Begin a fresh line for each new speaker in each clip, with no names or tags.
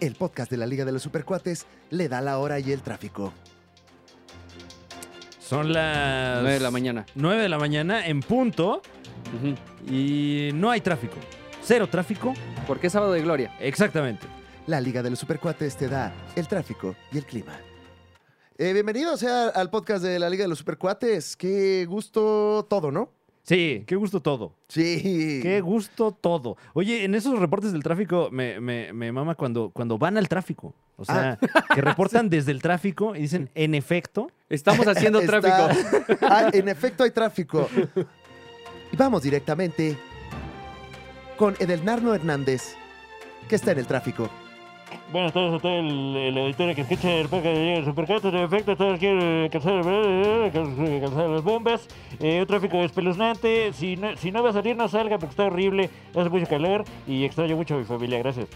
el podcast de la Liga de los Supercuates le da la hora y el tráfico.
Son las
9 de la mañana.
9 de la mañana en punto
Ujú.
y no hay tráfico. Cero tráfico.
Porque es sábado de gloria.
Exactamente.
La Liga de los Supercuates te da el tráfico y el clima. Eh, bienvenidos sea, al podcast de la Liga de los Supercuates. Qué gusto todo, ¿no?
Sí, qué gusto todo.
Sí.
Qué gusto todo. Oye, en esos reportes del tráfico me, me- me mama cuando, cuando van al tráfico. O sea, que reportan desde el tráfico y dicen, en efecto,
Estamos haciendo
Está-
tráfico.
Ah, en efecto, hay tráfico. Y vamos directamente con Edelnarno Hernández, que está en el tráfico.
Buenas tardes a todo el, el auditorio que escucha el podcast de Diego Supercuates. En efecto, todos quieren calzar, calzar las bombas. Eh, un tráfico espeluznante. Si no, si no va a salir, no salga porque está horrible. Hace mucho calor y extraño mucho a mi familia. Gracias.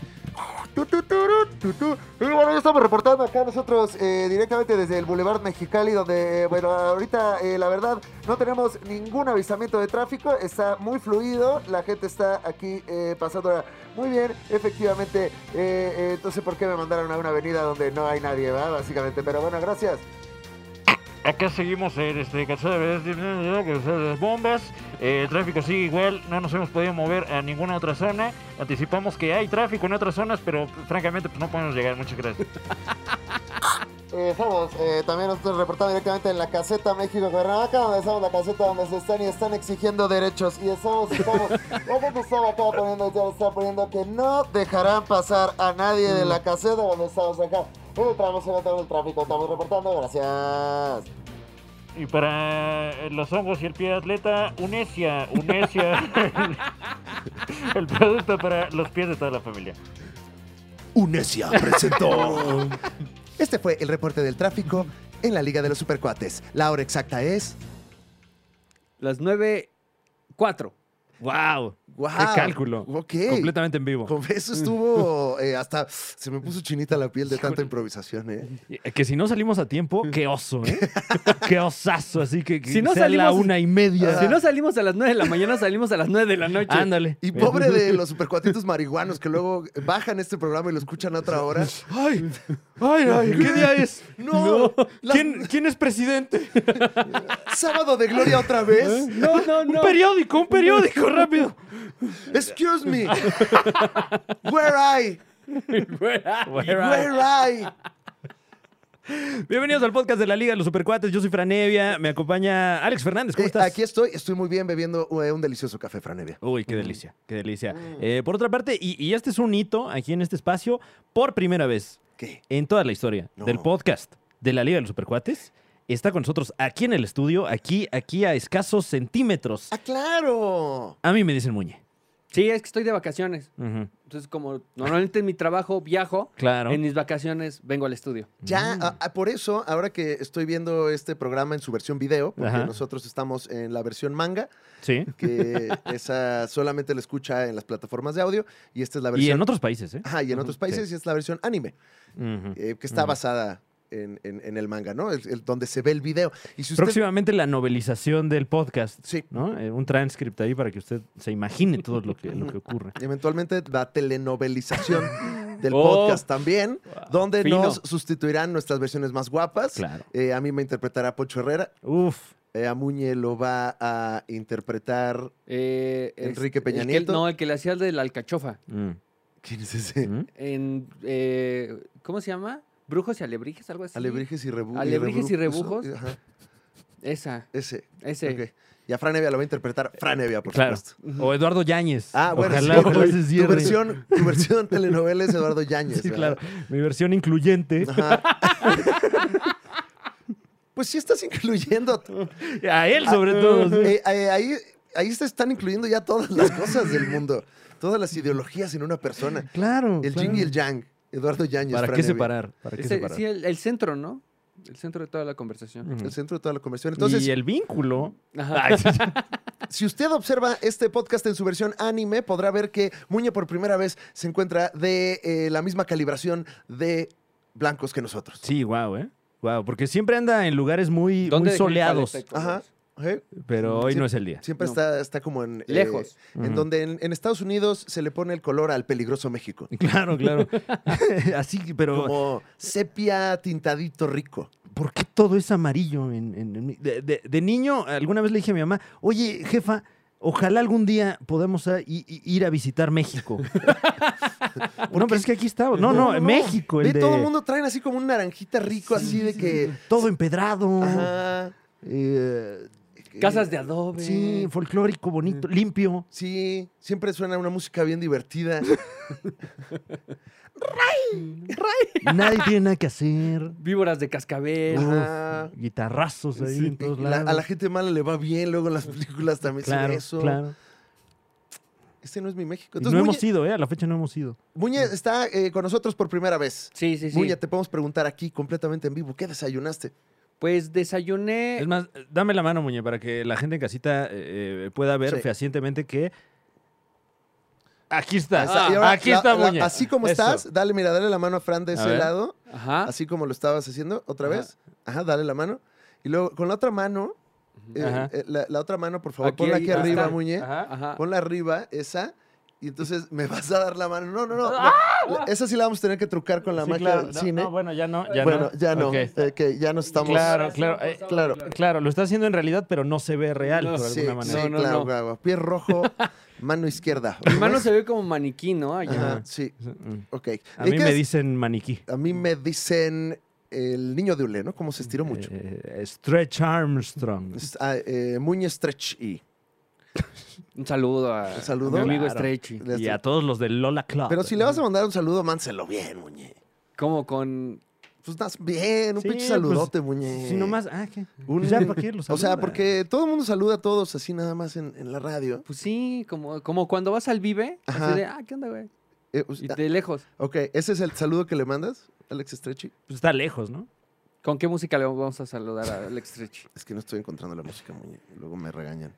Tu, tu, turu, tu, tu. Y bueno, ya estamos reportando acá nosotros eh, directamente desde el Boulevard Mexicali, donde, eh, bueno, ahorita eh, la verdad no tenemos ningún avisamiento de tráfico, está muy fluido, la gente está aquí eh, pasándola muy bien, efectivamente, eh, eh, entonces, ¿por qué me mandaron a una avenida donde no hay nadie, va? Básicamente, pero bueno, gracias.
Acá seguimos en este calzada de calzada de las bombas. Eh, el tráfico sigue igual, no nos hemos podido mover a ninguna otra zona. Anticipamos que hay tráfico en otras zonas, pero francamente pues, no podemos llegar. Muchas gracias.
Eh, estamos eh, también nosotros reportamos directamente en la caseta México Cuernavaca, donde estamos la caseta donde se están y están exigiendo derechos. Y estamos, estamos, la gente estaba acá poniendo, ya está poniendo que no dejarán pasar a nadie de la caseta donde estamos acá. Y entramos en otro del tráfico, estamos reportando, gracias.
Y para eh, los hongos y el pie de atleta, Unesia, Unesia. el producto para los pies de toda la familia.
Unesia presentó. Este fue el reporte del tráfico en la Liga de los Supercuates. La hora exacta es.
Las 9, 4.
wow.
¡Wow!
¡Qué cálculo!
Ok.
Completamente Mm. en vivo.
Con eso estuvo eh, hasta se me puso chinita la piel de tanta improvisación, ¿eh?
Que si no salimos a tiempo, qué oso, ¿eh? qué osazo. Así que, que
Si no
sea la
salimos-
una y media.
Si no salimos a las 9 de la mañana, salimos a las 9 de la noche.
Ah,
Ándale.
Y pobre de los supercuatitos marihuanos que luego bajan este programa y lo escuchan a otra hora.
¡Ay! ¡Ay, ay! ¿Qué día es?
No. Las-
¿Quién, quién es presidente?
Sábado de gloria otra vez.
No, no,
¡Un
no.
periódico! ¡Un periódico! ¡Rápido!
Excuse me. Where I? Where I?
Bienvenidos al podcast de la Liga de los Supercuates. Yo soy Franevia. Me acompaña Alex Fernández. ¿Cómo
Eh,
estás?
aquí estoy, estoy muy bien bebiendo eh, un delicioso café franevia.
Uy, qué delicia, qué delicia.
Mm.
Eh, por otra parte, y, y este es un hito aquí en este espacio, por primera vez
¿Qué?
en toda la historia
No.
del podcast de la Liga de los Supercuates, está con nosotros aquí en el estudio, aquí, aquí a escasos centímetros.
Ah, claro.
A mí me dicen Muñe.
Sí, es que estoy de vacaciones.
Ujú,
Entonces, como normalmente en mi trabajo viajo,
Claro.
en mis vacaciones vengo al estudio.
Mm.
Ya, ah, ah, por eso, ahora que estoy viendo este programa en su versión video, porque
Ajá.
nosotros estamos en la versión manga,
Sí.
que esa solamente la escucha en las plataformas de audio, y esta es la
Y
versión...
en otros países, ¿eh?
Ajá, y en otros países, y es la versión anime.
Ujú.
eh, que está
Ujú.
basada en, en- en el manga, ¿no? El- el- donde se ve el video. Y si usted,
Próximamente la novelización del podcast,
Sí,
¿no? Eh, un transcript ahí para que usted se imagine todo lo que, lo que ocurre.
eventualmente la telenovelización del
Oh.
podcast también, donde
Fino.
nos sustituirán nuestras versiones más guapas.
Claro.
Eh, a mí me interpretará Pocho Herrera,
Uf.
eh, a Muñe lo va a interpretar...
Eh, es-
Enrique Peña
el que-
Nieto.
no, el que le hacía el de la alcachofa.
Mm.
¿Quién es ese?
Mm.
En, eh, ¿Cómo se llama? ¿Brujos y alebrijes? Algo así.
Alebrijes y, rebu- eh,
Alebrijes y
rebujos.
rebujos.
Ajá,
Esa,
ese.
ese.
ok. Y a Fran Evia lo va a interpretar Fran Evia, por
Claro.
supuesto.
O Eduardo Yáñez.
Ah, bueno,
Ojalá,
sí,
ojalá se
tu,
cierre.
versión, tu versión telenovela es Eduardo Yáñez.
Sí,
¿verdad?
claro. Mi versión incluyente.
Ajá. pues sí estás incluyendo.
A él, sobre todo. sí.
Eh, eh, ahí, ahí se están incluyendo ya todas las cosas del mundo. Todas las ideologías en una persona.
Claro.
El
claro.
yin y el yang. Eduardo Yáñez.
¿Para
Fran
qué
Evia.
separar? ¿Para qué
Ese-
separar?
sí, el, el centro, ¿no? El centro de toda la conversación.
Ujú.
El centro de toda la conversión. Entonces,
y el vínculo.
Mm. Ah,
Ajá.
Ay, sí, sí.
si usted observa este podcast en su versión anime, podrá ver que Muñe por primera vez se encuentra de eh, la misma calibración de blancos que nosotros.
Sí, guau, ¿eh? Guau, porque siempre anda en lugares muy, muy
¿Dónde dejé mi
soleados.
paleta de colores?
Ajá. ¿eh?
Pero hoy
Sí.
no es el día.
Siempre
No.
está, está como en... eh,
Lejos.
en
Ujú.
donde en, en Estados Unidos se le pone el color al peligroso México.
Claro, claro. Así, pero
Como sepia tintadito rico.
¿por qué todo es amarillo? en- en- en mi- de, de- de niño, alguna vez le dije a mi mamá, oye, jefa, ojalá algún día podamos a- i- i- ir a visitar México. no, pero es que aquí está. No, no, México. El
Ve,
de,
todo el mundo traen así como un naranjita rico, así de que...
todo empedrado.
Ajá.
eh,
Casas de adobe.
sí, folclórico, bonito, limpio.
Sí, siempre suena una música bien divertida.
Nadie tiene nada que hacer.
Víboras de cascabel.
Ah, Ajá.
Guitarrazos ahí
Sí,
en todos
y la-
lados.
a la gente mala le va bien luego en las películas también. son
claro,
eso.
claro.
Este no es mi México.
Y
Entonces,
no
Muñe,
hemos ido, ¿eh? A la fecha no hemos ido.
Muñe está eh, con nosotros por primera vez.
Sí, sí, sí.
Muñe, te podemos preguntar aquí completamente en vivo, ¿qué desayunaste?
Pues desayuné.
Es más, eh, dame la mano, Muñe, para que la gente en casita eh, eh, pueda ver
Sí.
fehacientemente que. Aquí está,
Ah,
Y ahora,
aquí
la-
está
la-
Muñe.
así como
Eso.
estás, dale, mira, dale la mano a Fran de
A
ese
ver. Ah.
lado,
Ajá.
así como lo estabas haciendo, otra
Ajá.
vez. Ajá, dale la mano. Y luego, con la otra mano, eh,
Ajá.
eh, la, la otra mano, por favor,
Aquí,
ponla
ahí
aquí
está.
arriba, Muñe.
Ajá.
Ponla arriba, esa. Y entonces me vas a dar la mano. No, no, no. la- Esa sí la vamos a tener que trucar con la
Sí,
magia
claro.
del
No,
cine.
no, bueno, ya no. Ya
bueno,
no.
ya no.
Ok.
eh, que ya nos estamos.
Claro, claro. eh,
Claro.
claro, lo está haciendo en realidad, pero no se ve real
No,
por
Sí,
alguna manera.
sí,
No, no,
claro,
no.
claro. Pie rojo, mano izquierda.
Mi mano se ve como maniquí, ¿no? Allá.
Ajá, sí,
Mm.
ok.
A
¿Y
mí
qué
me
es?
dicen maniquí.
A mí me dicen el niño de Ule, ¿no? Como se estiró mucho.
Eh, Stretch Armstrong.
Es- ah, eh, Muñe Stretch Y.
Un saludo a,
Un saludo.
a mi amigo
Claro.
Stretchy.
Le-
Y a todos los de Lola Club.
este. Pero si le vas a mandar un saludo, mánselo bien, Muñe.
Como con.
Pues estás bien, un
Sí,
pinche saludote,
pues,
Muñe.
Si nomás. Ah, ¿qué?
Un-
Pues ya, ¿para qué los
O sea,
saluda?
porque todo el mundo saluda a todos así nada más en, en la radio.
Pues sí, como, como cuando vas al Vive.
Ajá.
Así de, ah, ¿qué onda, güey?
Eh, pues,
Y
ah,
de lejos.
ok, ese es el saludo que le mandas, Alex Stretchy.
Pues está lejos, ¿no?
¿Con qué música le vamos a saludar a Alex Stretchy?
Es que no estoy encontrando la música, Muñe. Luego me regañan.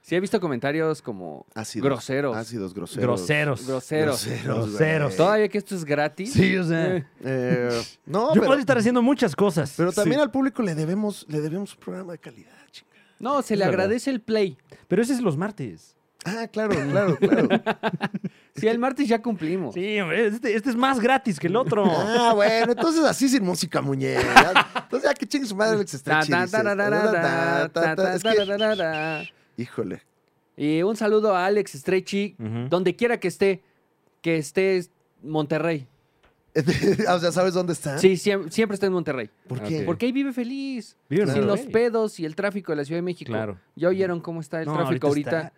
Sí, he visto comentarios como
Ácidos.
Groseros.
Ácidos, groseros. Pues,
Groseros.
groseros.
Groseros. güey.
Groseros.
Todavía que esto es gratis.
Sí, o sea.
Eh,
Eh, no,
Yo
pero,
podría estar haciendo muchas cosas.
pero también
Sí.
al público le debemos, le debemos un programa de calidad, chinga.
No, se
Es
le
verdad.
agradece el play.
Pero ese es los martes.
Ah, claro, claro, claro.
Sí, el martes ya cumplimos.
Sí, hombre, este, este es más gratis que el otro.
ah, bueno, entonces así sin música, Muñe. Ya- Entonces ya que chingue su madre Alex
Ta,
Stretchy.
ta,
dices.
tararara, ta, ta,
Es que-
tararara.
Híjole.
Y un saludo a Alex Stretchy,
Ujú.
donde quiera que esté, que esté Monterrey.
o sea, ¿sabes dónde está?
Sí, siem- siempre está en Monterrey. Ah,
¿Por qué?
Ok.
Porque ahí vive feliz.
Vive en
Sin los
Monterrey.
pedos y el tráfico de la Ciudad de México.
Claro.
Ya oyeron cómo está el
No,
tráfico ahorita.
está-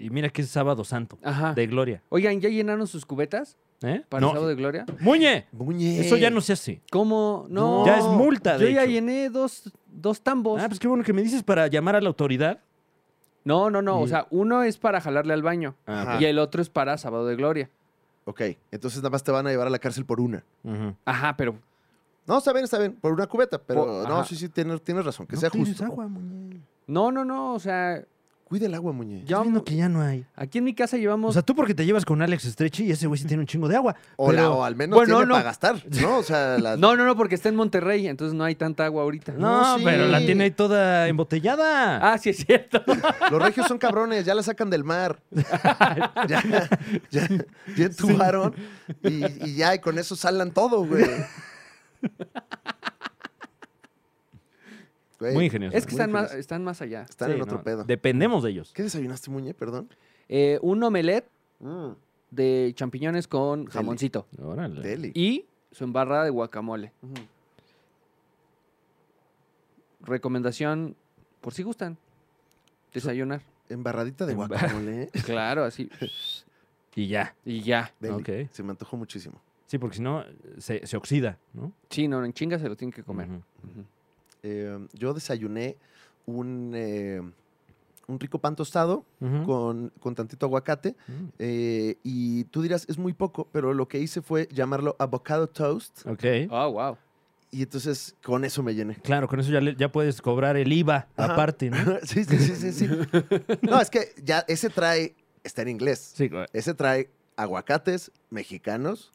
Y mira que es sábado santo.
Ajá.
De gloria.
Oigan, ¿ya llenaron sus cubetas
¿Eh?
para el sábado de gloria?
Muñe,
Muñe.
eso ya no se hace.
¿Cómo? No.
Ya es multa, de
Yo ya
hecho.
llené dos, dos tambos.
Ah, pues qué bueno que me dices para llamar a la autoridad.
No, no, no.
Y-
O
Ah,
sea, uno es para jalarle al baño
Ajá.
y el otro es para sábado de gloria.
Ok, entonces nada más te van a llevar a la cárcel por una.
Ujú.
Ajá, pero
No, está bien, está bien, por una cubeta, pero
Por-
no,
ajá.
sí, sí, tienes, tienes razón, que
No
sea
tienes
justo.
agua, Muñe.
no, no, no. O sea,
Cuida el agua, Muñe.
Ya-
Estás viendo que ya no hay.
aquí en mi casa llevamos.
O sea, tú porque te llevas con Alex Stretchy y ese güey sí tiene un chingo de agua.
O, la-
pero-
o al menos
Bueno,
tiene
no.
para gastar, ¿no? O sea, la-
no, no, no, porque está en Monterrey, entonces no hay tanta agua ahorita.
No,
No, sí.
pero la tiene ahí toda embotellada.
Ah, sí es cierto.
los regios son cabrones, ya la sacan del mar. ya, ya, ya entubaron y, y ya, y con eso salan todo, güey. Güey,
Muy ingenioso.
es que
Muy
están más,
feliz.
están más allá.
Están
Sí,
en otro
no,
pedo.
Dependemos de ellos.
¿Qué desayunaste, Muñe? Perdón.
Eh, un omelette
Mm,
de champiñones con jamoncito.
Órale.
deli.
Y su embarrada de guacamole.
Ujú.
Recomendación, por si gustan, desayunar.
Embarradita de
Embar-
guacamole. ¿eh?
Claro, así.
Y ya.
Y ya.
Deli.
Ok.
Se me antojó muchísimo.
Sí, porque si no, se, se oxida, ¿no?
Sí, no, en chinga se lo tienen que comer.
Ujú.
Eh, yo desayuné un, eh, un rico pan tostado
Ujú.
con, con tantito aguacate.
Mm.
eh, y tú dirás, es muy poco, pero lo que hice fue llamarlo avocado toast.
Ok.
Oh, wow.
Y entonces con eso me llené.
Claro, con eso ya, le- ya puedes cobrar el IVA
Ajá.
aparte, ¿no?
sí, sí, sí, sí, sí. No, es que ya ese trae, está en inglés.
Sí, co-
Ese trae aguacates mexicanos,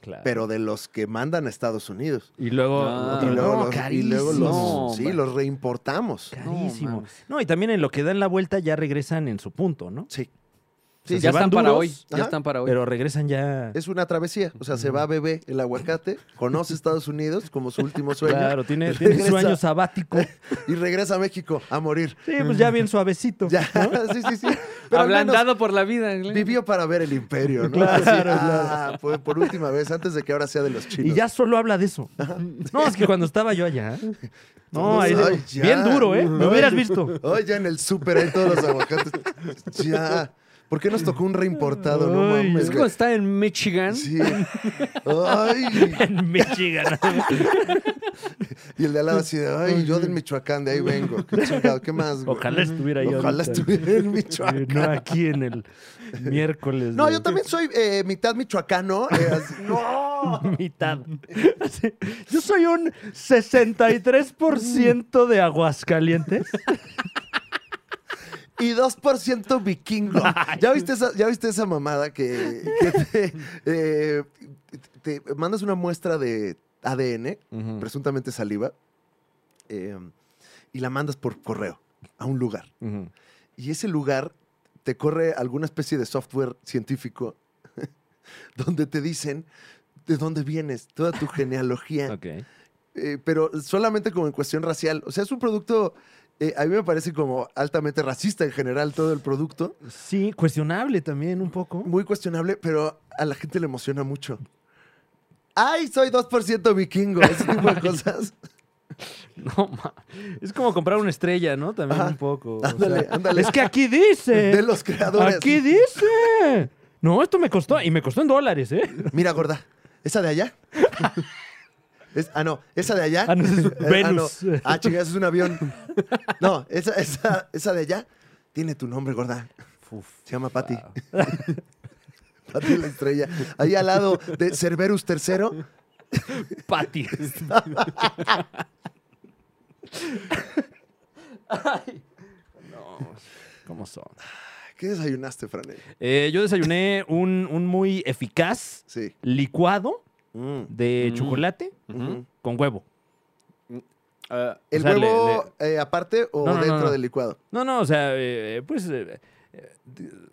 Claro.
pero de los que mandan a Estados Unidos.
Y luego.
Y
Ah,
No,
luego los, y luego los-
carísimo.
sí, los reimportamos.
Carísimo. No,
mames.
y también en lo que dan la vuelta ya regresan en su punto, ¿no?
Sí.
Sí, se
ya
van
están para
duros,
hoy. Ya
ajá,
están para hoy.
Pero regresan ya.
Es una travesía. O sea, se va a beber el aguacate, conoce Estados Unidos como su último sueño
Claro, tiene, tiene su
Regresa.
año sabático.
y regresa a México a morir.
Sí, pues ya bien suavecito.
Ya, sí, sí, sí. Pero al menos
Ablandado por la vida. claro.
vivió para ver el imperio, ¿no? Así, ah, por, por última vez, antes de que ahora sea de los chinos.
Y ya solo habla de eso. No, es que cuando estaba yo allá. No,
Ay,
ahí-
ya.
bien duro, ¿eh? Me
Ay.
hubieras visto.
Ay, ya en el súper hay todos los aguacates. Ya. ¿Por qué nos tocó un reimportado? No
Ay,
mames.
Es como
güey.
está en Michigan.
Sí. Ay.
En Michigan.
Y el de al lado así de, ay, yo del Michoacán, de ahí vengo. Qué chingado, ¿qué más, güey?
Ojalá estuviera ahí.
Ojalá
ahorita.
estuviera en
Eh,
Michoacán.
No aquí en el miércoles.
No,
de-
yo también soy eh, mitad michoacano. eh, así- ¡No!
Mitad. Sí. Yo soy un 63% de Aguascalientes.
Y 2% vikingo. ¿Ya viste esa, ya viste esa mamada que, que te, eh, te- te mandas una muestra de ADN,
Mm.
presuntamente saliva, eh, y la mandas por correo a un lugar? Y ese lugar te corre alguna especie de software científico donde te dicen de dónde vienes, toda tu genealogía,
Ok.
eh, pero solamente como en cuestión racial. O sea, es un producto, eh, a mí me parece como altamente racista en general todo el producto,
Sí, cuestionable también un poco.
muy cuestionable, pero a la gente le emociona mucho. ¡Ay, soy 2% vikingo! Ese tipo de cosas.
No, ma- es como comprar una estrella, ¿no? También
Ajá.
un poco. o sea,
Ándale, ándale.
es que aquí dice.
De los creadores.
Aquí dice. No, esto me costó. Y me costó en dólares, ¿eh?
Mira, gorda, ¿esa de allá? Es- ah, no, esa de allá.
Ah, no, ese es
Eh,
Venus.
Ah, no. Ah, chinga, ese es un avión. No, esa, esa, esa de allá tiene tu nombre, gorda. Se llama Patty. Patty la estrella. Ahí al lado de Cerberus III.
Pati. No, ¿Cómo son?
¿Qué desayunaste, Franel?
Eh, yo desayuné un, un muy eficaz
Sí.
licuado
Mm.
de
Mm.
chocolate
Ujú.
con huevo.
Ah,
¿El
O sea, le-
huevo eh, aparte o
No, no, no,
dentro
no.
del licuado?
No, no, o sea, eh, pues, eh, eh,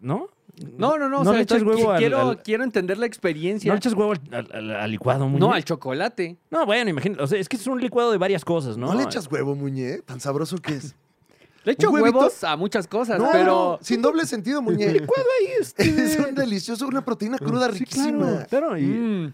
¿no?
no, no, no.
No
o sea,
le eches
estoy-
huevo al-
quiero,
al-
quiero entender la experiencia.
No le echas huevo al, al- al- al licuado, muy
No, al chocolate.
No, bueno, imagínate, o sea, es que es un licuado de varias cosas, ¿no? eh.
¿No, le echas huevo, Muñe? ¿Tan sabroso que es?
Le echo
¿Un huevito?
huevos a muchas cosas,
No,
pero.
sin doble sentido, Muñe.
licuado ahí,
Es un delicioso, una proteína cruda riquísima.
claro, claro, y-
Mm.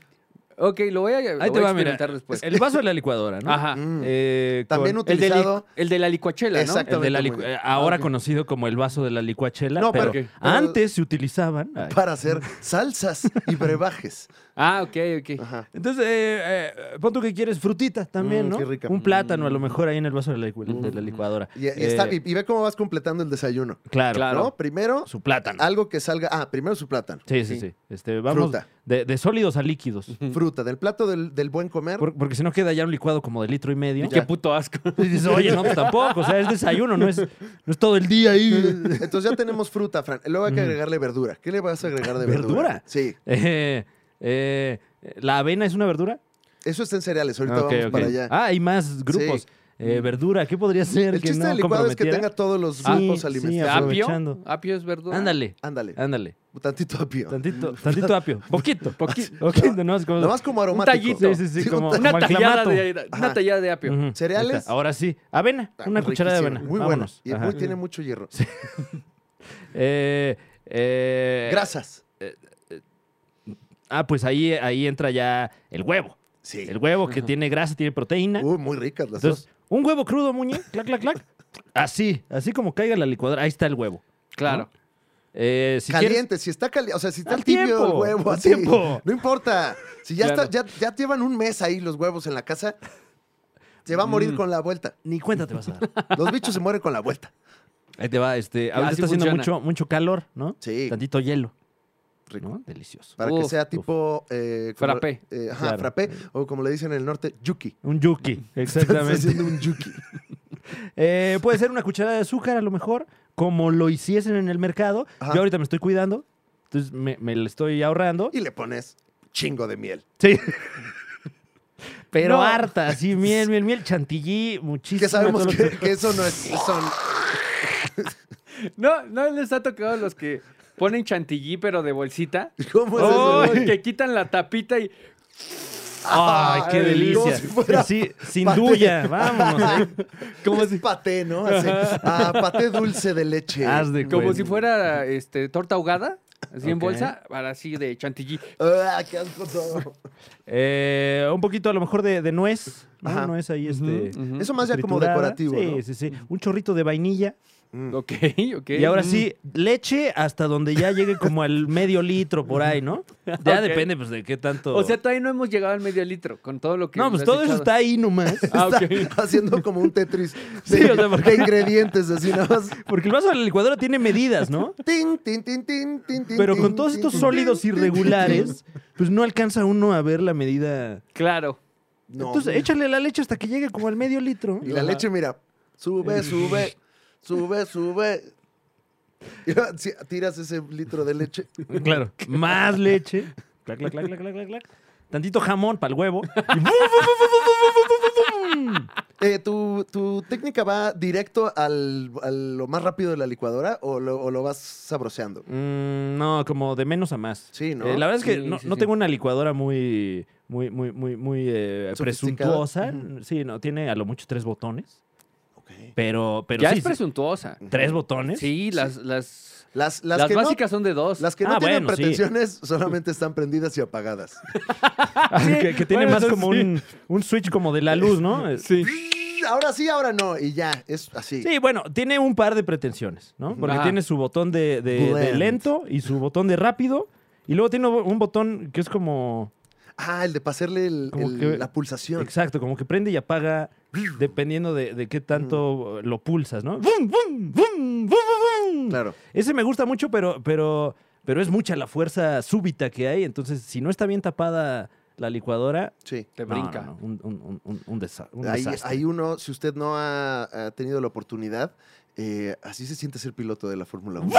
Ok, lo voy a, lo
Ahí te
voy a
va, mira,
experimentar después.
el vaso de la licuadora, ¿no?
Ajá.
Mm.
Eh,
También
con-
El de, li-
utilizado.
el de la licuachela, ¿no?
Exacto.
el de la
Exactamente,
licu-
muy
eh, ahora
Ah, ok.
conocido como el vaso de la licuachela,
No,
pero,
pero- Ah,
pero-
antes se utilizaban. Ay.
para hacer salsas y brebajes.
Ah, ok, ok.
Ajá.
Entonces, eh, eh, pon tú que quieres frutitas también,
Mm,
¿no?
qué rica. Mm.
Un plátano a lo mejor ahí en el vaso de la, licu- de la licuadora.
Y, y está-
Eh,
y- y ve cómo vas completando el desayuno.
Claro,
Claro.
¿no? Primero,
Su plátano.
algo que salga. Ah, primero su plátano.
Sí, sí, sí. Este, vamos
Fruta.
de, de sólidos a líquidos.
Fruta, del plato del, del buen comer.
Mm. Por- porque si no queda ya un licuado como de litro y medio.
Qué puto asco.
Y dices, oye, no, pues tampoco. O sea, es desayuno, no es, no es todo el día ahí.
Entonces ya tenemos fruta, Fran. Luego hay que agregarle verdura. ¿Qué le vas a agregar de verdura?
Mm. ¿Verdura?
Sí.
Eh, eh, ¿La avena es una verdura?
Eso está en cereales. Ahorita
Ok,
vamos
ok.
para allá.
Ah, hay más grupos.
Sí.
Eh, verdura, ¿qué podría ser
el
que
chiste
no
del licuado es que
comprometiera?
tenga todos los
Ah,
grupos
sí,
alimenticios.
sí,
¿Apio?
Aprovechando.
¿Apio es verdura?
Ándale,
Ándale,
ándale.
un tantito apio.
Tantito, tantito apio. Poquito.
Poqui-
Poquito, ¿no? Es como-
Nada más como aromático.
tallito.
Sí, sí, sí,
Sí,
como,
un-
como
Una
el
tallada,
clamato.
de, una
Ajá.
tallada de apio.
Ujú.
¿Cereales?
Ahí está. Ahora sí. Avena,
Ah,
una cucharada de
riquísimo.
avena.
Muy bueno.
Vámonos.
Y
Ajá.
muy, tiene mucho hierro.
Eh, eh,
Grasas.
Ah, pues ahí, ahí entra ya el huevo.
Sí. Uh,
El huevo que tiene grasa, tiene proteína.
Uy, muy ricas las
¿Eh? Entonces,
dos.
un huevo crudo, muñe, clac, clac, clac. Así, así como caiga la licuadora, ahí está el huevo.
Claro.
Eh, si quieres-
caliente, si está caliente, o sea, si está
Al
tibio el
tiempo,
huevo,
al
así,
tiempo.
no importa. Si ya,
Claro.
está, ya, ya llevan un mes ahí los huevos en la casa, se va a morir
Mm.
con la vuelta.
ni cuenta te vas a dar.
Los bichos se mueren con la vuelta.
Ahí te va, este, ahorita
Así
está haciendo
funciona.
mucho, mucho calor, ¿no?
Sí.
Tantito hielo.
Rico.
¿no? Delicioso.
Para que
Uf,
sea
uf.
tipo... eh, como-
Frappé.
eh, ajá,
Claro.
frappé, o como le dicen en el norte, yuki.
Un yuki,
Estás
exactamente.
haciendo un yuki.
Eh, puede ser una cucharada de azúcar, a lo mejor, como lo hiciesen en el mercado.
Ajá.
Yo ahorita me estoy cuidando, entonces me, me la estoy ahorrando.
Y le pones chingo de miel.
Sí. Pero
No.
harta, sí, miel, miel, miel, chantilly, muchísimo.
Que sabemos
todo lo
que, que eso no es. Son,
No, no les ha tocado a los que ponen chantilly, pero de bolsita.
¿Cómo es
Oh,
eso? güey?
que quitan la tapita y.
¡Ay, qué
Ay, como
delicia!
si fuera
Sí, sin
paté.
duya, vámonos. ¿eh?
¿Cómo es paté, no? Así, ah, paté dulce de leche.
Haz de
Como
cuenta.
si fuera este, torta ahogada, así en
Ok.
bolsa, para así de chantilly.
Ah, qué asco todo.
Eh, un poquito a lo mejor de, de nuez, ¿no?
Ajá.
Nuez ahí, este...
Ujú.
Eso más ya como
triturada.
decorativo.
Sí,
¿no?
sí, sí. Un chorrito de vainilla.
Ok, ok.
Mm. Y ahora sí, leche hasta donde ya llegue como al medio litro por ahí, ¿no? Ya
Ok.
depende, pues, de qué tanto.
Mm. O sea, todavía no hemos llegado al medio litro con todo lo que.
no,
nos
pues
has
todo eso
echado.
está ahí nomás.
Ah, ok.
Está haciendo como un Tetris de,
Sí, o sea, porque-
de ingredientes, así nada más.
Porque el vaso de la licuadora tiene medidas, ¿no?
Tin, tin, tin, tin, tin, tin,
Pero con
tin,
todos
tin,
estos
tin,
sólidos
tin, tin,
irregulares, pues no alcanza uno a ver la medida.
Claro.
tin. No.
Entonces, échale la leche hasta que llegue como al medio litro.
Y la leche, mira, sube, sube, sube, sube. Mira, si tiras ese litro de leche.
Claro. Más leche. Clac, clac, clac, clac, clac, clac, clac. Tantito jamón para el huevo. Y ¡bum, bum, bum, bum, bum, bum, bum, bum, bum!
Eh, ¿tu, tu técnica va directo al, a lo más rápido de la licuadora o lo, o lo vas sabroseando?
Mm, no, como de menos a más.
Sí, ¿no?
Eh, la verdad es que
Sí,
no,
sí,
no
sí.
tengo una licuadora muy, muy, muy, muy, muy eh,
Sofisticada.
presuntuosa. Sí, no, tiene a lo mucho tres botones.
Ok.
Pero, pero
ya
sí,
es
sí,
presuntuosa.
tres botones.
Sí, las, las,
Las, las,
las,
que
básicas son de dos.
no, las que no
Ah,
tienen
bueno, sí.
pretensiones solamente están prendidas y apagadas.
que, que tiene
Ah, bueno,
más
eso
como
sí.
un, un switch como de la luz, ¿no? Eh,
Sí.
Ahora sí, ahora no. Y ya, es así.
Sí, bueno, tiene un par de pretensiones, ¿no? Porque
Ajá.
tiene su botón de, de- de
Blend.
lento y su botón de rápido. Y luego tiene un botón que es como.
Ah, el de pasarle el-
Como
el-
que-
la pulsación.
Exacto, como que prende y apaga dependiendo de, de qué tanto eh, lo pulsas, ¿no? ¡Bum, bum, bum, bum, bum, bum!
Mm. Claro.
Ese me gusta mucho, pero, pero, pero es mucha la fuerza súbita que hay. Entonces, si no está bien tapada la licuadora,
Sí.
Te
no,
brinca.
no, no, un, un- un- un- un desa- un
Hay,
desastre.
hay uno, si usted no ha, ha tenido la oportunidad, eh, así se siente ser piloto de la Fórmula 1.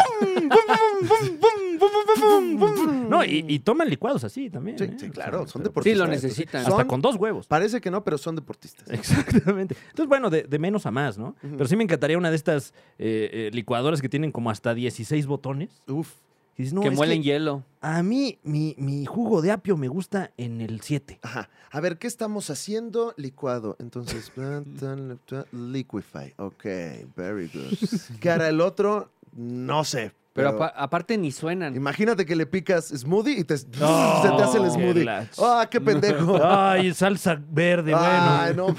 No, y, y toman licuados así también.
Sí,
¿eh?
sí,
O
claro,
sea,
son
pero-
deportistas.
Sí, lo necesitan.
Son-
Hasta con Eh. dos huevos.
Parece que no, pero son deportistas.
Exactamente. Entonces, bueno, de, de menos a más, ¿no?
Ujú.
Pero sí me encantaría una de estas eh, eh, licuadoras que tienen como hasta 16 botones.
Uf.
Y dices, no,
que
es
muelen hielo.
a mí mi, mi jugo de apio me gusta en el 7.
Ajá. A ver, ¿qué estamos haciendo? Licuado. Entonces, plan, tan, tan, liquify. Ok, very good. Cara, el otro, no sé.
Pero,
Pero,
apa- aparte ni
Em,
suenan.
imagínate que le picas smoothie y te,
No,
se te hace
qué
el smoothie.
lach.
¡Ah, qué pendejo!
Ay, salsa verde,
Ay,
bueno.
no.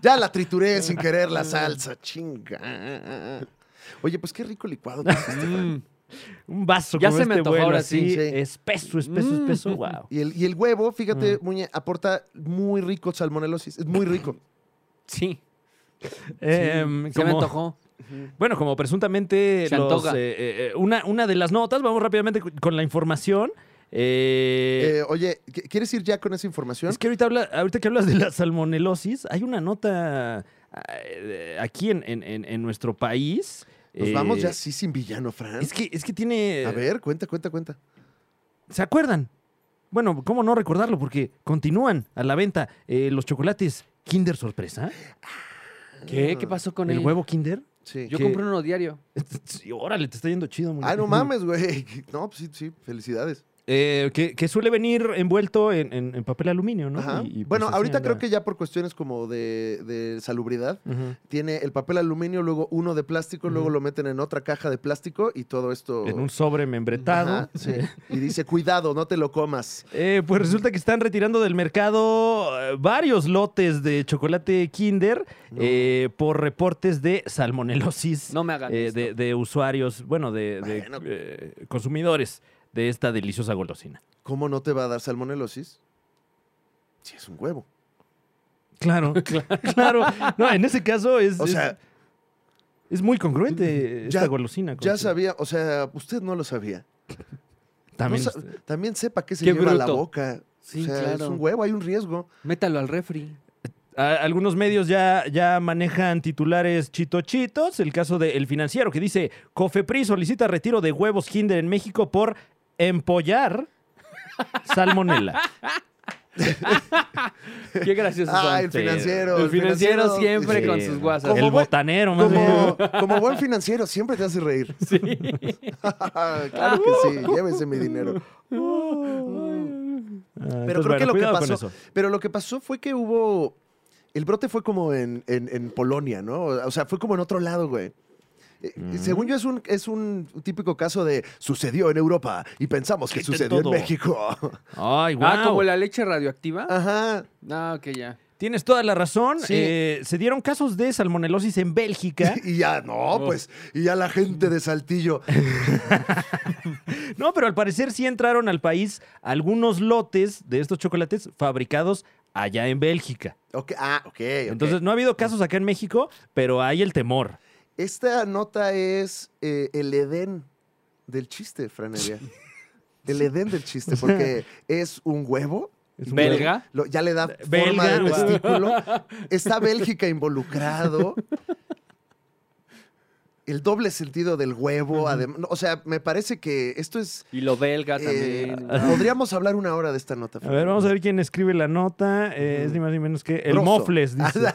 ya la trituré sin querer la salsa, chinga. Oye, pues qué rico licuado. que hiciste, Fran.
Mm.
Un vaso
Ya
como
se me
este
antojó
bueno,
ahora
así,
sí, sí.
espeso, espeso,
Mm.
espeso, wow.
Y el, y el huevo, fíjate, Muñe, aporta muy rico salmonelosis. Es muy rico.
Sí.
Em,
Se me
como-
antojó.
Bueno, como presuntamente
Se
los,
antoja.
eh, eh, eh, una, una de las notas, vamos rápidamente cu- con la información. Eh,
Eh, oye, ¿qu- ¿quieres ir ya con esa
Eh,
información?
es que ahorita, habla- ahorita que hablas de la salmonelosis, hay una nota eh, aquí en, en- en- en nuestro país.
Nos
eh,
vamos ya así sin villano, Fran.
Es que, eh, es que tiene...
A ver, cuenta, cuenta, cuenta.
¿Se acuerdan? Bueno, ¿cómo no recordarlo? Porque continúan a la venta eh, los chocolates Kinder Sorpresa.
¿Qué? ¿Qué pasó con
Ah, el
él?
huevo Kinder.
Sí.
Yo
que-
compré uno diario.
Sí, Órale, te está yendo chido. muñeco.
Ay, Ah, no mames, güey. No, pues sí, sí, felicidades.
Eh, que, que suele venir envuelto en, en- en papel aluminio, ¿no?
Ajá.
Y- y, pues,
bueno,
así
ahorita
anda.
creo que ya por cuestiones como de, de salubridad,
Ujú.
tiene el papel aluminio, luego uno de plástico, luego
Ujú.
lo meten en otra caja de plástico y todo esto.
En un sobre membretado.
Oh. Ajá, sí. Y dice, cuidado, no te lo comas.
Eh, pues resulta que están retirando del mercado eh, varios lotes de chocolate Kinder eh, por reportes de salmonelosis
No me hagan
eh,
esto.
de, de usuarios, bueno, de, de,
Bueno.
eh, consumidores de esta deliciosa golosina.
¿Cómo no te va a dar salmonelosis? Si es un huevo.
Claro, claro. No, en ese caso es,
O sea,
es, es muy congruente
Ya-
esta golosina. con
ya
su-
sabía, o sea, usted no lo sabía.
También este,
No sa- también sepa qué se
Qué
lleva a la
bruto.
boca.
Sí,
o sea, es
claro.
un huevo, hay un riesgo.
Métalo al refri.
A- algunos medios ya, ya manejan titulares chitochitos. El caso de El Financiero que dice: Cofepris solicita retiro de huevos Kinder en México por empollar. Salmonela.
Qué gracioso.
Ah,
son.
el financiero.
El financiero siempre
Sí.
con sus guasas.
Como
El
buen-
botanero, más bien.
Como, como buen financiero, siempre te hace reír.
Sí.
claro que sí, llévese mi dinero.
Ah,
Pero creo que lo que pasó, pero lo que pasó fue que hubo. El brote fue como en, en- en Polonia, ¿no? O sea, fue como en otro lado, güey. Eh, Según yo, es un, es un típico caso de sucedió en Europa y pensamos que
Quiten
sucedió
todo.
en México.
Ay, guau.
Ah, como la leche radioactiva.
Ajá.
No, ok, ya.
Tienes toda la razón.
Sí.
Eh, se dieron casos de salmonelosis en Bélgica.
Y ya, no, pues, y ya la gente de Saltillo.
No, pero al parecer sí entraron al país algunos lotes de estos chocolates fabricados allá en Bélgica.
Ok, ah, ok. ok.
Entonces no ha habido casos acá en México, pero hay el temor.
Esta nota es eh, el Edén del chiste, Franelia. El Edén del chiste, porque es un huevo.
Es un
Belga.
Lo- ya le da forma
Belga,
de
wow.
testículo. Está Bélgica involucrado. El doble sentido del huevo, además. no, O sea, me parece que esto es.
Y lo belga
eh,
también.
podríamos hablar una hora de esta nota.
A ver, vamos a ver quién escribe la nota. Eh, es ni más ni menos que el
Grosso.
Mofles, dice.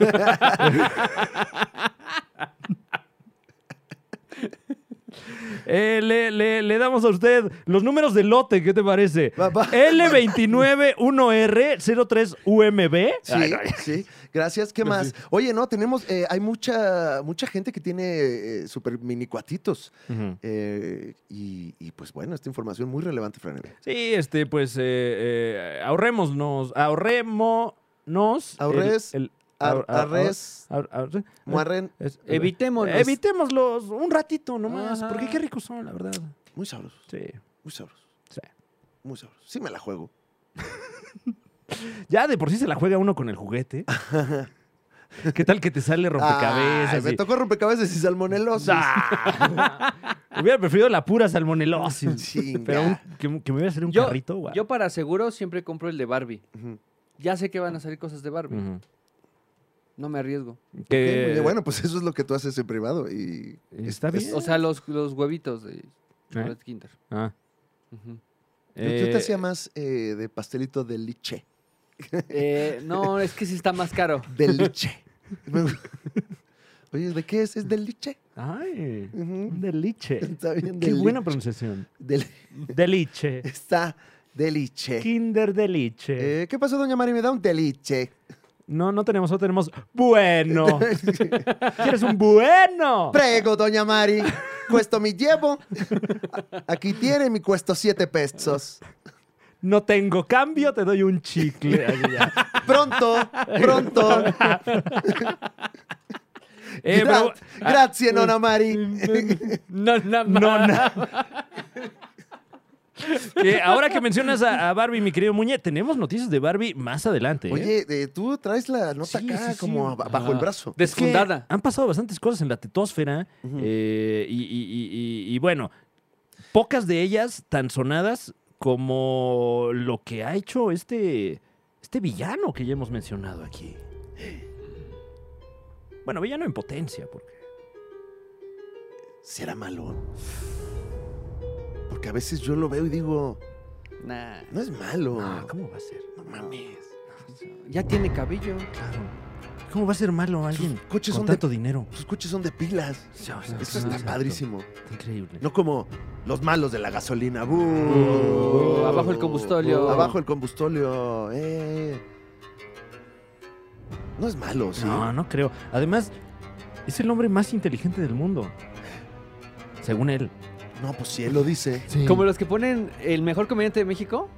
Eh, le, le- le damos a usted los números de lote, ¿qué te parece?
Va, va.
L291R03UMB.
Sí, sí. Gracias. ¿Qué más? Oye, no, tenemos. eh, hay mucha mucha gente que tiene eh, super mini cuatitos.
Ujú.
Eh, y, y, pues bueno, esta información muy relevante, Franelia.
Sí, este, pues eh, eh, ahorrémonos, ahorrémonos.
Ahorres,
el- el-
Ar-
ahor- ahor-
Arres,
ahor- ahor-
Muarren,
es-
Evitémonos.
Evitémoslos un ratito nomás,
Ajá.
porque qué ricos son, la verdad.
muy sabrosos,
Sí.
muy sabrosos.
Sí.
Muy sabrosos. Sí me la juego.
Ya de por sí se la juega uno con el juguete. ¿Qué tal que te sale rompecabezas?
Ay, me
y-
tocó rompecabezas y salmonelosis.
Ah. Hubiera preferido la pura salmonelosis.
Chinga.
Pero un- que, que me hubiera salido un
Yo-
carrito, guau.
Yo para seguro siempre compro el de Barbie.
Ujú.
Ya sé que van a salir cosas de Barbie.
Ujú.
No me arriesgo.
Que-
Oye, bueno, pues eso es lo que tú haces en privado. Y
Está
es-
bien.
O sea, los, los huevitos
¿Eh?
de chocolate Kinder.
Ah.
Ujú.
Yo, yo te
Eh,
hacía más eh, de pastelito de liche.
Eh, no, es que sí está más caro.
De liche. Me gu- Oye, ¿de qué es? Es de liche.
Ay,
Ujú.
deliche.
Está bien,
Qué
deliche.
buena pronunciación.
Del-
Deliche.
está de liche.
Kinder deliche.
Eh, ¿Qué pasó, doña Mari? Me da un deliche.
No, no tenemos otro, tenemos bueno. ¿Quieres un bueno?
Prego, doña Mari. Cuesto mi llevo. A- Aquí tiene mi cuesto siete pesos.
No tengo cambio, te doy un chicle. Así ya.
Pronto, pronto.
Eh, pero-
Gra-
ah,
Grazie, nonna Mari.
No, nada más.
No, na- Que ahora que mencionas a, a Barbie, mi querido Muñe, tenemos noticias de Barbie más adelante. ¿eh?
Oye, eh, tú traes la nota
Sí,
acá
sí, sí.
como ab- bajo el brazo.
Es que
Desfundada.
han pasado bastantes cosas en la tetosfera eh, y, y- y- y- y bueno, pocas de ellas tan sonadas como lo que ha hecho este, este villano que ya hemos mencionado aquí. Bueno, villano en potencia, porque...
¿Será malo? Porque a veces yo lo veo y digo,
Nah.
no es malo.
Ah, ¿Cómo va a ser?
Oh. No mames.
Ya tiene cabello.
Claro. ¿Cómo va a ser malo alguien
coches
con
son de-
tanto dinero?
Sus coches son de pilas. Pues Eso está
Exacto.
padrísimo.
Está increíble.
No como los malos de la gasolina. ¡Bú!
Uh, abajo el combustóleo.
Abajo el combustóleo. Eh. No es malo, sí.
No, no creo. Además, es el hombre más inteligente del mundo. Según él.
No, pues si él lo dice.
Como los que ponen el mejor comediante de México.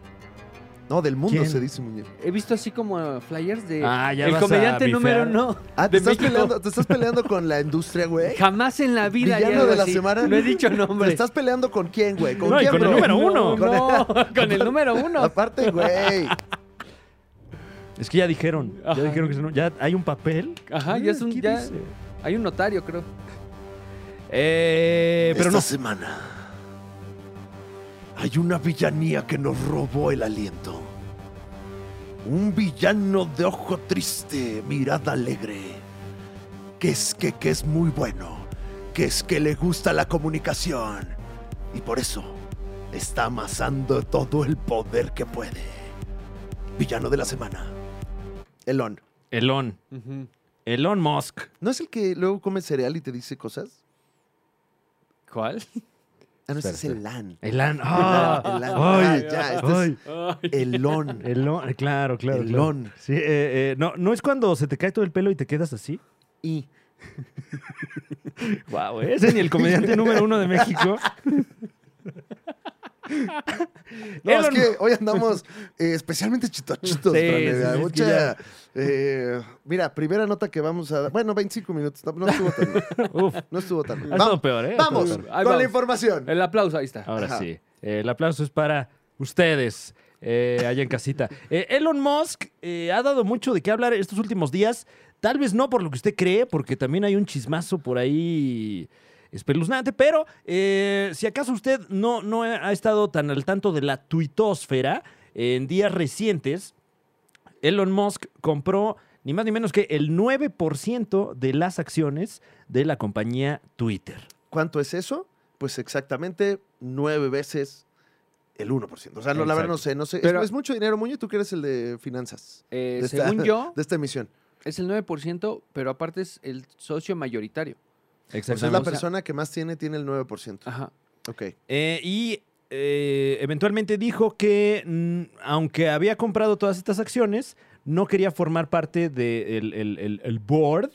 No, del mundo
¿Quién?
se dice, muñeco.
He visto así como flyers de.
Ah, ya
el
vas a
comediante número
bifear.
uno.
Ah, te
De
estás,
México.
peleando, te estás peleando con la industria, güey.
Jamás en la vida. haría
Villano
algo
de la
así.
semana.
No he dicho
¿Te
nombre.
estás peleando con quién, güey? ¿Con
No, y
quién,
con el
bro?
número uno.
Con-
No, con el número uno.
Aparte, güey.
Es que ya dijeron. Ya
Ajá.
dijeron que es un- ya hay un papel. Ah,
Ajá, ya es un-
¿qué
ya-
dice?
Hay un notario, creo.
Eh, pero
Esta semana hay una villanía que nos robó el aliento. Un villano de ojo triste, mirada alegre. Que es que, que es muy bueno. Que es que le gusta la comunicación. Y por eso está amasando todo el poder que puede. Villano de la semana. Elon.
Elon.
Ujú.
Elon Musk.
¿No es el que luego come cereal y te dice cosas?
¿Cuál?
Ah, no, ese es
Espérate.
Elan.
Elan.
Elan.
¡Ah!
Ah, ya, este
ay.
Ay.
es Elon.
Elon. Claro, claro. claro.
Elon.
Sí, eh, eh, no, no es cuando se te cae todo el pelo y te quedas así.
Y
Wow,
Pues.
ese ni el comediante número uno de México.
No, es que hoy andamos eh, especialmente chitochitos,
Sí,
Fran,
sí,
eh,
sí, es que
mucha, eh, Mira, primera nota que vamos a dar. Bueno, 25 minutos. No, no estuvo tan mal.
Uf,
No estuvo tan mal.
ha
Vamos,
estado peor, ¿eh? Ha estado
vamos
peor.
con la
Ahí vamos. Eh.
información.
El aplauso, ahí está.
Ahora
Ajá.
sí. Eh, el aplauso es para ustedes. eh, allá en casita. Eh, Elon Musk eh, ha dado mucho de qué hablar estos últimos días. Tal vez no por lo que usted cree, porque también hay un chismazo por ahí espeluznante, pero eh, si acaso usted no, no ha estado tan al tanto de la tuitósfera, en días recientes, Elon Musk compró ni más ni menos que el 9% de las acciones de la compañía Twitter.
¿Cuánto es eso? Pues exactamente nueve veces el 1%. O sea, no, la verdad no sé, no sé. Es-
Pero-
es, mucho dinero, Muñe, tú que eres el de finanzas.
Eh,
De esta-
según yo,
De esta emisión.
es el 9%, pero aparte es el socio mayoritario.
O sea, es la
o sea-
persona que más tiene, tiene el 9%.
Ajá.
Ok.
Eh, y eh, eventualmente dijo que, mm, aunque había comprado todas estas acciones, no quería formar parte del board,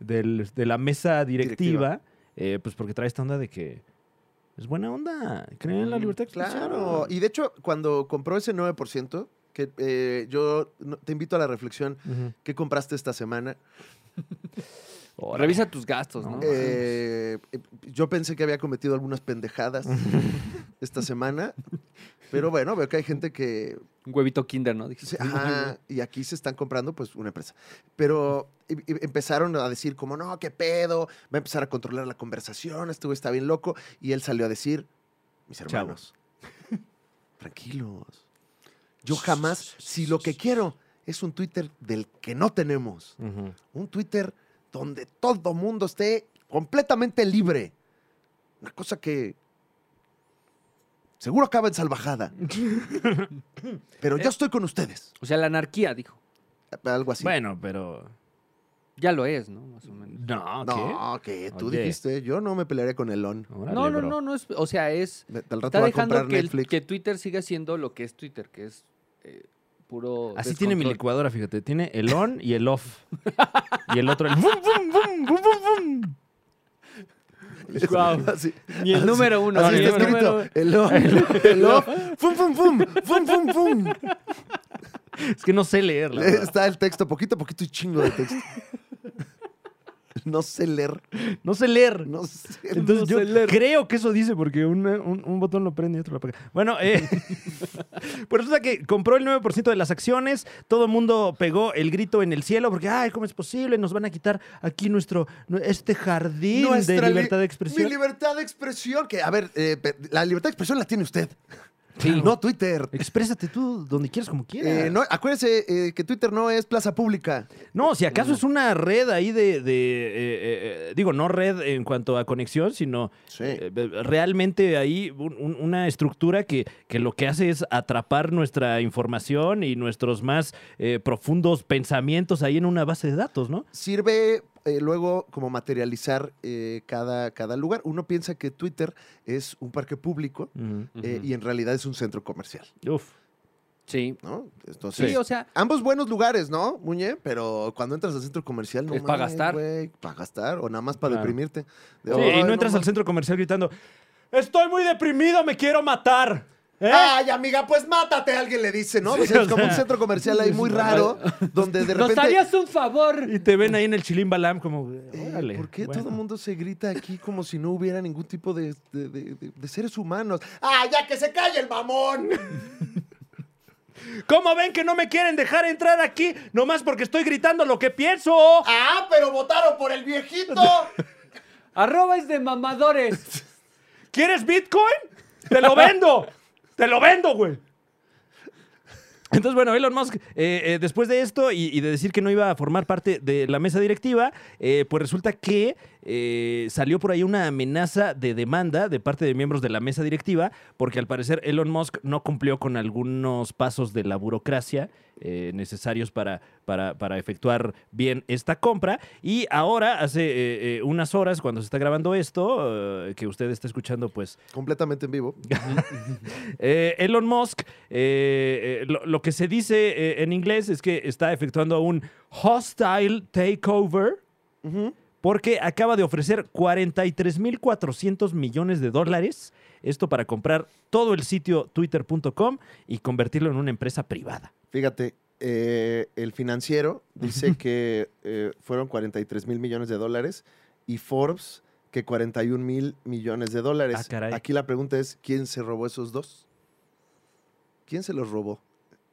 del- de la mesa directiva, eh, pues porque trae esta onda de que es buena onda, creen en la
Mm,
libertad de expresión.
Claro. Y de hecho, cuando compró ese 9%, que eh, yo no- te invito a la reflexión,
Ujú.
¿qué compraste esta semana?
Órale.
Revisa tus gastos, ¿no?
No.
Eh, yo pensé que había cometido algunas pendejadas esta semana, pero bueno, veo que hay gente que...
Un huevito kinder, ¿no? Dije,
dice, "Ajá", y aquí se están comprando pues una empresa. Pero y- y empezaron a decir como, no, qué pedo, va a empezar a controlar la conversación, este güey está bien loco, y él salió a decir, mis hermanos, tranquilos, yo jamás, si lo que quiero es un Twitter del que no tenemos,
Ujú.
un Twitter donde todo mundo esté completamente libre. Una cosa que seguro acaba en salvajada. Pero yo estoy con ustedes.
O sea, la anarquía, dijo.
Algo así.
Bueno, pero...
Ya lo es, ¿no? Más o menos.
No, ¿qué?
No, que tú
Oye.
dijiste, yo no me pelearé con Elon.
Órale,
no, no,
bro.
no, no es. O sea, es.
Me- Al rato
Está
va a
dejando
comprar
que, el-
Netflix.
que Twitter siga siendo lo que es Twitter, que es eh, puro.
Así tiene mi
descontrol.
licuadora, fíjate. Tiene el on y el off. y el otro el... bum, bum, bum, bum, bum, bum.
Guau.
Así,
Ni el número uno,
así
ni
está
el número.
escrito. Elon, Elon, fum, fum, fum, fum, fum, fum.
Es que no sé leer, la verdad.
Está el texto, poquito a poquito y chingo de texto. No sé leer,
No sé leer.
no sé
Entonces
No
yo
sé leer.
creo que eso dice porque una- un, un botón lo prende y otro lo apaga. Bueno, eh, pues resulta que compró el 9% de las acciones, todo el mundo pegó el grito en el cielo porque, ay, ¿cómo es posible? Nos van a quitar aquí nuestro, este jardín
Nuestra
de
li-
libertad de expresión.
Mi libertad de expresión, que, a ver, eh, pe- la libertad de expresión la tiene usted,
Sí.
no Twitter.
Exprésate tú donde quieras, como quieras.
Eh, no, acuérdese eh, que Twitter no es plaza pública.
No,
Este,
si acaso es una red ahí de, de, eh, eh, eh, digo, no red en cuanto a conexión, sino
Sí.
eh, eh, realmente ahí un- un- una estructura que, que lo que hace es atrapar nuestra información y nuestros más eh, profundos pensamientos ahí en una base de datos, ¿no?
Sirve eh, luego como materializar eh, cada, cada lugar. Uno piensa que Twitter es un parque público eh,
Ujú.
y en realidad es un centro comercial,
Uf.
Sí.
¿no? Entonces,
Sí, o sea,
Ambos buenos lugares, ¿no, Muñe? Pero cuando entras al centro comercial, no
Es pa' gastar.
Para gastar o nada más para
Claro.
deprimirte. De,
Sí,
"Ay,
y no entras al
mames".
centro comercial gritando, estoy muy deprimido, me quiero matar. ¿Eh?
Ay, amiga, pues mátate, alguien le dice, ¿no? O sea,
o
es como un
sea,
centro comercial ahí muy raro, donde de
nos
repente.
harías un favor.
Y te ven ahí en el Chilim Balam como,
Eh,
órale.
¿Por qué
bueno.
todo el mundo se grita aquí como si no hubiera ningún tipo de, de- de- de- de seres humanos? ¡Ah, ya que se calle el mamón!
¿Cómo ven que no me quieren dejar entrar aquí nomás porque estoy gritando lo que pienso?
¡Ah, pero votaron por el viejito!
Arroba es de mamadores.
¿Quieres Bitcoin? ¡Te lo vendo! ¡Te lo vendo, güey! Entonces, bueno, Elon Musk, eh, eh, después de esto y, y de decir que no iba a formar parte de la mesa directiva, eh, pues resulta que eh, salió por ahí una amenaza de demanda de parte de miembros de la mesa directiva, porque al parecer Elon Musk no cumplió con algunos pasos de la burocracia eh, necesarios para, para, para efectuar bien esta compra. Y ahora, hace eh, eh, unas horas, cuando se está grabando esto, eh, que usted está escuchando, pues
Completamente en vivo.
eh, Elon Musk, eh, eh, lo, lo que se dice eh, en inglés es que está efectuando un hostile takeover porque acaba de ofrecer 43.400 millones de dólares, esto para comprar todo el sitio twitter.com y convertirlo en una empresa privada.
Fíjate, eh, el financiero dice que eh, fueron 43 mil millones de dólares y Forbes que 41 mil millones de dólares.
Ah, caray.
Aquí la pregunta es, ¿quién se robó esos dos? ¿Quién se los robó?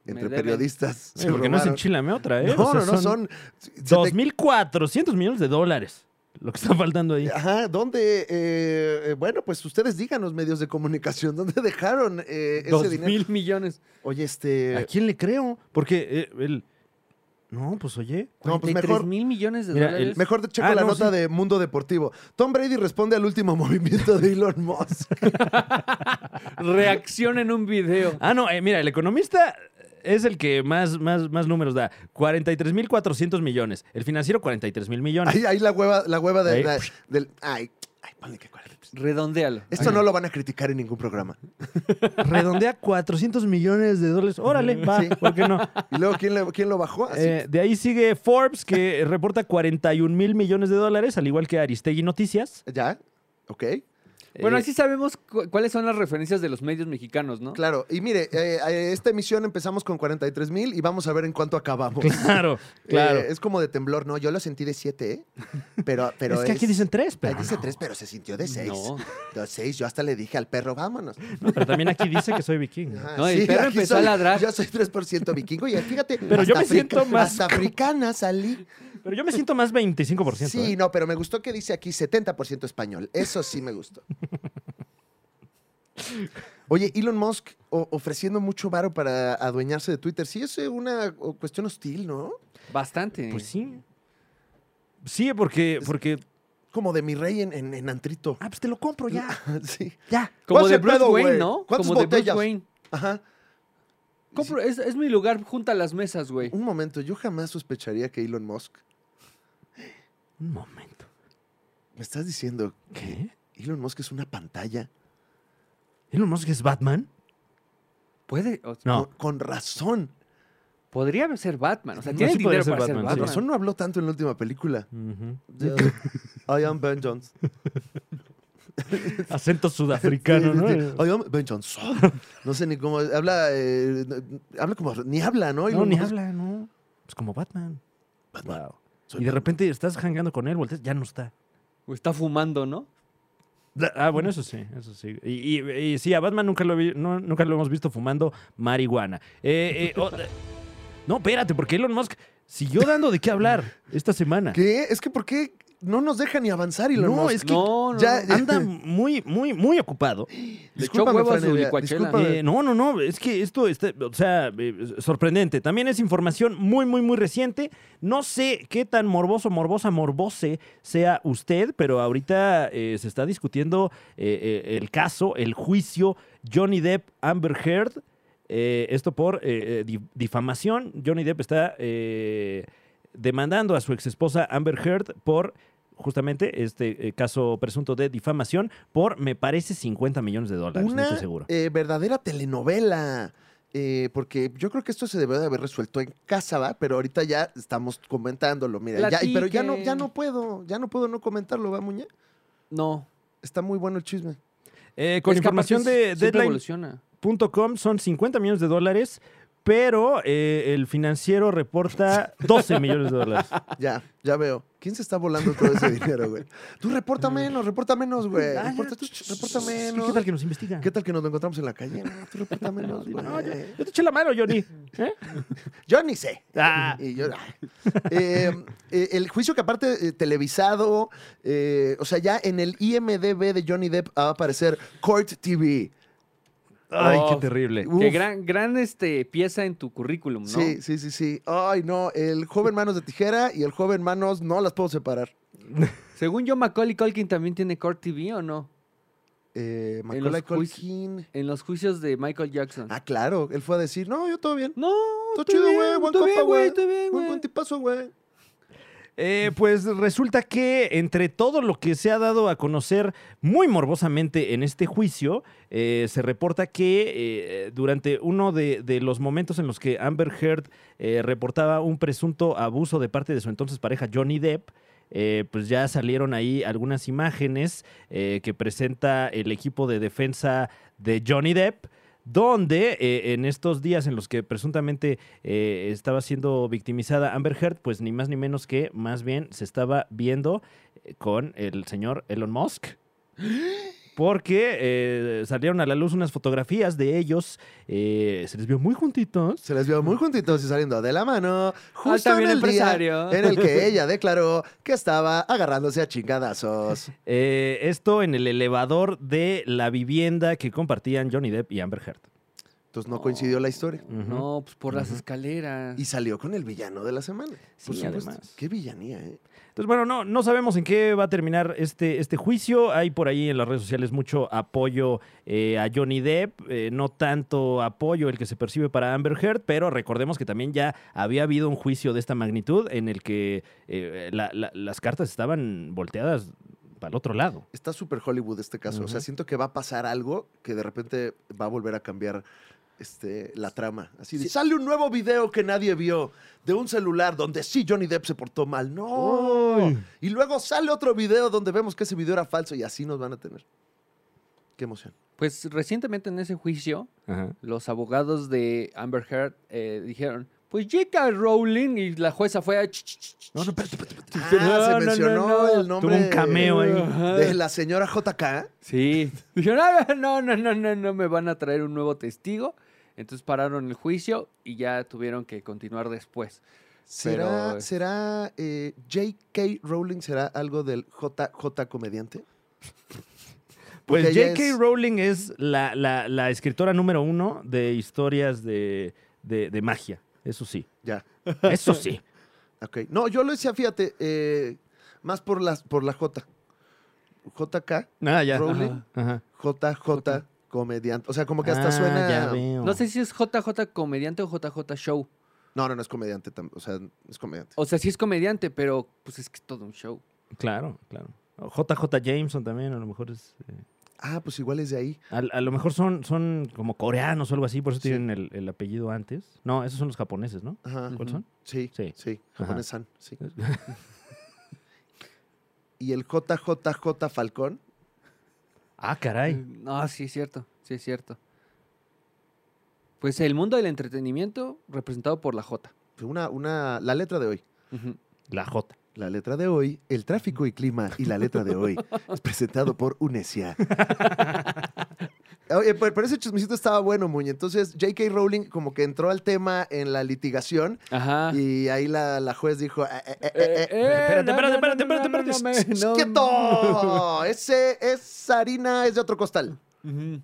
Me
Entre
deben.
periodistas. se
porque no es
robaron.
enchilame otra, ¿eh?
No,
O sea,
no, no, son... se te-
2.400 millones de dólares, lo que está faltando ahí.
Ajá, ¿dónde? eh, eh, bueno, pues ustedes díganos, medios de comunicación, ¿dónde dejaron eh, ese
Dos
dinero?
mil millones.
Oye, este...
¿A quién le creo? Porque eh, él... No, pues oye.
No, pues
43
mejor-
mil millones de
Mira, el-
dólares.
Mejor te checo
Ah,
la
no,
nota
sí.
de Mundo Deportivo. Tom Brady responde al último movimiento de Elon Musk.
Reacción en un video.
Ah, no, eh, mira, el economista es el que más, más, más números da. 43.400 millones. El financiero, 43.000 millones.
Ahí, ahí la hueva, la hueva de-
Ahí.
la- del. Ay, ay, ponle que 43.
Redondealo.
Esto no lo van a criticar en ningún programa.
Redondea 400 millones de dólares. Órale, va, Ah,
Sí.
¿por qué no?
Y luego, ¿quién, le- quién lo bajó? Así.
Eh, de ahí sigue Forbes, que reporta 41 mil millones de dólares, al igual que Aristegui Noticias.
¿Ya? Ok.
Bueno,
Eh,
así sabemos cu- cuáles son las referencias de los medios mexicanos, ¿no?
Claro. Y mire, eh, a esta emisión empezamos con 43 mil y vamos a ver en cuánto acabamos.
Claro, claro.
Eh, es como de temblor, ¿no? Yo lo sentí de 7, ¿eh? Pero, pero
es que aquí dicen tres, pero,
Ahí dice
no.
3, pero se sintió de 6.
No.
De 6, yo hasta le dije al perro, vámonos.
No, pero también aquí dice que soy vikingo.
Ajá,
No, el perro
aquí
empezó a
soy-
ladrar.
Yo soy 3% vikingo y fíjate.
Pero yo
hasta
me siento más
Hasta
como-
africana salí.
Pero yo me siento más 25%.
Sí,
¿eh?
no, pero me gustó que dice aquí 70% español. Eso sí me gustó. Oye, Elon Musk o- ofreciendo mucho varo para adueñarse de Twitter. Sí, es eh, una o, cuestión hostil, ¿no?
Bastante.
Pues sí. Sí, porque, porque.
Como de mi rey en, en- en antrito.
Ah, pues te lo compro ya.
sí.
Ya.
Como
¿Cuál
de
es el
Bruce
pedo,
Wayne,
güey?
¿no?
¿Cuántas
Como de Bruce
botellas?
Wayne.
Ajá.
Compro- es, es mi lugar, junta las mesas, güey.
Un momento, yo jamás sospecharía que Elon Musk.
Un momento.
¿Me estás diciendo que
¿Qué?
Elon Musk es una pantalla?
¿Elon Musk es Batman?
Puede, o-
No.
Con, con razón.
podría ser Batman. O sea,
No,
tiene
sí
el
podría
dinero
ser
para ser
Batman,
Batman.
Con razón no habló tanto en la última película. I am Ben Jones.
Acento sudafricano,
Sí, sí,
¿no?
sí. I am Ben Jones. No sé ni cómo. Habla. eh, no- habla como. Ni habla, ¿no?
No,
Elon
ni
Musk.
habla, ¿no? Pues como Batman.
Batman.
Wow.
Soy
Y de
Batman.
repente estás jangueando con él, volteas, ya no está.
O está fumando, ¿no?
Ah, bueno, eso sí, eso sí. Y, y- y sí, a Batman nunca lo, vi- no- nunca lo hemos visto fumando marihuana. Eh, eh, o- no, espérate, porque Elon Musk siguió dando de qué hablar esta semana.
¿Qué? Es que ¿por qué no nos deja ni avanzar, Elon
No,
Musk?
es que
No, no,
ya-
no.
Anda muy, muy, muy ocupado.
Le echó
Discúlpame,
huevo a
Fran
su
Evia,
licuachela.
discúlpame.
Eh, no, no, no, es que esto está, o sea, eh, sorprendente. También es información muy, muy, muy reciente. No sé qué tan morboso, morbosa, morbose sea usted, pero ahorita eh, se está discutiendo eh, eh, el caso, el juicio Johnny Depp Amber Heard. Eh, esto por eh, eh, di- difamación. Johnny Depp está eh, demandando a su exesposa Amber Heard por justamente este eh, caso presunto de difamación por, me parece, 50 millones de dólares. no
Una
estoy seguro.
eh, verdadera telenovela. Eh, porque yo creo que esto se debió de haber resuelto en casa, ¿va? Pero ahorita ya estamos comentándolo. Mira, ya, y- pero ya no, ya no puedo, ya no puedo no comentarlo, ¿va, Muñe?
No.
Está muy bueno el chisme.
Eh, con
Es que
información
aparte
de
siempre
Deadline
evoluciona.
.com son 50 millones de dólares, pero eh, el financiero reporta 12 millones de dólares.
Ya, ya veo. ¿Quién se está volando todo ese dinero, güey? Tú reporta menos, reporta menos, güey.
Ah, ya,
Reporta,
Mm. tú-
ch- reporta
¿Qué
menos.
tal que nos investigan?
¿Qué tal que nos lo encontramos en la calle? No, tú reporta menos, güey.
No, yo, yo te eché la mano, Johnny. ¿Eh?
Yo ni sé.
Ah.
Y yo- Eh, eh, el juicio que aparte eh, televisado, eh, o sea, ya en el IMDB de Johnny Depp va a aparecer Court TV.
Ay, qué
Oh,
terrible.
Qué
Uf.
gran, gran este, pieza en tu currículum, ¿no?
Sí, sí, sí, sí. Ay, no, el joven manos de tijera y el joven manos no las puedo separar.
Según yo, Macaulay Culkin también tiene Core TV, ¿o no?
Eh, Macaulay
los juicios.
Culkin.
En los juicios de Michael Jackson.
Ah, claro. Él fue a decir, no, yo todo bien.
no,
Todo
estoy
chido,
bien,
güey. Buen
estoy bien,
compa, güey.
estoy bien,
Buen
güey.
cuentipazo, güey.
Eh, pues resulta que entre todo lo que se ha dado a conocer muy morbosamente en este juicio, eh, se reporta que eh, durante uno de, de los momentos en los que Amber Heard eh, reportaba un presunto abuso de parte de su entonces pareja Johnny Depp, eh, pues ya salieron ahí algunas imágenes eh, que presenta el equipo de defensa de Johnny Depp donde eh, en estos días en los que presuntamente eh, estaba siendo victimizada Amber Heard, pues ni más ni menos que más bien se estaba viendo eh, con el señor Elon Musk. Porque eh, salieron a la luz unas fotografías de ellos, eh, se les vio muy juntitos.
Se les vio muy juntitos y saliendo de la mano. Justo en
Ah, también
el día
empresario.
en el que ella declaró que estaba agarrándose a chingadazos.
Eh, esto en el elevador de la vivienda que compartían Johnny Depp y Amber Heard.
Entonces no coincidió la historia.
Ujú.
No, pues por las
Ujú.
escaleras.
Y salió con el villano de la semana. Por
Sí,
supuesto.
además.
Qué villanía, ¿eh?
Entonces, bueno, no, no sabemos en qué va a terminar este, este juicio. Hay por ahí en las redes sociales mucho apoyo eh, a Johnny Depp, eh, no tanto apoyo el que se percibe para Amber Heard, pero recordemos que también ya había habido un juicio de esta magnitud en el que eh, la- la- las cartas estaban volteadas para el otro lado.
Está súper Hollywood este caso. O sea,
Ujú.
siento que va a pasar algo que de repente va a volver a cambiar este, la trama. Así de, sale un nuevo video que nadie vio de un celular donde sí Johnny Depp se portó mal. ¡No! Y luego sale otro video donde vemos que ese video era falso y así nos van a tener. Qué emoción.
Pues recientemente en ese juicio, los abogados de Amber Heard eh, dijeron, pues J.K. Rowling y la jueza fue a... ch- ch- ch- ch-
No, no,
Ah,
No,
se
no,
mencionó
no, no.
el nombre
Tuvo un cameo ahí.
Ajá.
de la señora JK.
Sí. Dijeron, "Ah, no, no, no, no, no, me van a traer un nuevo testigo. Entonces pararon el juicio y ya tuvieron que continuar después.
¿Será,
Pero-
será eh, J.K. Rowling? ¿Será algo del JJ comediante?
Pues
Porque ella
J.K.
es-
Rowling es la, la- la escritora número uno de historias de, de- de magia. Eso sí.
Ya.
Eso sí.
Ok. No, yo lo decía, fíjate, eh, más por, las, por la J. JK,
Nada, Ah, ya.
Rowling.
Ajá, ajá.
JJ, comediante. O sea, como que hasta
Ah,
suena.
ya veo.
No sé si es JJ comediante o JJ show.
No, no, no es comediante. tam- O sea, es comediante.
O sea, sí es comediante, pero pues es que es todo un show.
Claro, claro. O JJ Jameson también, a lo mejor es. eh,
Ah, pues igual es de ahí.
a, a lo mejor son, son como coreanos o algo así, por eso
Sí.
tienen el, el apellido antes. No, esos son los japoneses, ¿no?
Ajá.
¿Cuáles son?
Sí, sí.
Sí. Ajá.
Japonés-san, sí. y el JJJ Falcón.
Ah,
Mm.
caray.
No, sí es cierto, sí es cierto. Pues el mundo del entretenimiento representado por la J.
Una, una, la letra de hoy.
Ujú.
La J.
La letra de hoy, el tráfico y clima y la letra de hoy es presentado por UNESIA. Oye, pero, pero ese chismecito estaba bueno, Muñe. Entonces, J.K. Rowling como que entró al tema en la litigación
Ah.
Ajá. Eh,
y ahí la, la juez dijo, "Eh, eh, eh, eh, eh,
espérate,
no,
espérate,
no,
espérate,
no, no,
espérate,
no,
espérate.
no, no,
¡Quieto! Ese, esa harina es de otro costal.
Ujú.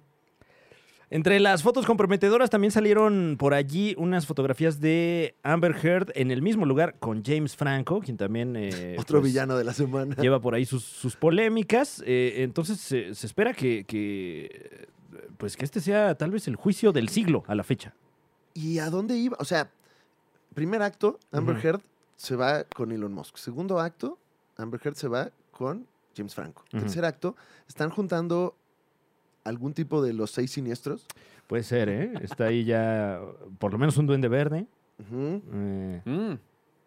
Entre las fotos comprometedoras también salieron por allí unas fotografías de Amber Heard en el mismo lugar con James Franco, quien también. eh,
Otro
pues,
villano de la semana.
lleva por ahí sus, sus polémicas. eh, entonces se, se espera que, que, eh, pues que este sea tal vez el juicio del siglo a la fecha.
¿Y a dónde iba? O sea, primer acto, Amber
Ujú.
Heard se va con Elon Musk. Segundo acto, Amber Heard se va con James Franco.
Ujú.
Tercer acto, están juntando algún tipo de los seis siniestros.
Puede ser, ¿eh? Está ahí ya por lo menos un duende verde.
Ujú.
eh,
Mm.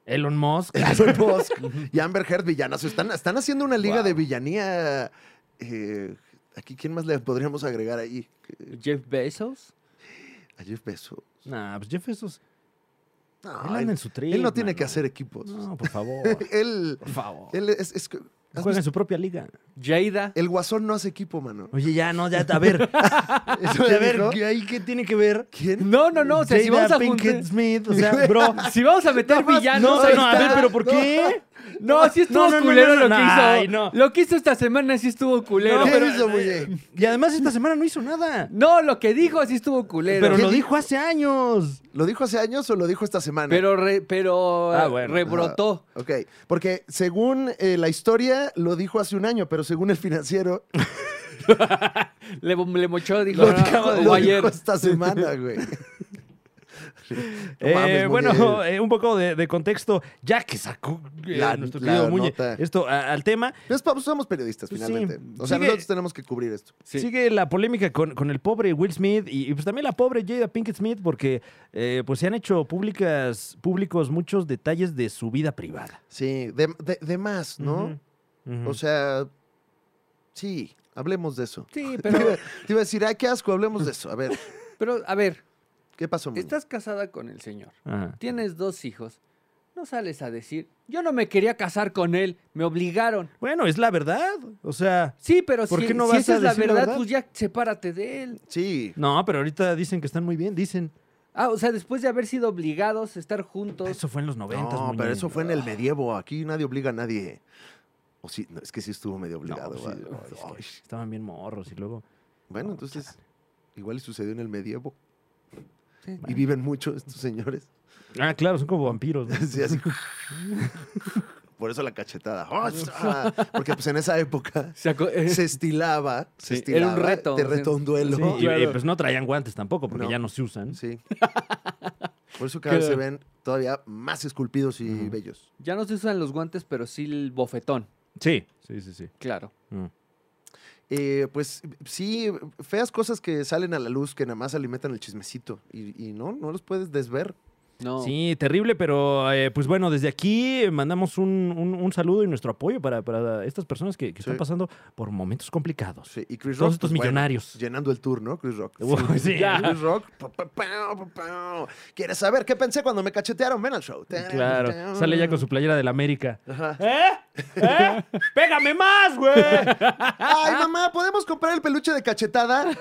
Elon Musk.
Elon Musk y Amber Heard villanas. Están, están haciendo una liga de
Wow.
villanía. eh, aquí, ¿quién más le podríamos agregar ahí? Eh,
Jeff Bezos.
A Jeff Bezos.
Nah, pues Jeff Bezos.
No,
él anda en
él,
su trip,
él no tiene
mano.
que hacer equipos.
No, por favor.
Él,
por favor.
él es... es- ¿has
Juega en
visto?
su propia liga.
Jada.
El guasón no hace equipo, mano.
Oye, ya, no, ya, a ver.
Eso
a
le
ver,
dijo.
¿qué, ahí, ¿qué tiene que ver?
¿Quién?
No, no, no. O sea, si
Jada
vamos a
Pinkett
juntar...
Smith, o sea, bro.
Si vamos a meter
No,
villanos...
no, a ver, pero ¿por
No.
qué?
No, sí estuvo
No, no, no,
culero
no, no,
lo que
no,
hizo.
ay, no.
Lo que hizo esta semana sí estuvo culero.
¿Qué
pero-
hizo, Muñe?
Y además esta semana no hizo nada.
No, lo que dijo sí estuvo culero.
Pero
¿Qué
lo
di-
dijo hace años.
¿Lo dijo hace años o lo dijo esta semana?
Pero, re- pero
Ah,
eh,
bueno.
rebrotó.
Ah, ok, porque según eh, la historia lo dijo hace un año, pero según el financiero
Le, le mochó, dijo,
lo,
"Ah,
dijo,
o
lo
ayer.
dijo esta semana, güey. No
Eh,
mames, Muñe.
bueno, eh, un poco de, de contexto, ya que sacó eh,
La-
nuestro
la
querido Muñe
nota.
esto a- al tema.
Es pa- somos periodistas,
Pues
finalmente.
sí,
O sea,
sigue-
nosotros tenemos que cubrir esto.
Sí.
Sigue la polémica con, con el pobre Will Smith y, y, pues también la pobre Jada Pinkett Smith porque eh, pues se han hecho públicas, públicos muchos detalles de su vida privada.
Sí, de, de- de más, ¿no?
Ujú, ujú.
O sea, sí, hablemos de eso.
Sí,
Te iba-
pero,
te iba a decir, ay, qué asco, hablemos de eso. A ver,
pero a ver,
¿qué pasó? Muñe?
estás casada con el señor.
Ajá.
Tienes dos hijos. No sales a decir, yo no me quería casar con él, me obligaron.
Bueno, es la verdad. O sea,
Sí, pero
¿Por
si,
qué no
si
vas
esa
a
es la
decir la
verdad,
verdad?
pues ya sepárate de él.
Sí,
no, pero ahorita dicen que están muy bien, dicen.
Ah, o sea, después de haber sido obligados a estar juntos.
Eso fue en los 90.
no, pero eso fue en el medievo. Aquí nadie obliga a nadie. O sí, no, es que sí estuvo medio obligado.
pues
¿vale? Ay,
estaban bien morros y luego...
Bueno, entonces, igual y sucedió en el medievo.
Sí.
Y viven mucho estos señores.
Ah, claro, son como vampiros. ¿no?
Así, así. Por eso la cachetada. ¡Ah! Porque pues en esa época
Se aco-
se eh, estilaba. Se
Sí, era un
estilaba.
reto,
Te
sí.
retó un duelo.
Sí, y-
claro.
y, pues no traían guantes tampoco porque
No.
ya no se usan.
Sí. Por eso cada vez se ven todavía más esculpidos y
Ujú.
bellos.
Ya no se usan los guantes, pero sí el bofetón.
Sí, sí, sí, sí.
Claro.
Mm.
Eh, pues sí, feas cosas que salen a la luz que nada más alimentan el chismecito. Y, y no, no los puedes desver.
No.
Sí, terrible, pero eh, pues bueno, desde aquí mandamos un, un- un saludo y nuestro apoyo para, para estas personas que, que están
Sí.
pasando por momentos complicados.
Sí, Y Chris
Todos
Rock,
estos
pues, bueno,
millonarios.
llenando el tour, ¿no? Chris Rock.
Uy, sí.
Chris Rock. pa, pa, pao, pa, pao. ¿Quieres saber qué pensé cuando me cachetearon? Ven al show.
Mm, Claro, sale ya con su playera del América.
Ajá.
¿Eh? ¿Eh? ¡Pégame más, güey!
Ay, mamá, ¿podemos comprar el peluche de cachetada?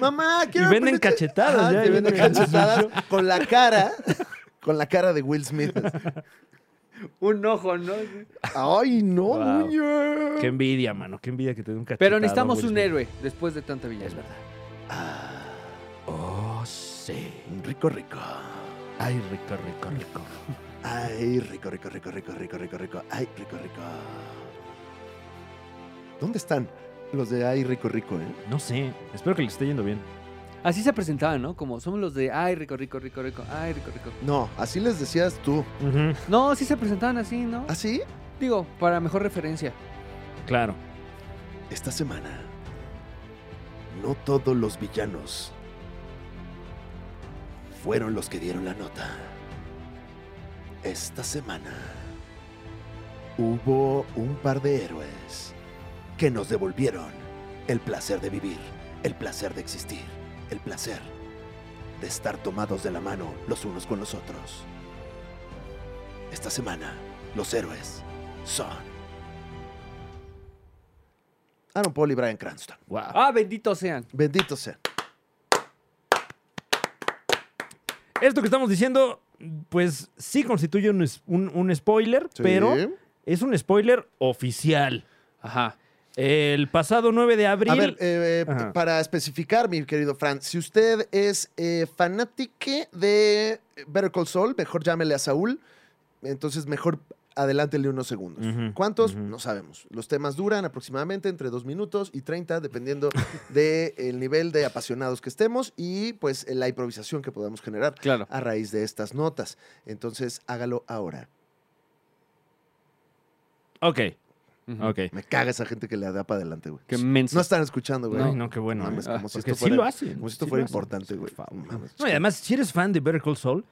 Mamá, quiero. el
venden
peluche-
cachetadas,
Ajá,
ya,
te
ya
venden
venden-
cachetadas con la cara. Con la cara de Will Smith.
Un ojo, ¿no?
Ay, no,
Wow.
Muñe.
Qué envidia, mano, qué envidia que te dé un cachetado.
Pero necesitamos
Will
un
Smith.
héroe después de tanta
Es
belleza.
verdad. Oh, sí.
Rico, rico.
Ay, rico, rico, rico.
Ay, rico, rico, rico, rico, rico, rico, rico. Ay, rico, rico. ¿Dónde están los de Ay, rico, rico, eh?
No sé, espero que le esté yendo bien.
Así se presentaban, ¿no? Como somos los de ay, rico, rico, rico, rico, ay, rico, rico.
No, así les decías tú. ¿Ah,
No, sí se presentaban así, ¿no?
Ah.
¿Así?
Digo, para mejor referencia.
Claro.
Esta semana, no todos los villanos fueron los que dieron la nota. Esta semana, hubo un par de héroes que nos devolvieron el placer de vivir, el placer de existir, el placer de estar tomados de la mano los unos con los otros. Esta semana, los héroes son Aaron Paul y Brian Cranston.
Wow.
Ah, benditos sean.
Bendito sea.
Esto que estamos diciendo, pues sí constituye un, es- un- un spoiler, pero es un spoiler oficial.
Ajá.
El pasado 9 de abril.
A ver, eh, eh,
Ajá.
para especificar, mi querido Fran, si usted es eh, fanático de Better Call Saul, mejor llámele a Saúl, entonces mejor adelántele unos segundos.
Ujú,
¿Cuántos?
ujú.
No sabemos. Los temas duran aproximadamente entre 2 minutos y 30, dependiendo del nivel de apasionados que estemos y pues eh, la improvisación que podamos generar
Claro.
a raíz de estas notas. Entonces, hágalo ahora.
ok,
Ujú.
ok.
Me caga esa gente que le da para adelante, güey.
Qué menso.
No están escuchando, güey.
Ay, no, qué bueno.
Mames,
eh.
como si
Porque
esto
sí
fuera-
lo hacen.
Como si esto
sí
fuera
lo hacen.
importante, güey. Mames.
No, y además, si eres fan de Better Call Saul,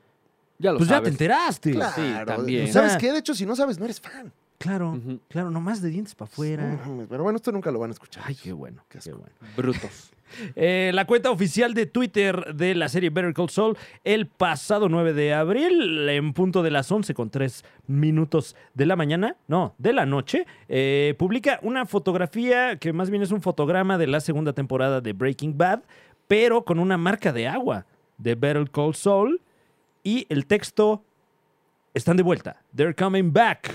Ya lo
pues ya te
sabes.
enteraste.
Claro,
también.
¿Sabes qué? De hecho, si no sabes, no eres fan.
Claro,
Ujú.
claro, nomás de dientes para
No
afuera.
mames, Pero bueno, esto nunca lo van a escuchar.
Ay, qué bueno,
Qué
qué
asco.
bueno.
Brutos.
Eh, la cuenta oficial de Twitter de la serie Better Call Saul el pasado 9 de abril, en punto de las 11 con 3 minutos de la mañana, no, de la noche, eh, publica una fotografía que más bien es un fotograma de la segunda temporada de Breaking Bad, pero con una marca de agua de Better Call Saul y el texto, están de vuelta, they're coming back.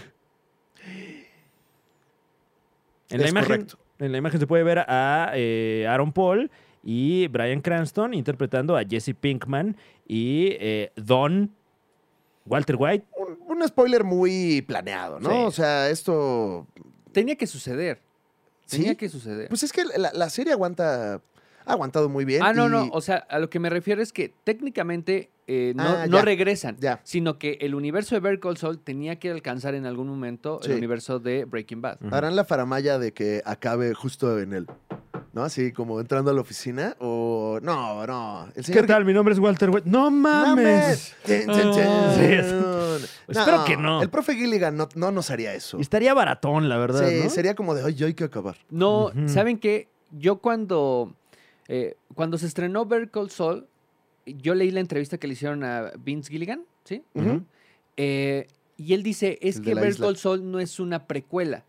En, la
Es
imagen,
correcto.
en la imagen se puede ver a eh, Aaron Paul y Brian Cranston interpretando a Jesse Pinkman y eh, Don Walter White.
Un, un spoiler muy planeado, ¿no?
Sí.
O sea, esto.
Tenía que suceder. Tenía
Sí.
que suceder.
Pues es que la, la serie aguanta. Ha aguantado muy bien.
ah, no,
y-
no. O sea, a lo que me refiero es que técnicamente eh, no,
Ah,
no
ya.
regresan.
Ya.
Sino que el universo de Better Call Saul tenía que alcanzar en algún momento
Sí.
el universo de Breaking Bad.
Harán la faramaya de que acabe justo en él. ¿No? Así como entrando a la oficina. O. No, no. El
¿Qué
señor
tal? Mi nombre es Walter White. ¡No mames!
¡Mames! Chin, chin, chin.
Ah. Sí, es- Espero que no.
El profe Gilligan no, no nos haría eso.
Y Estaría baratón, la verdad,
Sí,
¿no?
sería como de hoy hay que acabar.
No,
Ujú.
¿saben qué? Yo cuando, eh, cuando se estrenó Better Call Saul, yo leí la entrevista que le hicieron a Vince Gilligan, ¿sí?
Ujú.
Eh, y él dice, es
El de
que
la
Better
isla.
Call Saul no es una precuela,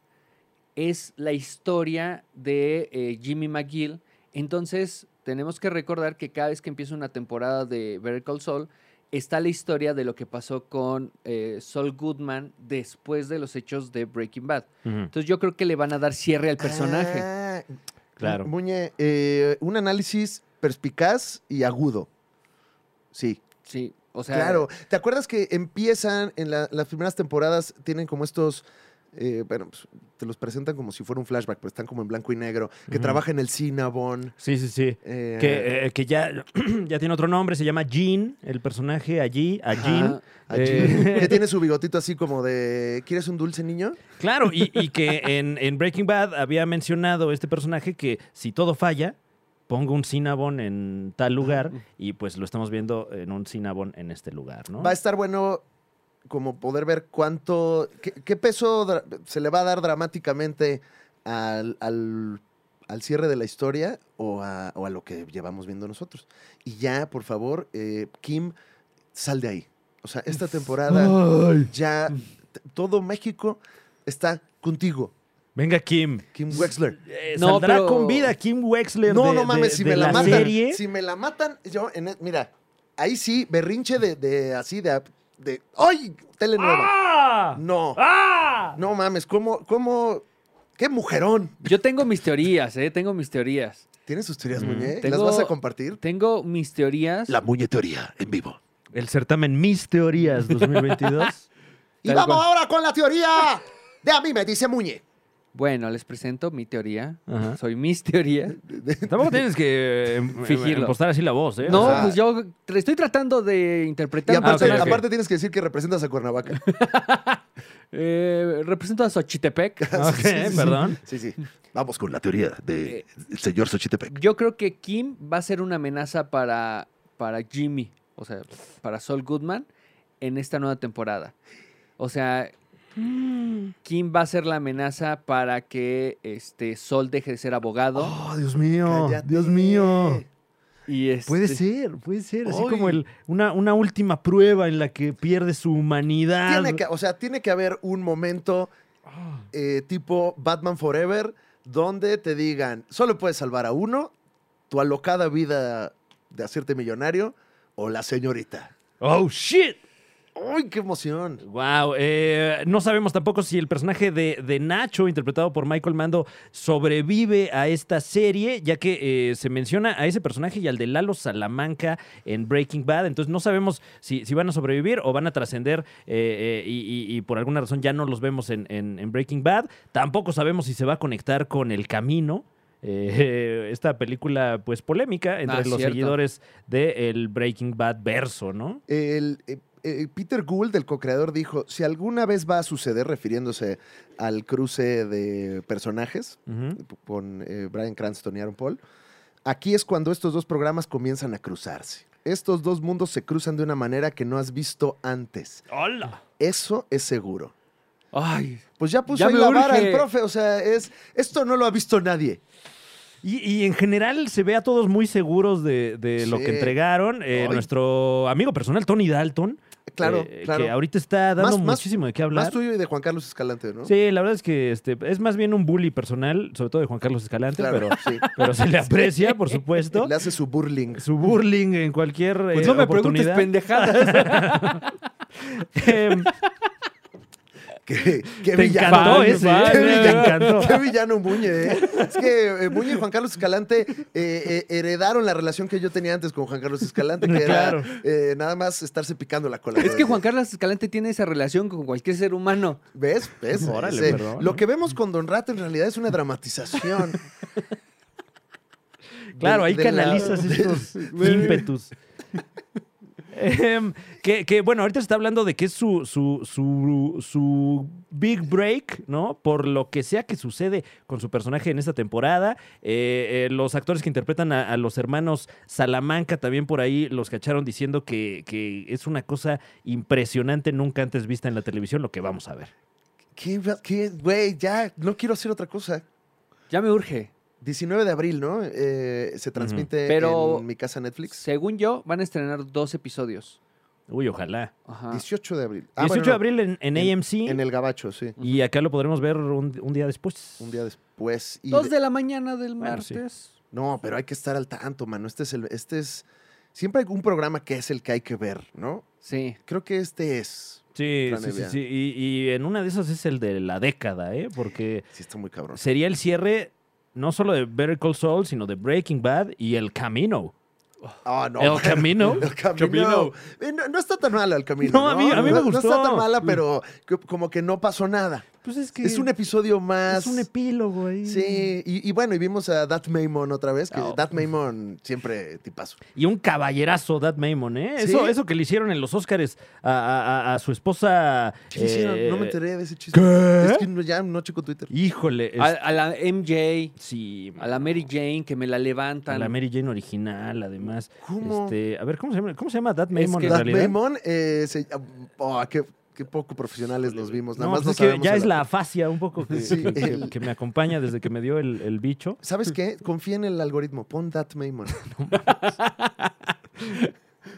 es la historia de eh, Jimmy McGill. Entonces, tenemos que recordar que cada vez que empieza una temporada de Better Call Saul, está la historia de lo que pasó con eh, Saul Goodman después de los hechos de Breaking Bad.
Ujú,
Entonces, yo creo que le van a dar cierre al personaje.
Ah,
Claro.
Muñe, eh, un análisis perspicaz y agudo. Sí,
Sí, o sea,
claro. ¿Te acuerdas que empiezan en la- las primeras temporadas, tienen como estos, eh, bueno, pues, te los presentan como si fuera un flashback, pero están como en blanco y negro, que
Ujú.
trabaja en el Cinnabon.
Sí, sí, sí.
eh,
Que, eh, que ya, ya tiene otro nombre, se llama Jean, el personaje allí, a Jean.
Ajá.
allí,
eh.
Que tiene su bigotito así como de, ¿quieres un dulce niño?
Claro, y, y que en, en Breaking Bad había mencionado este personaje que si todo falla, pongo un Cinnabon en tal lugar y pues lo estamos viendo en un Cinnabon en este lugar, ¿no?
Va a estar bueno como poder ver cuánto, qué, qué peso dra- se le va a dar dramáticamente al, al- al cierre de la historia o a, o a lo que llevamos viendo nosotros. Y ya, por favor, eh, Kim, sal de ahí. O sea, esta temporada ya t- todo México está contigo,
Venga, Kim.
Kim Wexler.
Eh,
No,
saldrá
pero-
con vida Kim Wexler.
No,
de-
no mames,
de-
si
de
me la, matan.
serie.
Si me la matan, yo, en, e, mira, ahí sí, berrinche de, de así, de, de, ¡ay! Telenueva.
¡Ah!
No,
¡Ah!
no mames, ¿cómo, cómo? ¿Qué mujerón?
Yo tengo mis teorías, ¿eh? Tengo mis teorías.
¿Tienes tus teorías,
Mm,
Muñe? ¿eh? ¿Las
tengo-
vas a compartir?
Tengo mis teorías.
Muñe teoría, en vivo.
El certamen Mis Teorías 2022.
Y
Tal
vamos
cual.
ahora con la teoría de a mí me dice Muñe.
Bueno, les presento mi teoría.
Ajá.
Soy mis teorías.
Tampoco tienes que eh,
Fingirlo.
impostar así la voz, ¿eh?
No,
O sea,
pues yo tra- estoy tratando de interpretar.
Y
un
aparte,
Ah, ok, ok.
personaje.
aparte tienes que decir que representas a Cuernavaca.
Eh, represento a Xochitepec.
ok, perdón.
Sí, sí. Vamos con la teoría
Eh,
del señor Xochitepec.
Yo creo que Kim va a ser una amenaza para, para Jimmy, o sea, para Sol Goodman en esta nueva temporada. O sea, Kim va a ser la amenaza para que este Sol deje de ser abogado.
Oh, Dios mío.
Cállate.
Dios mío.
y este,
Puede ser, puede ser. Así como
Ay.
el, una, una última prueba en la que pierde su humanidad.
Tiene que, o sea, tiene que haber un momento
Ah.
eh, tipo Batman Forever donde te digan, solo puedes salvar a uno, tu alocada vida de hacerte millonario o la señorita.
Oh, shit.
¡Ay, qué emoción!
Wow, no sabemos tampoco si el personaje de, de Nacho, interpretado por Michael Mando, sobrevive a esta serie, ya que eh, se menciona a ese personaje y al de Lalo Salamanca en Breaking Bad. Entonces no sabemos si, si van a sobrevivir o van a trascender eh, eh, y, y- y por alguna razón ya no los vemos en, en- en Breaking Bad. Tampoco sabemos si se va a conectar con El Camino. eh, esta película pues polémica entre
Ah,
los
cierto.
seguidores del Breaking Bad verso, ¿no?
El, eh, eh, Peter Gould, el co-creador, dijo, si alguna vez va a suceder, refiriéndose al cruce de personajes
Ujú.
p- con eh, Brian Cranston y Aaron Paul, aquí es cuando estos dos programas comienzan a cruzarse. Estos dos mundos se cruzan de una manera que no has visto antes.
¡Hola!
Eso es seguro.
Ay,
Pues ya puso
Ya
ahí
me
la vara
urge.
el profe, o sea, es esto no lo ha visto nadie.
Y, y en general se ve a todos muy seguros de, de lo
Sí.
que entregaron. Eh,
Ay.
nuestro amigo personal, Tony Dalton.
Claro,
eh,
claro.
Que ahorita está
Más-
dando
más-
muchísimo de qué hablar.
Más tuyo y de Juan Carlos Escalante, ¿no?
Sí, la verdad es que este, es más bien un bully personal, sobre todo de Juan Carlos Escalante,
claro,
pero,
sí.
pero se le aprecia, por supuesto.
Le hace su burling.
Su burling en cualquier
pues
eh,
no me preguntes
oportunidad.
pendejadas.
Em,
Qué, qué
Te
villano.
encantó
Muñe,
ese,
qué
¿eh? Te
villano,
encantó.
qué villano Muñe, ¿eh? Es que eh, Muñe y Juan Carlos Escalante eh, eh, heredaron la relación que yo tenía antes con Juan Carlos Escalante, que
Claro.
era eh, nada más estarse picando la cola.
Es que
Juan
Juan Carlos Escalante tiene esa relación con cualquier ser humano.
¿Ves? ¿Ves?
Órale,
Ese-
perdón.
Lo que vemos con Don Rato en realidad es una dramatización.
Claro,
De-
ahí
de la-
canalizas
de-
estos ímpetus. Em, que, que, bueno, ahorita se está hablando de que es su, su, su, su big break, ¿no? Por lo que sea que sucede con su personaje en esta temporada. Eh, eh, los actores que interpretan a, a los hermanos Salamanca también por ahí los cacharon diciendo que, que es una cosa impresionante, nunca antes vista en la televisión, lo que vamos a ver.
¿Qué, va- qué- güey? Ya, no quiero hacer otra cosa.
Ya me urge.
19 de abril, ¿no? Eh, se transmite
Pero-
en mi casa Netflix.
Según yo, van a estrenar dos episodios.
Uy, ojalá.
Ajá.
18 de abril. Ah,
18
bueno,
de
no,
abril en, en
En-
AMC
En el Gabacho, sí.
y acá lo podremos ver un, un día después.
Un día después. y
Dos
de-
de la mañana del
Bueno, sí.
martes.
No, pero hay que estar al tanto, mano. Este es el. Este es. Siempre hay un programa que es el que hay que ver, ¿no?
Sí.
Creo que este es.
Sí, sí, sí,
Planevia.
sí. Y, y en una de esas es el de la década, ¿eh? Porque
Sí, está muy cabrón.
sería el cierre no solo de Better Call Saul, sino de Breaking Bad y El Camino.
Ah, no.
¿El Camino?
El camino.
Camino.
Eh, No, no está tan mala el camino.
No, a mí- a mí me
No- No
gustó. Mm.
está tan mala, pero que- como que no pasó nada.
Pues es que
Es un episodio más.
epílogo ahí.
Sí, y, y bueno, y vimos a That Maimon otra vez, que
Oh.
That Maimon siempre tipazo.
Y un caballerazo, That Maimon, ¿eh? Eso,
¿Sí?
eso que le hicieron en los Oscars a, a- a- a su esposa.
¿Qué le hicieron?
eh,
No me enteré de ese chiste.
¿Qué?
Es que no- ya no checo Twitter.
Híjole. es-
A, a la MJ,
sí,
a la Mary Jane, que me la
a
levantan.
la Mary Jane original, además.
¿Cómo?
Este, a ver, ¿cómo se llama, cómo se llama That Maimon en
que-
That
realidad?
Maimon, eh, se- oh, qué, qué poco profesionales nos vimos. Nada
No,
más
pues
no
es que
sabemos
ya
a
es la afasia un poco que,
Sí,
que- que-
el-
que me acompaña desde que me dio el, el bicho.
¿Sabes qué? Confía en el algoritmo. Pon That Maimon.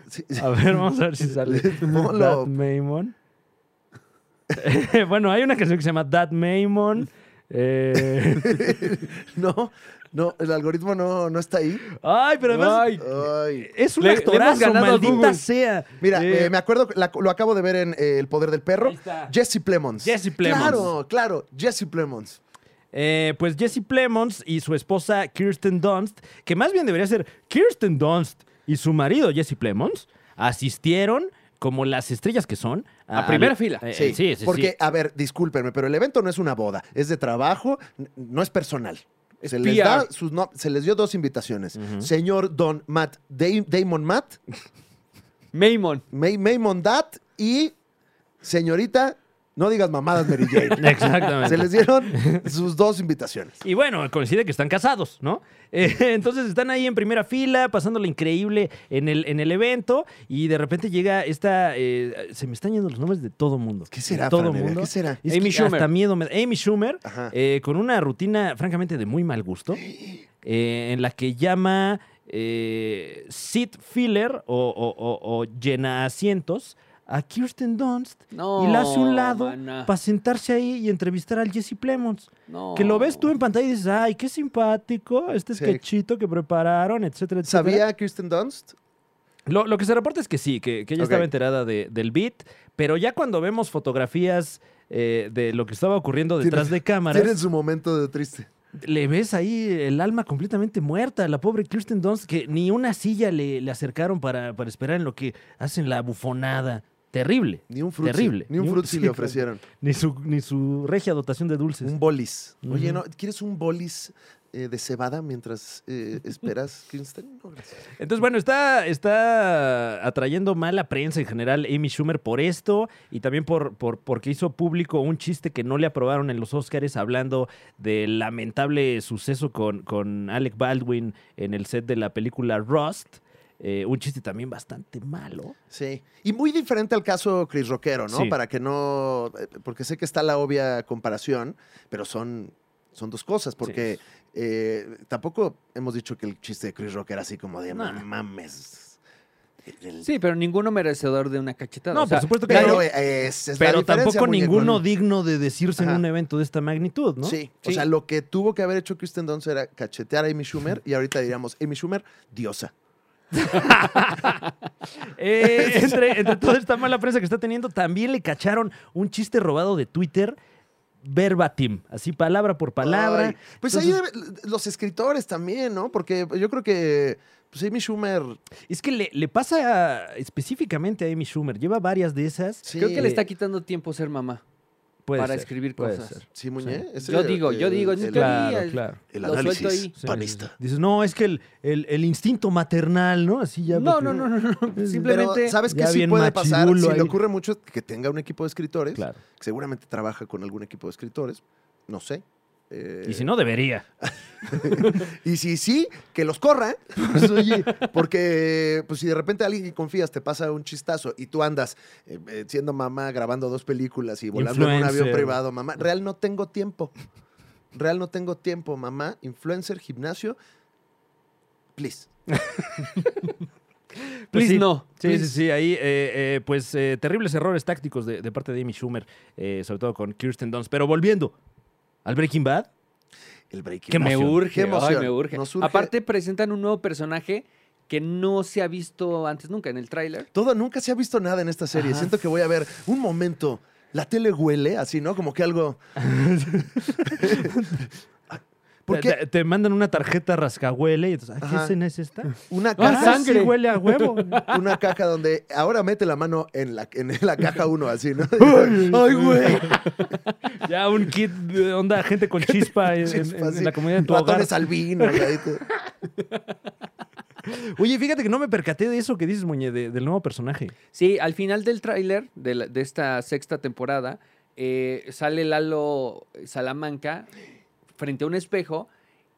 Sí, sí.
A ver, vamos a ver si sale.
Ponlo.
That Maimon. bueno, hay una canción que se llama That Maimon. Eh,
No, no, el algoritmo no, no está ahí.
Ay, pero además
Ay,
Ay.
es un
Le- le hemos
actorazo,
ganado a
maldita
Google.
sea.
Mira,
Eh,
eh, me acuerdo, la- lo acabo de ver en eh, El Poder del Perro.
Ahí está.
Jesse Plemons.
Jesse Plemons.
Claro, claro, Jesse Plemons.
eh, pues Jesse Plemons y su esposa Kirsten Dunst, que más bien debería ser Kirsten Dunst y su marido Jesse Plemons, asistieron como las estrellas que son.
A primera fila.
eh,
Sí,
sí, sí, sí.
Porque, a ver, discúlpenme, pero el evento no es una boda, es de trabajo, n- no es personal. Se les,
PR.
da sus no- se les dio dos invitaciones. Señor Don Matt, Dam- Damon Matt,
eh.
Maimon.
May, Maymon Dat y señorita, no digas mamadas Mary Jane.
Exactamente.
se les dieron sus dos invitaciones.
Y bueno, coincide que están casados, ¿no? Eh, entonces están ahí en primera fila, pasándole increíble en el, en el evento, y de repente llega esta. eh, se me están yendo los nombres de todo mundo.
¿Qué será,
De todo
Fran Evia?
mundo.
¿Qué será?
Es
Amy
que
Schumer.
Hasta miedo me da. Amy Schumer,
Ajá.
eh, con una rutina, francamente, de muy mal gusto, eh, en la que llama eh, seat filler o, o- o- o llena asientos a Kirsten Dunst.
No.
y la hace a un lado
Oh, mana,
para sentarse ahí y entrevistar al Jesse Plemons.
no.
Que lo ves tú en pantalla y dices, ay, qué simpático, este
Sí.
sketchito que prepararon, etcétera, etcétera.
¿Sabía Kirsten Dunst?
Lo, lo que se reporta es que sí, que, que ella
Ok.
estaba enterada de- del beat, pero ya cuando vemos fotografías eh, de lo que estaba ocurriendo detrás de cámaras,
Tiene su momento de triste.
le ves ahí el alma completamente muerta, la pobre Kirsten Dunst, que ni una silla le, le acercaron para, para esperar en lo que hacen la bufonada. Terrible.
Ni un frutzi.
Terrible.
Ni un
Ni un-
frutzi
sí,
le
claro.
ofrecieron.
Ni su, ni su regia dotación de dulces.
Un bolis. Oye,
Ujú.
¿no? ¿quieres un bolis eh, de cebada mientras eh, esperas, Kirsten? No, gracias.
Entonces, bueno, está, está atrayendo mala prensa en general Amy Schumer por esto y también por, por porque hizo público un chiste que no le aprobaron en los Oscars hablando del lamentable suceso con, con Alec Baldwin en el set de la película Rust. Eh, un chiste también bastante malo.
Sí. Y muy diferente al caso Chris Rockero, ¿no?
Sí.
Para que no. eh, Porque sé que está la obvia comparación, pero son, son dos cosas. Porque eh, tampoco hemos dicho que el chiste de Chris Rock era así como de
No.
"No mames. El-
Sí, pero ninguno merecedor de una cachetada.
No,
o sea,
por supuesto que
Pero,
no.
eh, es- es la
Pero
diferencia,
tampoco
muñeco,
ninguno
¿no?
digno de decirse en
Ajá.
un evento de esta magnitud, ¿no?
Sí, o
Sí.
sea, lo que tuvo que haber hecho Kristen Dunst era cachetear a Amy Schumer y ahorita diríamos, Amy Schumer, diosa.
Eh, entre, entre toda esta mala prensa que está teniendo, también le cacharon un chiste robado de Twitter verbatim, así palabra por palabra.
Ay, pues ahí debe- los escritores también, ¿no? Porque yo creo que pues Amy Schumer.
Es que le, le pasa a- específicamente a Amy Schumer. Lleva varias de esas.
Sí,
Creo que le está quitando tiempo ser mamá
Puede
para
ser,
escribir
puede
cosas.
ser.
Sí, Muñe. es
Yo
el-
digo, yo
el-
digo, es
el-
teoría,
Claro,
el-
claro.
El
lo suelto
análisis
ahí.
Sí,
panista.
sí, sí. Dices, no, es que el, el- el instinto maternal, ¿no? Así ya.
No, no, no, no, no.
Pero,
Simplemente.
¿sabes qué
ya
sí
bien
puede pasar? Si
machirulo ahí.
le ocurre mucho que tenga un equipo de escritores,
Claro.
que seguramente trabaja con algún equipo de escritores, no sé. eh,
Y si no, debería.
y si sí, que los corra. Pues, oye, porque pues, si de repente alguien que confías te pasa un chistazo y tú andas eh, eh, siendo mamá, grabando dos películas y volando en un
Influencer.
avión privado, mamá, real no tengo tiempo. Real no tengo tiempo, mamá, influencer, gimnasio. Please.
Pues
Please,
sí. no.
Sí,
Please.
sí, sí. Ahí, eh, eh, pues, eh, terribles errores tácticos de, de parte de Amy Schumer, eh, sobre todo con Kirsten Dunst. Pero volviendo al Breaking Bad.
El break.
Qué
me
emoción.
Qué
urge, ay,
emoción.
me urge.
Nos urge-
Aparte, presentan un nuevo personaje que no se ha visto antes nunca en el tráiler.
Todo, nunca se ha visto nada en esta serie.
Ajá.
Siento que voy a ver un momento. La tele huele así, ¿no? Como que algo. Ah, ¿Por
Te-
qué?
Te, te mandan una tarjeta rascahuele y entonces, ¿a qué
Ajá.
escena es esta?
Una
Ah,
Ah,
caja.
sangre.
sí, huele a huevo.
Una caja donde ahora mete la mano en la, en la caja uno, así, ¿no? ¡Ay, güey!
ya un kit de onda, gente con chispa, en- en, en
Así,
la comunidad de tu hogar.
Ratones albinos. ahí te-
Oye, fíjate que no me percaté de eso que dices, Muñe, de- del nuevo personaje.
Sí, al final del tráiler de, la- de esta sexta temporada, eh, sale Lalo Salamanca frente a un espejo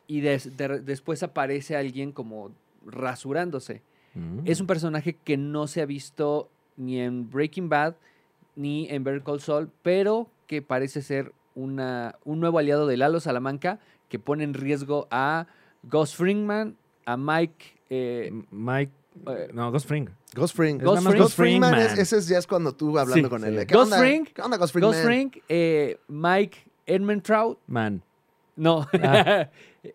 y des- de- después aparece alguien como rasurándose.
Mm.
Mm.
Es un personaje que no se ha visto ni en Breaking Bad ni en Better Call Saul, pero que parece ser una, un nuevo aliado de Lalo Salamanca que pone en riesgo a Gus Fringman, a Mike... eh,
M- Mike.
eh,
No, Ghost Fring.
Ghost Fring.
Es nada más Ghost
Fringman, es-
Fringman.
ese es- ya es cuando tú hablando
Sí,
con
sí.
él. ¿eh?
Ghost
onda?
Fring,
¿Qué onda, Ghost Fring?
Gus
man?
Fring, eh, Mike Edmentrout,
Man.
no,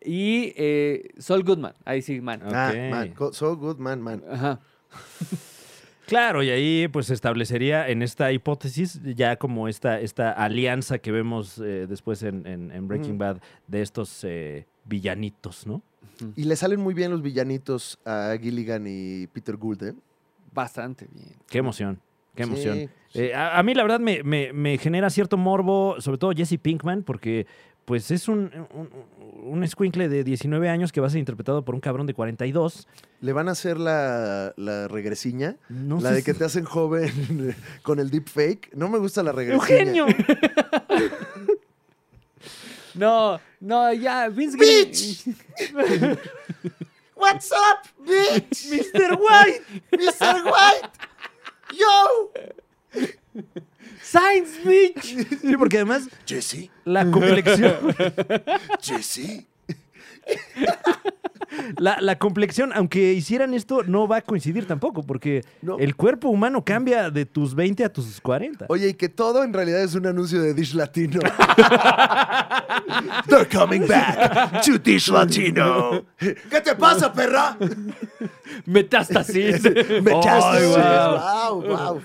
y eh, Sol Goodman, ahí sí, man.
Ah.
Ah,
Ok.
man. go- So good, man, man.
Ajá.
Claro, y ahí pues se establecería en esta hipótesis ya como esta, esta alianza que vemos eh, después en, en- en Breaking
Mm.
Bad de estos eh, villanitos, ¿no?
Y le salen muy bien los villanitos a Gilligan y Peter Gould, ¿eh?
Bastante bien.
Qué emoción, qué emoción.
Sí,
Eh, a, a mí la verdad me, me- me genera cierto morbo, sobre todo Jesse Pinkman, porque pues es un, un, un escuincle de 19 años que va a ser interpretado por un cabrón de 42.
Le van a hacer la, la regresiña.
No
la
sé
de que
si-
te hacen joven con el deepfake. No me gusta la regresiña.
¡Eugenio!
No, no, ya, Vince Gilligan.
What's up, bitch?
¡Mr. White!
Mr. White. Yo.
Science Beach.
Sí, porque además
Jesse.
la complexión...
Jesse.
La, la complexión, aunque hicieran esto, no va a coincidir tampoco, porque
No.
el cuerpo humano cambia de tus 20 a tus 40.
Oye, y que todo en realidad es un anuncio de Dish Latino. They're coming back to Dish Latino. ¿Qué te pasa, perra?
Metástasis.
Me echaste.
guau.
wow, wow.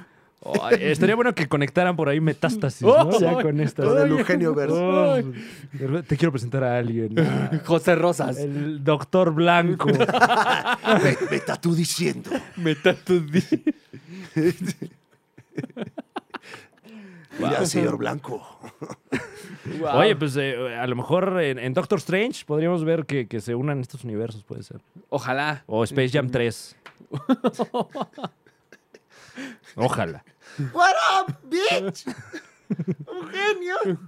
Ay, estaría bueno que conectaran por ahí metástasis, ¿no?
Oh,
Ya con estas.
Todo el Eugenio Verso.
Oh, te quiero presentar a alguien. a-
José Rosas.
El doctor blanco.
Me, me está tú diciendo.
Metástasis.
Mira, señor Blanco.
Wow.
Oye, pues eh, a lo mejor en, en Doctor Strange podríamos ver que, que se unan estos universos, puede ser.
Ojalá.
O Space Jam 3. Ojalá.
What up, bitch? Eugenio.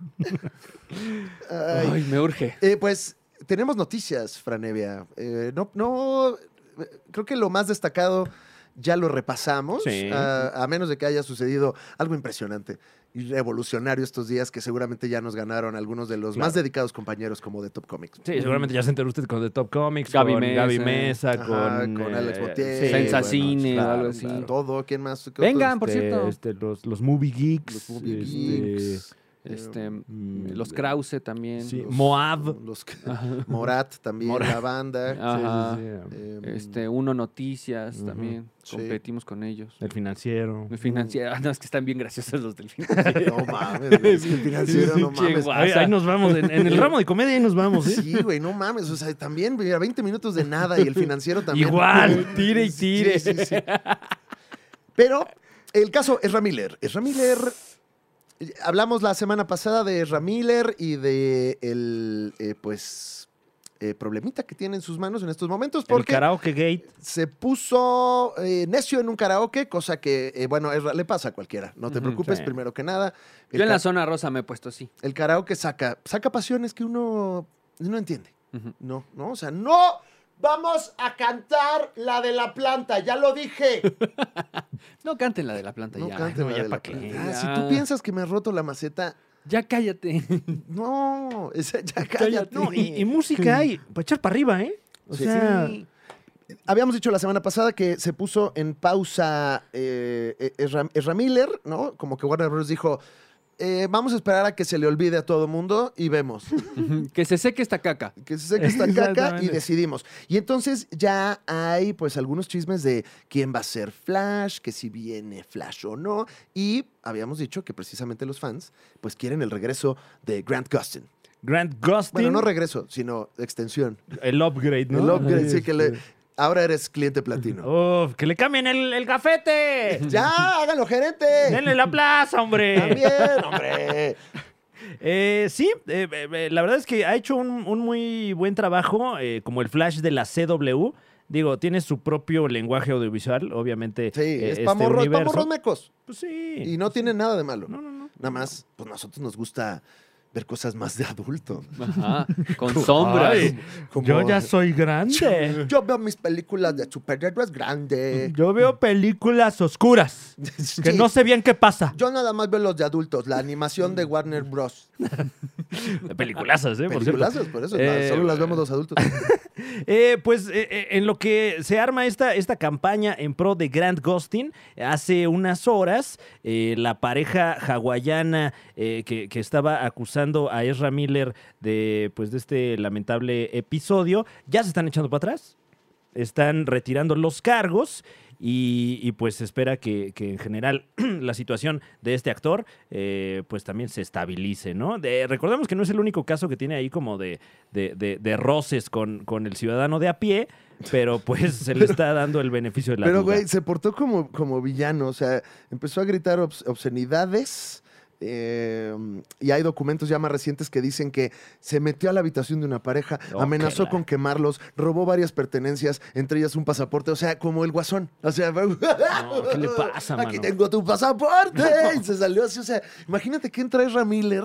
Ay.
Ay, me urge.
Eh, pues tenemos noticias, Franevia. Eh, no, no, creo que lo más destacado ya lo repasamos,
Sí.
a, a menos de que haya sucedido algo impresionante y revolucionario estos días que seguramente ya nos ganaron algunos de los más dedicados compañeros como de Top Comics.
Sí, seguramente ya se enteró usted con The Top Comics,
Gaby
con Gaby
Mesa.
Mesa,
Ajá,
con, eh,
con Alex Montiel,
sí,
Sensacine o algo así.
Todo, ¿quién más? ¿Qué otros?
Vengan, por
Este,
cierto.
este, los, los Movie Geeks.
Los Movie
este,
Geeks,
Este,
mm,
los Krause también.
Sí,
los-
Moab. Ah,
Los, Morat también,
Morat.
la banda.
Ajá.
Sí, sí, sí.
em,
Este, Uno Noticias
Ujú.
también.
Sí.
Competimos con ellos.
El financiero.
El financiero. Ah, no, es que están bien graciosos los del financiero.
No mames, güey, es que el financiero, no
Che,
mames.
guau.
Pues, Ahí, ahí nos vamos. En, en el ramo de comedia ahí nos vamos. ¿eh?
Sí, güey, no mames. O sea, también, güey, a 20 minutos de nada y el financiero también.
Igual, tire y tire.
Sí, sí, sí. Pero el caso es Miller. Ezra Miller. eh, Hablamos la semana pasada de Ezra Miller y de el, eh, pues, eh, problemita que tiene en sus manos en estos momentos
El
porque
karaoke gate.
se puso eh, necio en un karaoke, cosa que, eh, bueno, Ezra, le pasa a cualquiera. No te
Ujú,
preocupes,
sí.
primero que nada. El,
Yo en la
ca-
zona rosa me he puesto así.
el karaoke saca, saca pasiones que uno no entiende.
Ujú.
No, no, o sea, no vamos a cantar la de la planta, ya lo dije.
No canten la de la planta
No
ya.
canten
no,
la
ya
de
pa'
la
qué,
planta.
ya.
Ah, si tú piensas que me ha roto la maceta,
Ya cállate.
no, esa- ya cállate.
No, y, y música hay para echar para arriba, ¿eh? O
Sí.
sea,
Sí.
Habíamos dicho la semana pasada que se puso en pausa eh, Ezra- Ezra Miller, ¿no? Como que Warner Bros. dijo, eh, vamos a esperar a que se le olvide a todo mundo y vemos.
Ujú. que se seque esta caca.
que se seque esta caca y
Exactamente.
decidimos. Y entonces ya hay pues algunos chismes de quién va a ser Flash, que si viene Flash o no. Y habíamos dicho que precisamente los fans pues quieren el regreso de Grant Gustin.
Grant Gustin,
Bueno, no regreso, sino extensión.
el upgrade, ¿no?
El upgrade,
Este,
sí, que le- ahora eres cliente platino.
Uf, que le cambien el, el gafete.
¡Ya, hágalo, gerente!
Denle la plaza, hombre.
También, hombre.
Eh, sí, eh, eh, eh, la verdad es que ha hecho un, un muy buen trabajo, eh, como el Flash de la CW. Digo, tiene su propio lenguaje audiovisual, obviamente.
Sí,
eh,
es
este
pamorro, es
universo.
pamorros mecos.
Pues sí.
Y no tiene nada de malo.
No, no, no.
Nada más, pues nosotros nos gusta ver cosas más de adulto.
Ajá. Con sombras.
Ay,
Como-
Yo ya soy grande.
Yo veo mis películas de superhéroes grandes.
Yo veo películas oscuras. Que no sé bien qué pasa.
Yo nada más veo los de adultos, la animación de Warner Bros.
Peliculazas, ¿eh? Por cierto.
Peliculazos, por eso, nada,
Eh,
solo las vemos los adultos.
Eh, pues eh, eh, en lo que se arma esta, esta campaña en pro de Grant Gustin, hace unas horas eh, la pareja hawaiana eh, que, que estaba acusando a Ezra Miller de, pues, de este lamentable episodio, ya se están echando para atrás, están retirando los cargos. Y, y, pues se espera que, que en general la situación de este actor eh, pues también se estabilice, ¿no? De- recordemos que no es el único caso que tiene ahí como de, de, de- de roces con, con el ciudadano de a pie, pero pues se le está dando el beneficio de la
Pero,
duda.
güey, se portó como, como villano, o sea, empezó a gritar obs- obscenidades. eh, y hay documentos ya más recientes que dicen que se metió a la habitación de una pareja,
Oh,
amenazó
qué la-
con quemarlos, robó varias pertenencias, entre ellas un pasaporte, o sea, como el guasón. O sea,
¿qué le pasa,
Aquí
mano?
tengo tu pasaporte. Y se salió así, o sea, imagínate que entra Ezra Miller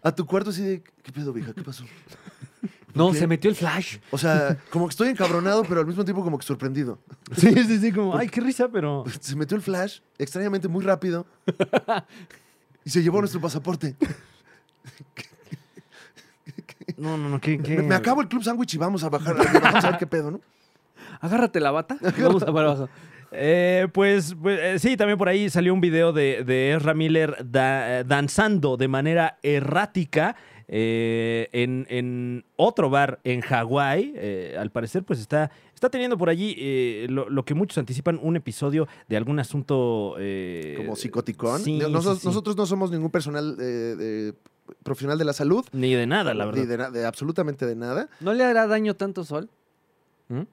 a tu cuarto así de, ¿qué pedo, vieja? ¿Qué pasó?
No,
¿Qué?
se metió el flash.
O sea, como que estoy encabronado, pero al mismo tiempo como que sorprendido.
Sí, sí, sí, como, ay, qué risa, pero...
Se metió el flash, extrañamente muy rápido. y se llevó nuestro pasaporte.
No, no, no, qué... qué-
Me, me acabo el club sándwich y vamos a bajar. Vamos a ver qué pedo, ¿no?
Agárrate la bata. Vamos a para abajo.
Eh, pues, pues, eh, sí, también por ahí salió un video de, de Ezra Miller da- eh, danzando de manera errática eh, en, en otro bar en Hawái. Eh, al parecer, pues está, está teniendo por allí eh, lo, lo que muchos anticipan un episodio de algún asunto... eh,
Como psicoticón.
sí,
Nosos-
sí, sí.
Nosotros no somos ningún personal eh, de- profesional de la salud.
Ni de nada, la
Ni
verdad.
de, na- de absolutamente de nada.
¿No le hará daño tanto sol? ¿Eh?
¿Mm?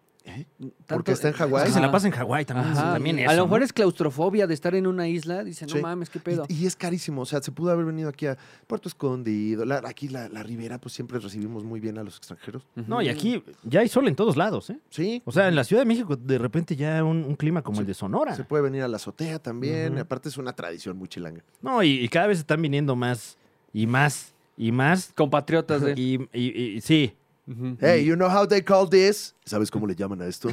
Porque está en Hawái.
Es que se la
Ajá.
pasa en Hawái también.
Ajá.
también
a
eso,
lo mejor
¿no?
es claustrofobia de estar en una isla. Dice, no
Sí.
mames, qué
Y-
pedo.
Y, es carísimo. O sea, se pudo haber venido aquí a Puerto Escondido. La- aquí la, la Ribera, pues siempre recibimos muy bien a los extranjeros.
Ujú.
No, y aquí ya hay sol en todos lados, ¿eh?
Sí.
O sea, en la Ciudad de México de repente ya un, un clima como el de Sonora.
Se puede venir a la azotea también.
Ujú.
Aparte, es una tradición muy chilanga.
No, y, y cada vez están viniendo más y más y más.
Compatriotas de...
Y, y- y- sí.
Ujú.
Hey, you know how they call this? ¿Sabes cómo le llaman a esto?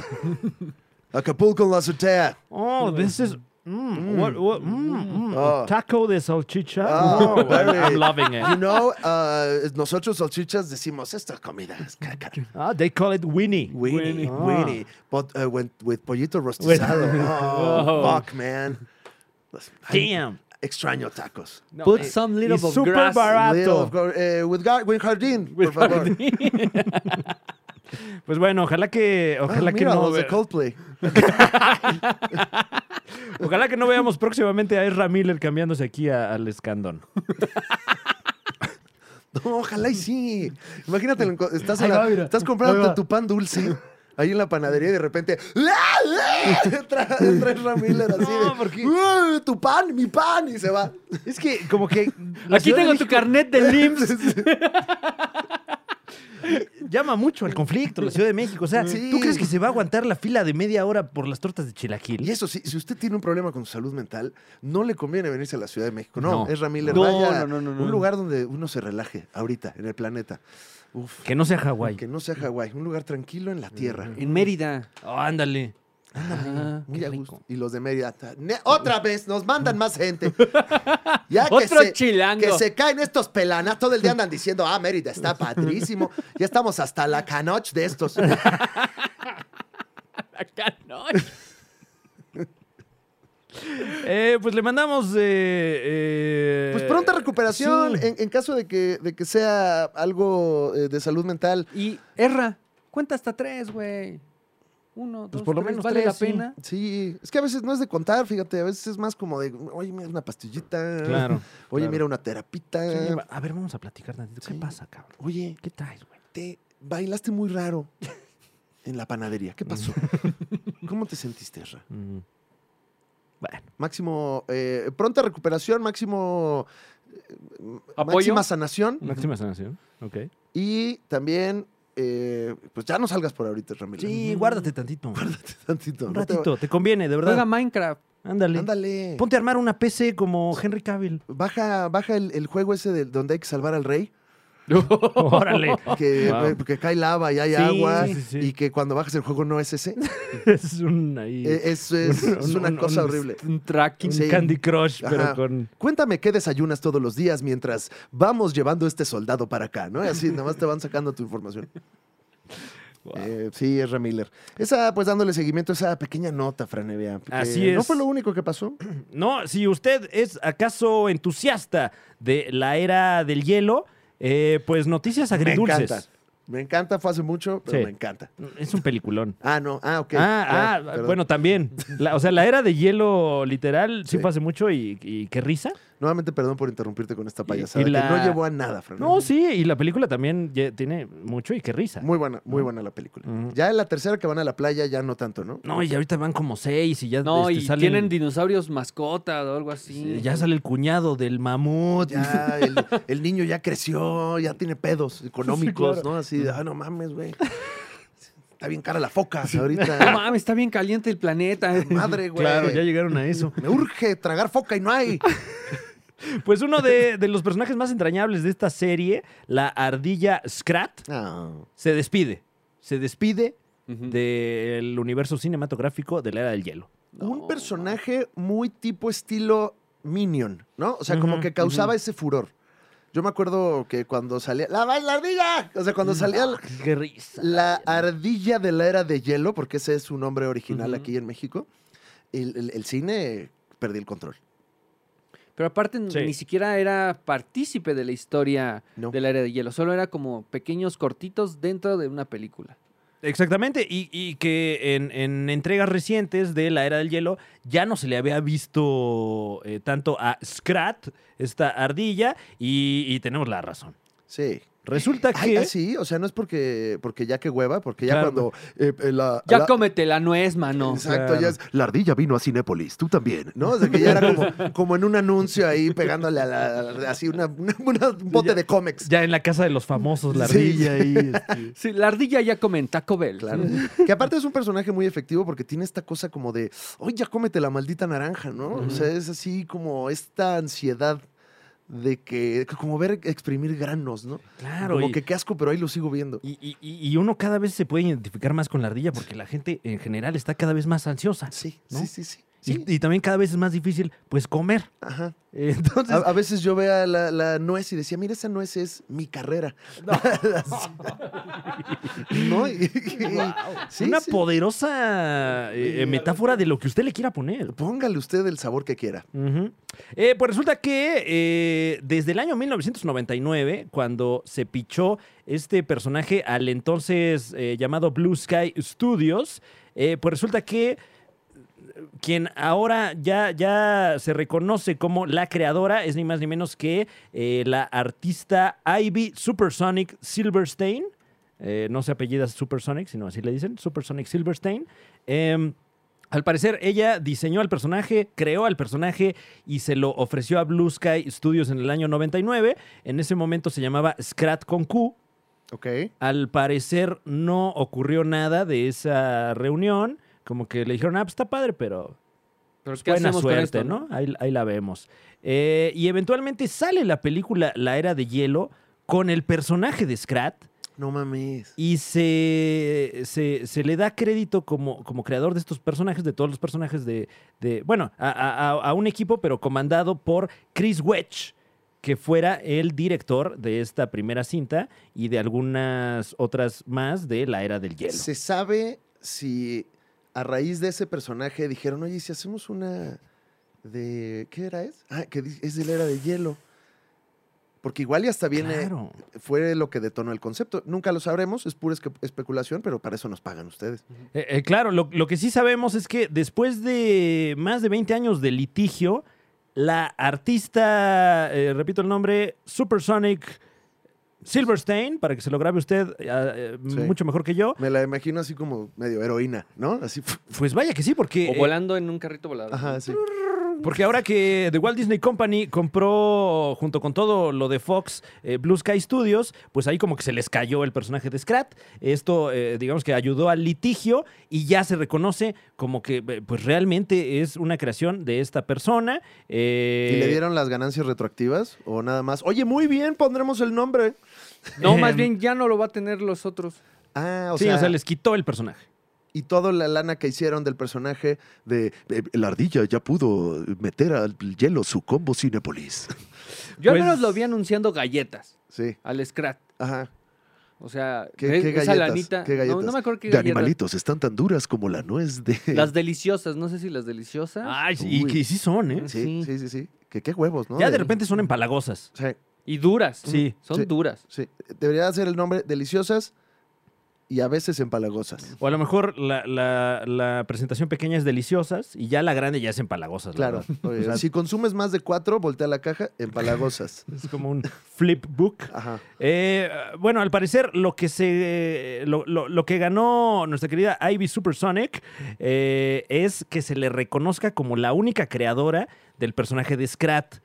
Acapulco en la azotea.
Oh, this is. mm, what- what- mm, mm,
Oh.
Taco de salchicha.
Oh,
Wow, I'm-
very-
I'm loving it.
You know, uh, nosotros salchichas decimos, esta comida es caca.
Ah, they call it Winnie.
Winnie,
Ah.
Winnie. But uh, when, with pollito rostizado. Oh,
Oh.
fuck, man.
Damn.
Extraño tacos.
No,
Put
eh, some little
y
of
super
grass.
barato.
Little of gar- eh, with, gar- with jardín, por favor.
Pues bueno, ojalá que,
Ah,
ojalá que
mira,
no,
los de
ve-
Coldplay.
ojalá que no veamos próximamente a Ezra Miller cambiándose aquí a- al escandón.
No, ojalá y sí. Imagínate, lo enco- estás, en
Ahí
la-
va, mira.
estás
Ahí
comprando
va.
tu pan dulce ahí en la panadería y de repente. ¡Ah! ¡Ah! Entra, entra Ezra Miller así. de,
No, porque-
"Uy, Tu pan, mi pan. Y se va.
Es que como que la
Aquí
Ciudad de
tengo tu
México
carnet de LIMS.
llama mucho al conflicto la Ciudad de México. O sea,
Sí.
¿tú crees que se va a aguantar la fila de media hora por las tortas de chilaquil?
Y eso sí, si usted tiene un problema con su salud mental, no le conviene venirse a la Ciudad de México. No,
No.
Ezra Miller,
No,
vaya a
no, no, no,
un
no.
lugar donde uno se relaje ahorita, en el planeta. Uf.
Que no sea Hawái.
Que no sea Hawái, un lugar tranquilo
Mm.
en la tierra.
En Mérida.
Oh, ándale.
Ah,
Muy
qué
a
rico.
gusto. Y los de Mérida. ta- ne- Otra vez, nos mandan más gente. Ya que
Otro
se,
chilango.
Que se caen estos pelanas. Todo el día andan diciendo, ah, Mérida está padrísimo. Ya estamos hasta la canoche de estos.
Acá no.
Eh, pues le mandamos. eh, eh,
Pues pronta recuperación
sí.
en, en caso de que, de que sea algo eh, de salud mental.
Y Erra, cuenta hasta tres, güey. Uno, dos,
por lo
tres,
menos
vale
tres,
la
sí.
pena.
Sí, es que a veces no es de contar, fíjate, a veces es más como de, oye, mira una pastillita.
Claro,
Oye,
claro.
mira una terapita.
Sí, va- a ver, vamos a platicar tantito. ¿Qué
Eh, Sí.
pasa, cabrón?
Oye,
¿Qué traes, güey?
te bailaste muy raro en la panadería. ¿Qué pasó? ¿Cómo te sentiste, Ra?
Mm. Bueno,
Máximo, eh, pronta recuperación, máximo, eh,
¿Apoyo?
máxima sanación
máxima sanación. Ok.
y también, eh, pues ya no salgas por ahorita, Ramiro.
Sí, guárdate tantito.
tantito.
Un
no te-
ratito, te conviene, de
Juega
verdad.
Minecraft.
Ándale.
Ándale.
Ponte a armar una PC como Henry Cavill.
Baja, baja el, el juego ese del donde hay que salvar al rey,
Órale.
que,
Ah, Wow.
eh, porque cae lava y hay
Sí,
agua,
sí, sí.
y que cuando bajas el juego no es ese.
es un ahí.
Eh, es, es-
Un-
es una
un-
cosa
un-
horrible.
Un tracking.
un
sí.
Candy Crush, pero
Ajá.
con.
Cuéntame qué desayunas todos los días mientras vamos llevando este soldado para acá, ¿no? Así, nada más te van sacando tu información. Eh, sí, es Miller. Esa, pues dándole seguimiento a esa pequeña nota, Franevia. que
Así
No
es.
fue lo único que pasó.
No, si usted es acaso entusiasta de la era del hielo, eh, pues noticias
Me
agridulces.
encanta. Me encanta, fue hace mucho, pero
Sí.
me encanta.
Es un peliculón.
Ah, no. Ah, ok.
Ah,
Ya,
ah,
perdón.
bueno, también. La- o sea, la era de hielo literal
Sí.
sí, fue hace mucho y, y qué risa.
Nuevamente, perdón por interrumpirte con esta
Y-
payasada.
y la-
Que no llevó a nada, Franevia.
No, sí, y la película también ye- tiene mucho y qué risa.
Muy buena, muy buena la película.
Ujú.
Ya en la tercera que van a la playa, ya no tanto, ¿no?
No, y ahorita van como seis y ya
No,
este,
y
sale
tienen
el-
dinosaurios mascota o algo así.
ya sale el cuñado del mamut.
Ya el, el niño ya creció, ya tiene pedos económicos, ¿no? Así de, ah, no mames, güey. Está bien cara la foca
No
ahorita.
mames, está bien caliente el planeta.
Madre, güey.
Claro, ya llegaron a eso.
Me urge tragar foca y no hay.
Pues uno de, de los personajes más entrañables de esta serie, la ardilla Scrat,
No.
se despide. Se despide
Ujú.
del universo cinematográfico de la era del hielo.
Un personaje muy tipo estilo Minion, ¿no? O sea, como
Ujú,
que causaba ese furor. Yo me acuerdo que cuando salía. ¡La bailardilla! O sea, cuando
Mm.
salía la,
Ah, Qué risa.
la ardilla de la era de hielo, porque ese es su nombre original
Ujú.
aquí en México, el, el- el cine perdí el control.
Pero aparte n-
Sí.
ni siquiera era partícipe de la historia
No.
del área de hielo, solo era como pequeños cortitos dentro de una película.
Exactamente, y, y que en, en entregas recientes de la era del hielo ya no se le había visto eh, tanto a Scrat, esta ardilla, y, y tenemos la razón.
Sí.
Resulta
Ay,
que...
ah, sí, o sea, no es porque, porque ya que hueva, porque ya
Claro.
cuando eh, eh, la,
Ya
la-
cómete la nuez, mano.
Exacto,
Claro.
ya es. La ardilla vino a Cinépolis, tú también, ¿no? O sea, que ya era como, como en un anuncio ahí pegándole a la, así una, una- una- un bote
Ya-
de cómics.
Ya en la casa de los famosos, la
Sí,
ardilla este. y...
Sí, la ardilla ya comen Taco Bell.
Claro. Que aparte es un personaje muy efectivo porque tiene esta cosa como de, oye, ya cómete la maldita naranja, ¿no? O sea, es así como esta ansiedad de que, como ver exprimir granos, ¿no?
Claro,
Como
y-
que qué asco, pero ahí lo sigo viendo.
Y, y- y- y uno cada vez se puede identificar más con la ardilla porque la gente en general está cada vez más ansiosa.
Sí,
¿no?
sí, sí, sí. Sí.
Y, y también cada vez es más difícil, pues, comer.
Ajá.
Entonces,
A, a veces yo veía la, la nuez y decía, mira, esa nuez es mi carrera. No. Y- y- sí,
una
sí.
poderosa eh, eh, metáfora de lo que usted le quiera poner.
Póngale usted el sabor que quiera.
Ujú. Eh, pues resulta que eh, desde el año 1999, cuando se pichó este personaje al entonces eh, llamado Blue Sky Studios, eh, pues resulta que eh, quien ahora ya, ya se reconoce como la creadora es ni más ni menos que eh, la artista Ivy Supersonic Silverstein. Eh, no se apellida Supersonic, sino así le dicen, Supersonic Silverstein. Em, al parecer, ella diseñó al personaje, creó al personaje y se lo ofreció a Blue Sky Studios en el año 99. En ese momento se llamaba Scrat con Q.
Ok.
Al parecer no ocurrió nada de esa reunión. Como que le dijeron, ah, pues está padre, pero
Pero ¿qué
buena
hacemos con
suerte,
esto,
¿no? Ahí, ahí la vemos. Eh, y eventualmente sale la película La Era de Hielo con el personaje de Scrat.
No mames.
Y se, se, se le da crédito como, como creador de estos personajes, de todos los personajes de. de- bueno, a, a- a- a un equipo, pero comandado por Chris Wedge, que fuera el director de esta primera cinta y de algunas otras más de la era del hielo.
Se sabe si a raíz de ese personaje dijeron, oye, si hacemos una de... ¿Qué era es? Ah, que di- es de la era de hielo. Porque igual y hasta viene...
Claro.
Fue lo que detonó el concepto. Nunca lo sabremos, es pura espe- especulación, pero para eso nos pagan ustedes.
Eh, eh, claro, lo, lo que sí sabemos es que después de más de 20 años de litigio, la artista, eh, repito el nombre, Supersonic Silverstein, para que se lo grabe usted eh, eh,
Sí.
mucho mejor que yo,
Me la imagino así como medio heroína, ¿no? Así.
pues vaya que sí, porque,
O
eh,
volando en un carrito volador.
Ajá, sí.
porque ahora que The Walt Disney Company compró, junto con todo lo de Fox, eh, Blue Sky Studios, pues ahí como que se les cayó el personaje de Scrat. Esto, eh, digamos que ayudó al litigio y ya se reconoce como que eh, pues realmente es una creación de esta persona. eh,
¿Y le dieron las ganancias retroactivas o nada más? Oye, muy bien, pondremos el nombre.
No, más
Em.
bien ya no lo va a tener los otros.
Ah, o
sí,
sea,
o sea, les quitó el personaje.
y toda la lana que hicieron del personaje de eh, la ardilla ya pudo meter al hielo su combo Cinepolis.
Yo
Pues-
al menos lo vi anunciando galletas
Sí,
al Scrat.
ajá.
O sea,
¿Qué-
de-
qué
esa
galletas?
lanita.
¿Qué
No,
galletas?
no me acuerdo qué
De
galletas.
animalitos, están tan duras como la nuez de.
Las deliciosas, no sé si las deliciosas.
Ay, sí,
Uy.
y que sí son, ¿eh?
Sí,
sí.
sí, sí, sí. Que qué huevos, ¿no?
Ya de repente son empalagosas.
Sí,
Y duras.
Sí.
Son
Sí.
duras.
sí. Debería ser el nombre deliciosas y a veces empalagosas.
O a lo mejor la, la- la presentación pequeña es deliciosas y ya la grande ya es empalagosas. la
Claro.
verdad.
Oye,
O sea,
si consumes más de cuatro, voltea la caja, empalagosas.
Es como un flip book.
Ajá.
Eh, bueno, al parecer lo que se eh, lo, lo- lo que ganó nuestra querida Ivy Supersonic eh, es que se le reconozca como la única creadora del personaje de Scrat,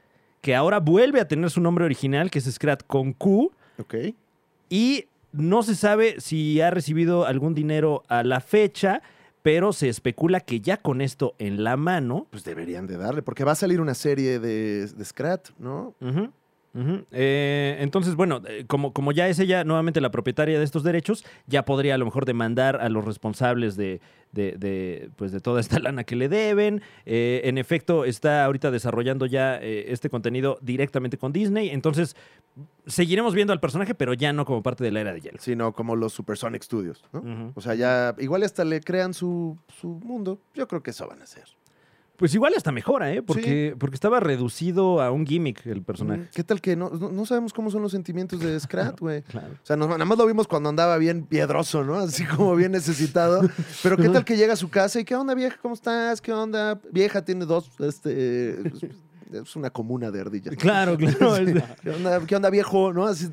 que ahora vuelve a tener su nombre original, que es Scrat con Q,
Ok.
y no se sabe si ha recibido algún dinero a la fecha, pero se especula que ya con esto en la mano
Pues deberían de darle, porque va a salir una serie de, de Scrat, ¿no?
Ujú, ujú. Eh, entonces, bueno, eh, como, como ya es ella nuevamente la propietaria de estos derechos, ya podría a lo mejor demandar a los responsables de, de- de, pues, de toda esta lana que le deben. Eh, en efecto, está ahorita desarrollando ya eh, este contenido directamente con Disney. Entonces, seguiremos viendo al personaje, pero ya no como parte de la era de hielo.
Sino como los Supersonic Studios, ¿no?
Ujú.
O sea, ya igual hasta le crean su, su mundo. Yo creo que eso van a hacer.
Pues igual hasta mejora, ¿eh? Porque, porque estaba reducido a un gimmick el personaje.
¿Qué tal que no, no, no sabemos cómo son los sentimientos de Scrat, güey?
Claro.
O sea, nos- nada más lo vimos cuando andaba bien piedroso, ¿no? Así como bien necesitado. Pero ¿qué tal que llega a su casa y qué onda, vieja? ¿Cómo estás? ¿Qué onda? Vieja tiene dos, este... es- Es una comuna de ardillas.
Claro, claro. este, es de-
¿Qué onda, qué onda, viejo? ¿No? Así,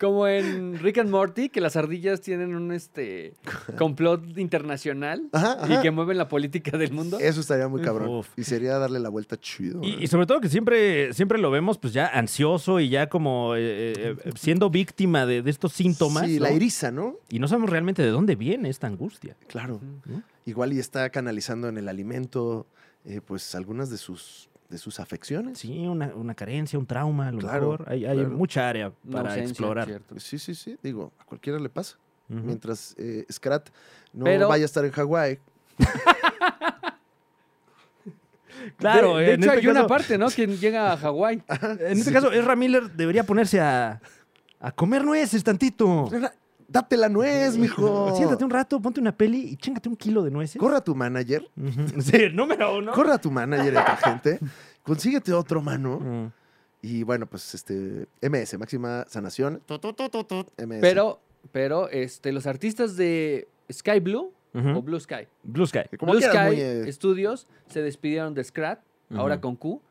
Como en Rick and Morty, que las ardillas tienen un este complot internacional
Ajá,
y
ajá.
que mueven la política del mundo.
Eso estaría muy cabrón.
Uf.
Y sería darle la vuelta chido.
Y,
¿eh?
y sobre todo que siempre, siempre lo vemos pues ya ansioso y ya como eh, eh, eh, siendo víctima de, de estos síntomas.
Sí,
¿no?
la eriza, ¿no?
Y no sabemos realmente de dónde viene esta angustia.
Claro.
¿no?
Igual y está canalizando en el alimento, eh, pues, algunas de sus, de sus afecciones.
Sí, una, una carencia, un trauma, a lo
Claro,
mejor. Hay, hay
claro.
mucha área
Una
para
ausencia,
explorar.
¿cierto?
Sí, sí, sí. Digo, a cualquiera le pasa.
Ujú.
Mientras eh, Scrat no
Pero-
vaya a estar en Hawái.
Claro,
de, de
en
hecho
este
hay una
caso-
parte, ¿no? Quien llega a Hawái.
En este caso, Ezra Miller debería ponerse a, a comer nueces tantito.
Date la nuez, mijo.
Siéntate un rato, ponte una peli y chingate un kilo de nueces.
Corre a tu manager.
Ujú. Sí, número uno.
Corre a tu manager de tu gente. Consíguete otro mano.
Mm.
Y bueno, pues este. MS, máxima sanación. Tut, tut, tut, tut, tut, MS.
Pero, pero este, los artistas de Sky Blue
Ujú.
o Blue Sky.
Blue Sky.
Como
Blue
quieras,
Sky
muy, eh,
Studios se despidieron de Scrat, ahora
Ujú.
con Q,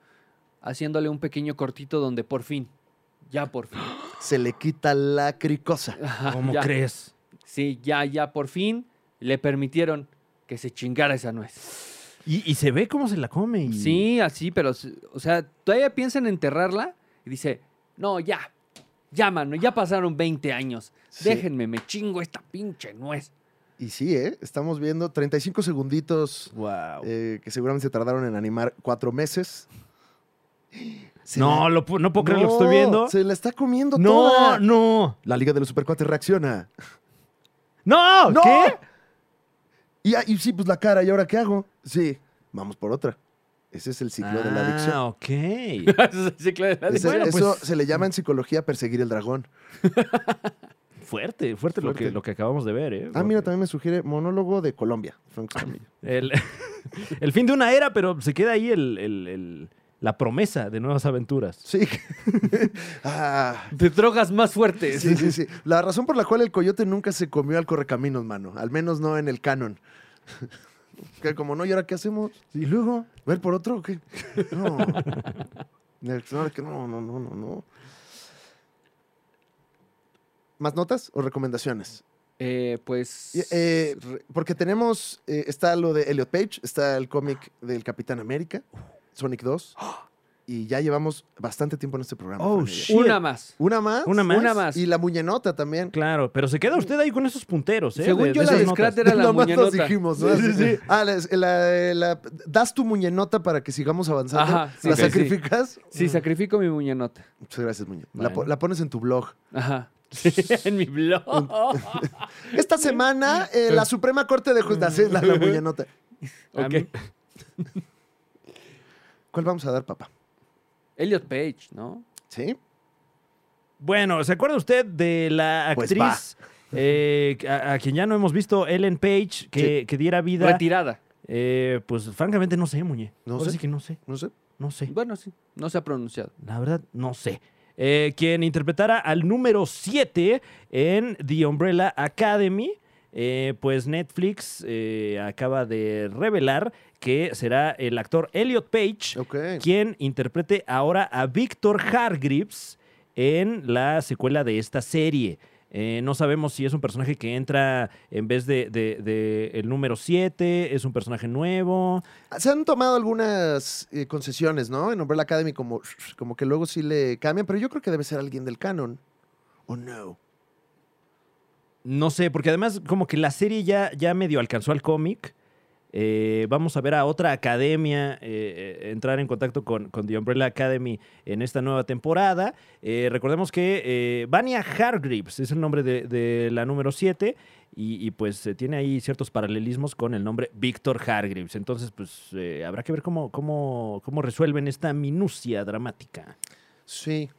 haciéndole un pequeño cortito donde por fin, ya por fin.
se le quita la cricosa.
Ajá,
¿Cómo
Ah, ya.
crees?
Sí, ya, ya por fin le permitieron que se chingara esa nuez.
Y, y se ve cómo se la come. y-
Sí, así, pero, s- o sea, todavía piensa en enterrarla y dice, no, ya, ya, mano, ya pasaron 20 años.
Sí.
Déjenme, me chingo esta pinche nuez.
Y sí, ¿eh? Estamos viendo 35 segunditos
Wow.
eh, que seguramente se tardaron en animar cuatro meses. Se
no,
la-
lo pu- no puedo creer lo que
Eh, No,
estoy viendo.
Se la está comiendo
No,
toda.
no.
La Liga de los Supercuates reacciona.
¡No!
¡No!
¿Qué?
Y, ah, y sí, pues la cara, ¿y ahora qué hago? Sí, vamos por otra. Ese es el ciclo de la adicción.
Ah, ok.
Sí, claro, la de-
Ese-
bueno,
eso
pues-
se le llama en psicología perseguir el dragón.
Fuerte, fuerte, Lo, que,
Fuerte.
lo que acabamos de ver, ¿eh?
Ah, mira, también me sugiere monólogo de Colombia, Frank Escamilla.
El, el fin de una era, pero se queda ahí el- el- el- la promesa de nuevas aventuras.
Sí. ah,
de drogas más fuertes.
sí, sí, sí. La razón por la cual el coyote nunca se comió al correcaminos, mano. Al menos no en el canon. que como no, ¿y ahora qué hacemos?
Y luego.
¿Ver por otro o qué? No. No, que no, no, no, no, no. ¿Más notas o recomendaciones?
Eh, pues.
Y, eh, re- porque tenemos, eh, está lo de Elliot Page, está el cómic del Capitán América, Sonic 2, y ya llevamos bastante tiempo en este programa. Fran
Oh,
Evia.
shit.
una más.
Una más.
Una más.
Una más.
Y la muñenota también.
Claro, pero se queda usted ahí con esos punteros, ¿eh?
Según yo, la
esas
de
notas.
Scrat era la
Nada más nos
muñenota.
dijimos, ¿no? Así- Ah, la, la- la- das tu muñenota para que sigamos avanzando.
Ajá, sí,
la
sí, sí.
sacrificas. Mm,
Sí, sacrifico mi muñenota.
Muchas gracias, Muñoz. La,
Bueno.
po- la pones en tu blog.
Ajá. Sí, en mi blog.
Esta semana, eh, la Suprema Corte de Justicia. La, la Muñenota.
A
Ok.
mí-
¿Cuál vamos a dar, papá?
Elliot Page, ¿no?
¿Sí?
Bueno, ¿se acuerda usted de la
Pues
actriz eh, a, a quien ya no hemos visto, Ellen Page, que, que diera vida?
Retirada.
Eh, pues francamente no sé, Muñe.
No
Ahora
sé.
sí que no sé,
No sé.
no sé.
Bueno, sí. No se ha pronunciado.
La verdad, no sé. Eh, quien interpretara al número 7 en The Umbrella Academy. Eh, pues Netflix eh, acaba de revelar que será el actor Elliot Page
Ok.
quien interprete ahora a Víctor Hargreaves en la secuela de esta serie. Eh, no sabemos si es un personaje que entra en vez de, de- de el número 7, es un personaje nuevo.
Se han tomado algunas eh, concesiones, ¿no? En Umbrella Academy, como, como que luego sí le cambian, pero yo creo que debe ser alguien del canon. ¿O no?
No sé, porque además como que la serie ya, ya medio alcanzó al cómic. Eh, vamos a ver a otra academia eh, eh, entrar en contacto con, con The Umbrella Academy en esta nueva temporada. Eh, recordemos que eh, Vania Hargreaves es el nombre de, de la número 7 y, y, pues eh, tiene ahí ciertos paralelismos con el nombre Víctor Hargreaves. Entonces pues eh, habrá que ver cómo, cómo, cómo resuelven esta minucia dramática.
Sí.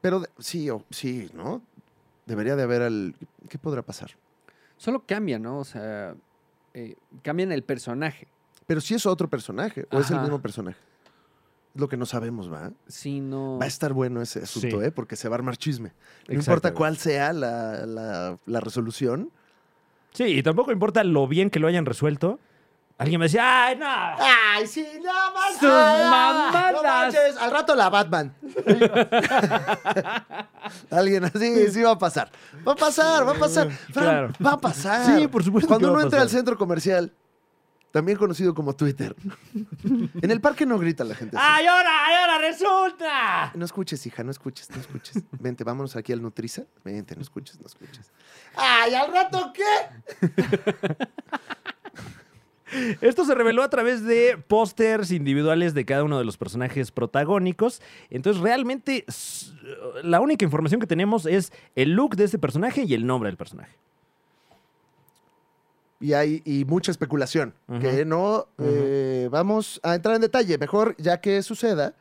Pero de- sí, o sí, ¿no? Debería de haber al. ¿Qué podrá pasar?
Solo cambia, ¿no? O sea, eh, cambian el personaje.
Pero sí es otro personaje, o es el
Ajá.
mismo personaje. Es lo que no sabemos, ¿va?
Si no.
Va a estar bueno ese asunto,
Sí.
¿eh? Porque se va a armar chisme. No importa cuál sea la, la- la resolución.
Sí, y tampoco importa lo bien que lo hayan resuelto. Alguien me decía, ¡ay, no!
¡Ay, sí! ¡No manches!
¡Sus mamadas! ¡No manches!
Al rato la Batman. Alguien así, sí va a pasar. Va a pasar, va a pasar. Fran,
Claro.
Va a pasar.
Sí, por supuesto
Cuando
que va
uno
a
entra al
pasar.
centro comercial, también conocido como Twitter, en el parque no grita la gente. así.
¡Ay, ahora, ay, ahora resulta!
No escuches, hija, no escuches, no escuches. Vente, vámonos aquí al Nutriza. Vente, no escuches, no escuches. ¡Ay, al rato qué!
Esto se reveló a través de pósters individuales de cada uno de los personajes protagónicos. Entonces, realmente, s- la única información que tenemos es el look de este personaje y el nombre del personaje.
y hay y mucha especulación
Ujú.
que no
Ujú.
eh, vamos a entrar en detalle. Mejor ya que suceda,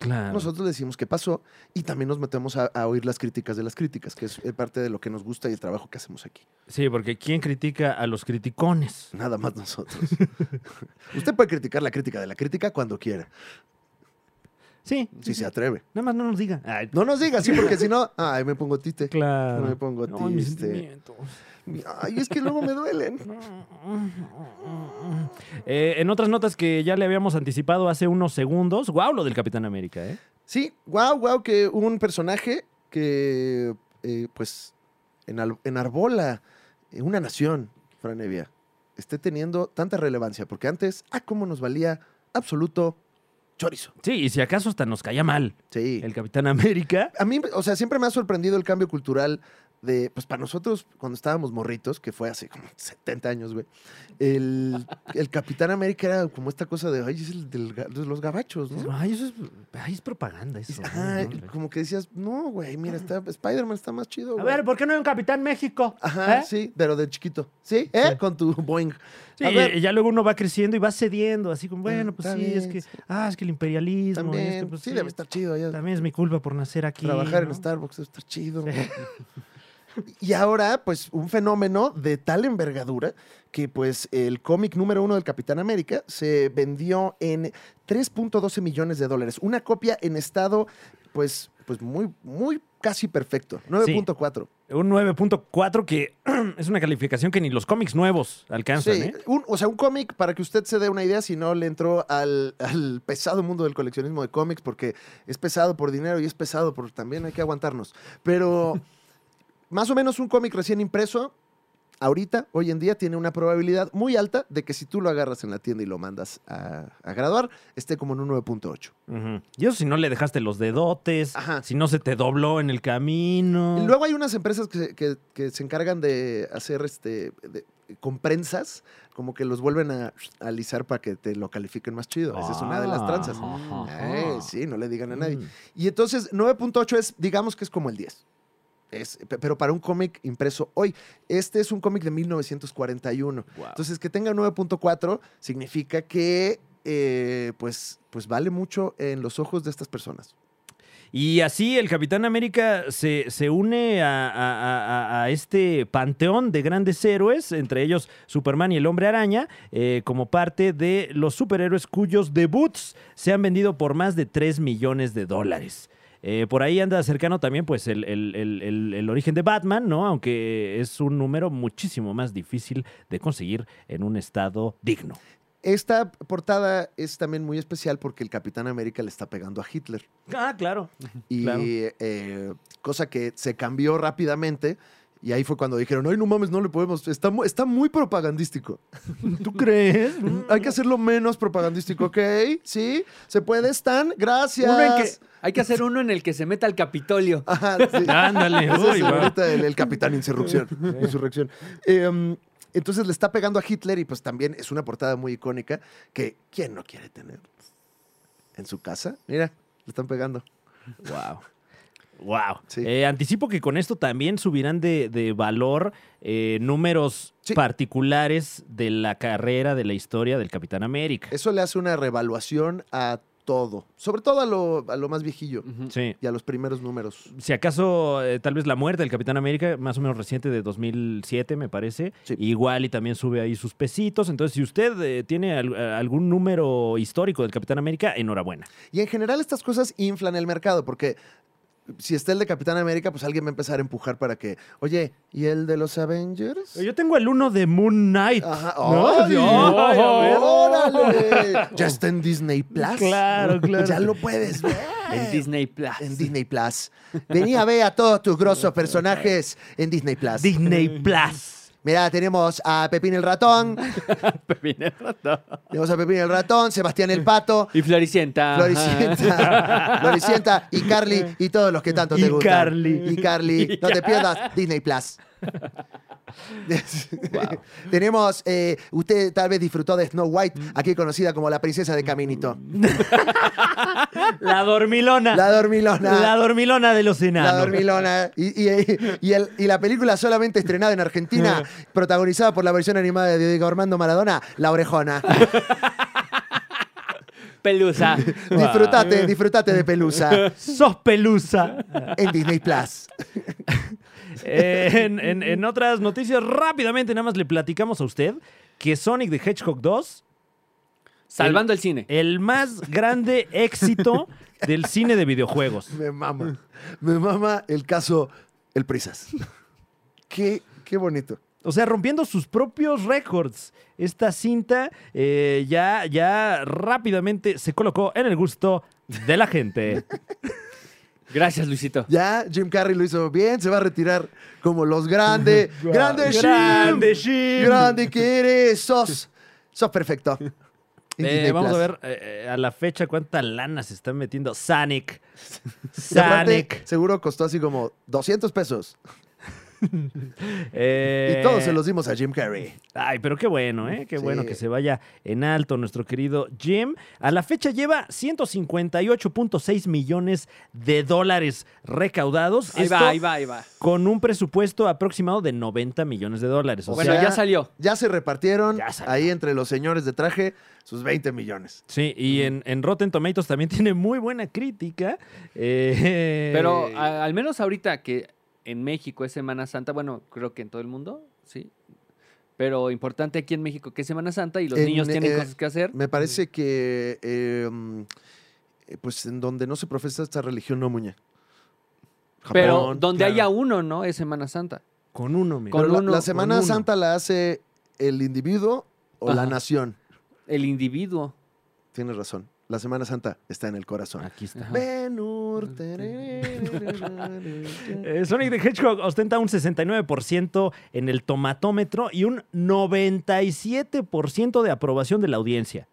Claro.
nosotros decimos qué pasó y también nos metemos a, a oír las críticas de las críticas, que es eh, parte de lo que nos gusta y el trabajo que hacemos aquí.
Sí, porque ¿quién critica a los criticones?
Nada más nosotros. Usted puede criticar la crítica de la crítica cuando quiera,
Sí,
si se atreve.
nada más no nos diga. Ay,
No nos diga así porque si no, ay, me pongo tite.
claro.
Me pongo
No, mis
triste.
sentimientos.
Ay, es que luego me duelen.
Eh, en otras notas que ya le habíamos anticipado hace unos segundos, wow, lo del Capitán América, ¿eh?
Sí, wow, wow, que un personaje que, eh, pues, enal- enarbola eh, una nación, Fran Evia, esté teniendo tanta relevancia, porque antes, ah, cómo nos valía absoluto chorizo.
Sí, y si acaso hasta nos caía mal
Sí.
el Capitán América.
A mí, o sea, siempre me ha sorprendido el cambio cultural de, pues, para nosotros, cuando estábamos morritos, que fue hace como 70 años, güey, el, el Capitán América era como esta cosa de, ay, es el del ga- de los gabachos, ¿no? ah,
Ay, eso es, ay, es propaganda eso.
Ajá,
¿no?
como que decías, no, güey, mira, está, Spider-Man está más chido.
A
güey".
ver, ¿por qué no hay un Capitán México?
Ajá,
¿Eh?
sí, pero de chiquito. Sí, ¿eh?
Sí.
Con tu Boeing.
Sí,
A ver. Mm,
y ya luego uno va creciendo y va cediendo, así como, bueno, pues
está
sí, es que,
bien,
ah, es que el imperialismo, y
También.
es que, pues,
sí, debe estar chido allá.
también es mi culpa por nacer aquí.
Trabajar
¿no?
en Starbucks debe estar chido. Y ahora, pues, un fenómeno de tal envergadura que, pues, el cómic número uno del Capitán América se vendió en 3.12 millones de dólares. Una copia en estado, pues, pues muy, muy casi perfecto. 9.4.
Un 9.4 que es una calificación que ni los cómics nuevos alcanzan,
Sí,
¿eh?
un- o sea, un cómic para que usted se dé una idea si no le entró al, al pesado mundo del coleccionismo de cómics, porque es pesado por dinero y es pesado por también hay que aguantarnos. Pero más o menos un cómic recién impreso, ahorita, hoy en día, tiene una probabilidad muy alta de que si tú lo agarras en la tienda y lo mandas a, a graduar, esté como en un 9.8.
Ujú. Y eso si no le dejaste los dedotes,
Ajá.
si no se te dobló en el camino.
Y luego hay unas empresas que, se- que- que se encargan de hacer este. de- con prensas, como que los vuelven a, a alisar para que te lo califiquen más chido. Esa es una de las tranzas.
Ajá.
Eh, sí, no le digan a nadie.
Ah. Mm.
Y entonces 9.8 es, digamos que es como el 10. Es, pe- pero para un cómic impreso hoy. Este es un cómic de 1941.
Guau.
Entonces, que tenga 9.4 significa que eh, pues, pues vale mucho en los ojos de estas personas.
Y así el Capitán América se, se une a, a- a- a- a este panteón de grandes héroes, entre ellos Superman y el Hombre Araña, eh, como parte de los superhéroes cuyos debuts se han vendido por más de 3 millones de dólares. Eh, por ahí anda cercano también pues el, el- el- el- el origen de Batman, ¿no? Aunque es un número muchísimo más difícil de conseguir en un estado digno.
Esta portada es también muy especial porque el Capitán América le está pegando a Hitler.
Ah, claro.
Y
Claro.
eh, cosa que se cambió rápidamente. Y ahí fue cuando dijeron, ay, no mames, no le podemos. Está, mu- está muy propagandístico. Mm,
¿Tú crees?
Hay que hacerlo menos propagandístico, ¿ok? Sí, se puede, Stan. Gracias.
Uno en que, hay que hacer uno en el que se meta al Capitolio.
Ajá, sí.
Ándale,
Ese
uy,
es
va.
ahorita el, el capitán insurrección. insurrección. Em, entonces le está pegando a Hitler y pues también es una portada muy icónica que ¿quién no quiere tener? En su casa, mira, le están pegando.
Wow. Wow.
Sí.
Eh, anticipo que con esto también subirán de, de valor eh, números
Sí.
particulares de la carrera, de la historia del Capitán América.
Eso le hace una revaluación a todo, sobre todo a lo, a lo más viejillo
Ujú.
Sí.
y a los primeros números.
Si acaso, eh, tal vez la muerte del Capitán América, más o menos reciente de 2007, me parece.
Sí.
Igual y también sube ahí sus pesitos. Entonces, si usted eh, tiene al- algún número histórico del Capitán América, enhorabuena.
Y en general estas cosas inflan el mercado, porque si está el de Capitán América, pues alguien va a empezar a empujar para que, oye, ¿y el de los Avengers?
Yo tengo el uno de Moon Knight.
Ajá.
¿no?
¡Ay!
Así, ¡ay, a ver!
¡Órale! Ya está en Disney Plus.
Claro, claro.
Ya lo puedes ver.
En Disney Plus.
En Disney Plus. Venía a ver a todos tus grosos personajes en Disney Plus.
Disney Plus.
Mirá, tenemos a Pepín el ratón. Tenemos a Pepín el ratón, Sebastián el pato.
Y Floricienta. ajá.
Floricienta, Floricienta y Carly y todos los que tanto
Y
te gustan.
Carly.
Y Carly. No te pierdas Disney Plus.
Wow.
Tenemos, eh, usted tal vez disfrutó de Snow White, aquí conocida como la princesa de Caminito.
La dormilona.
La
La,
dormilona.
dormilona de los
La
enanos.
dormilona. Y, y- y el- y la película solamente estrenada en Argentina, protagonizada por la versión animada de Diego Armando Maradona, La Orejona.
Pelusa.
disfrutate, disfrutate de Pelusa
Sos pelusa.
en Disney Plus.
Eh, en, en- en otras noticias, rápidamente nada más le platicamos a usted que Sonic the Hedgehog 2,
Salvando el cine.
el más grande éxito del cine de videojuegos.
Me mama. Me mama el caso El Prisas. Qué, qué bonito.
O sea, rompiendo sus propios récords. Esta cinta eh, ya, ya rápidamente se colocó en el gusto de la gente.
Gracias, Luisito.
Ya Jim Carrey lo hizo bien, se va a retirar como los grandes. ¡Grande Jim!
Grande Jim.
¡Grande que eres! ¡Sos! ¡Sos perfecto! En
Eh,
Disney
vamos
Plus.
a ver eh, eh, a la fecha cuánta lana se está metiendo Sonic.
Y aparte,
Sonic.
seguro costó así como 200 pesos.
Eh,
Y todos se los dimos a Jim Carrey.
Ay, pero qué bueno, ¿eh? Qué
Sí.
bueno que se vaya en alto nuestro querido Jim. A la fecha lleva 158.6 millones de dólares recaudados.
Ahí
Esto
va, ahí va, ahí va.
Con un presupuesto aproximado de 90 millones de dólares. O
Bueno,
sea,
ya salió.
Ya se repartieron
Ya salió.
ahí entre los señores de traje sus 20 millones.
sí, y en, en Rotten Tomatoes también tiene muy buena crítica. eh,
Pero a- al menos ahorita que en México es Semana Santa, bueno, creo que en todo el mundo, sí. Pero importante aquí en México que es Semana Santa y los
En,
niños tienen
eh,
cosas que hacer.
Me parece que, eh, mm, eh, pues en donde no se profesa esta religión, no muñe.
Pero
Japón,
donde
claro.
haya uno, ¿no? Es Semana Santa.
con uno, mira.
con
Pero la-
uno,
la,
con
Semana
uno.
Santa la hace el individuo o la
Ajá.
nación.
El individuo.
Tienes razón. La Semana Santa está en el corazón.
Aquí está.
Ajá.
Ben Hur, tererererererere.
Eh, Sonic the Hedgehog ostenta un 69% en el tomatómetro y un 97% de aprobación de la audiencia.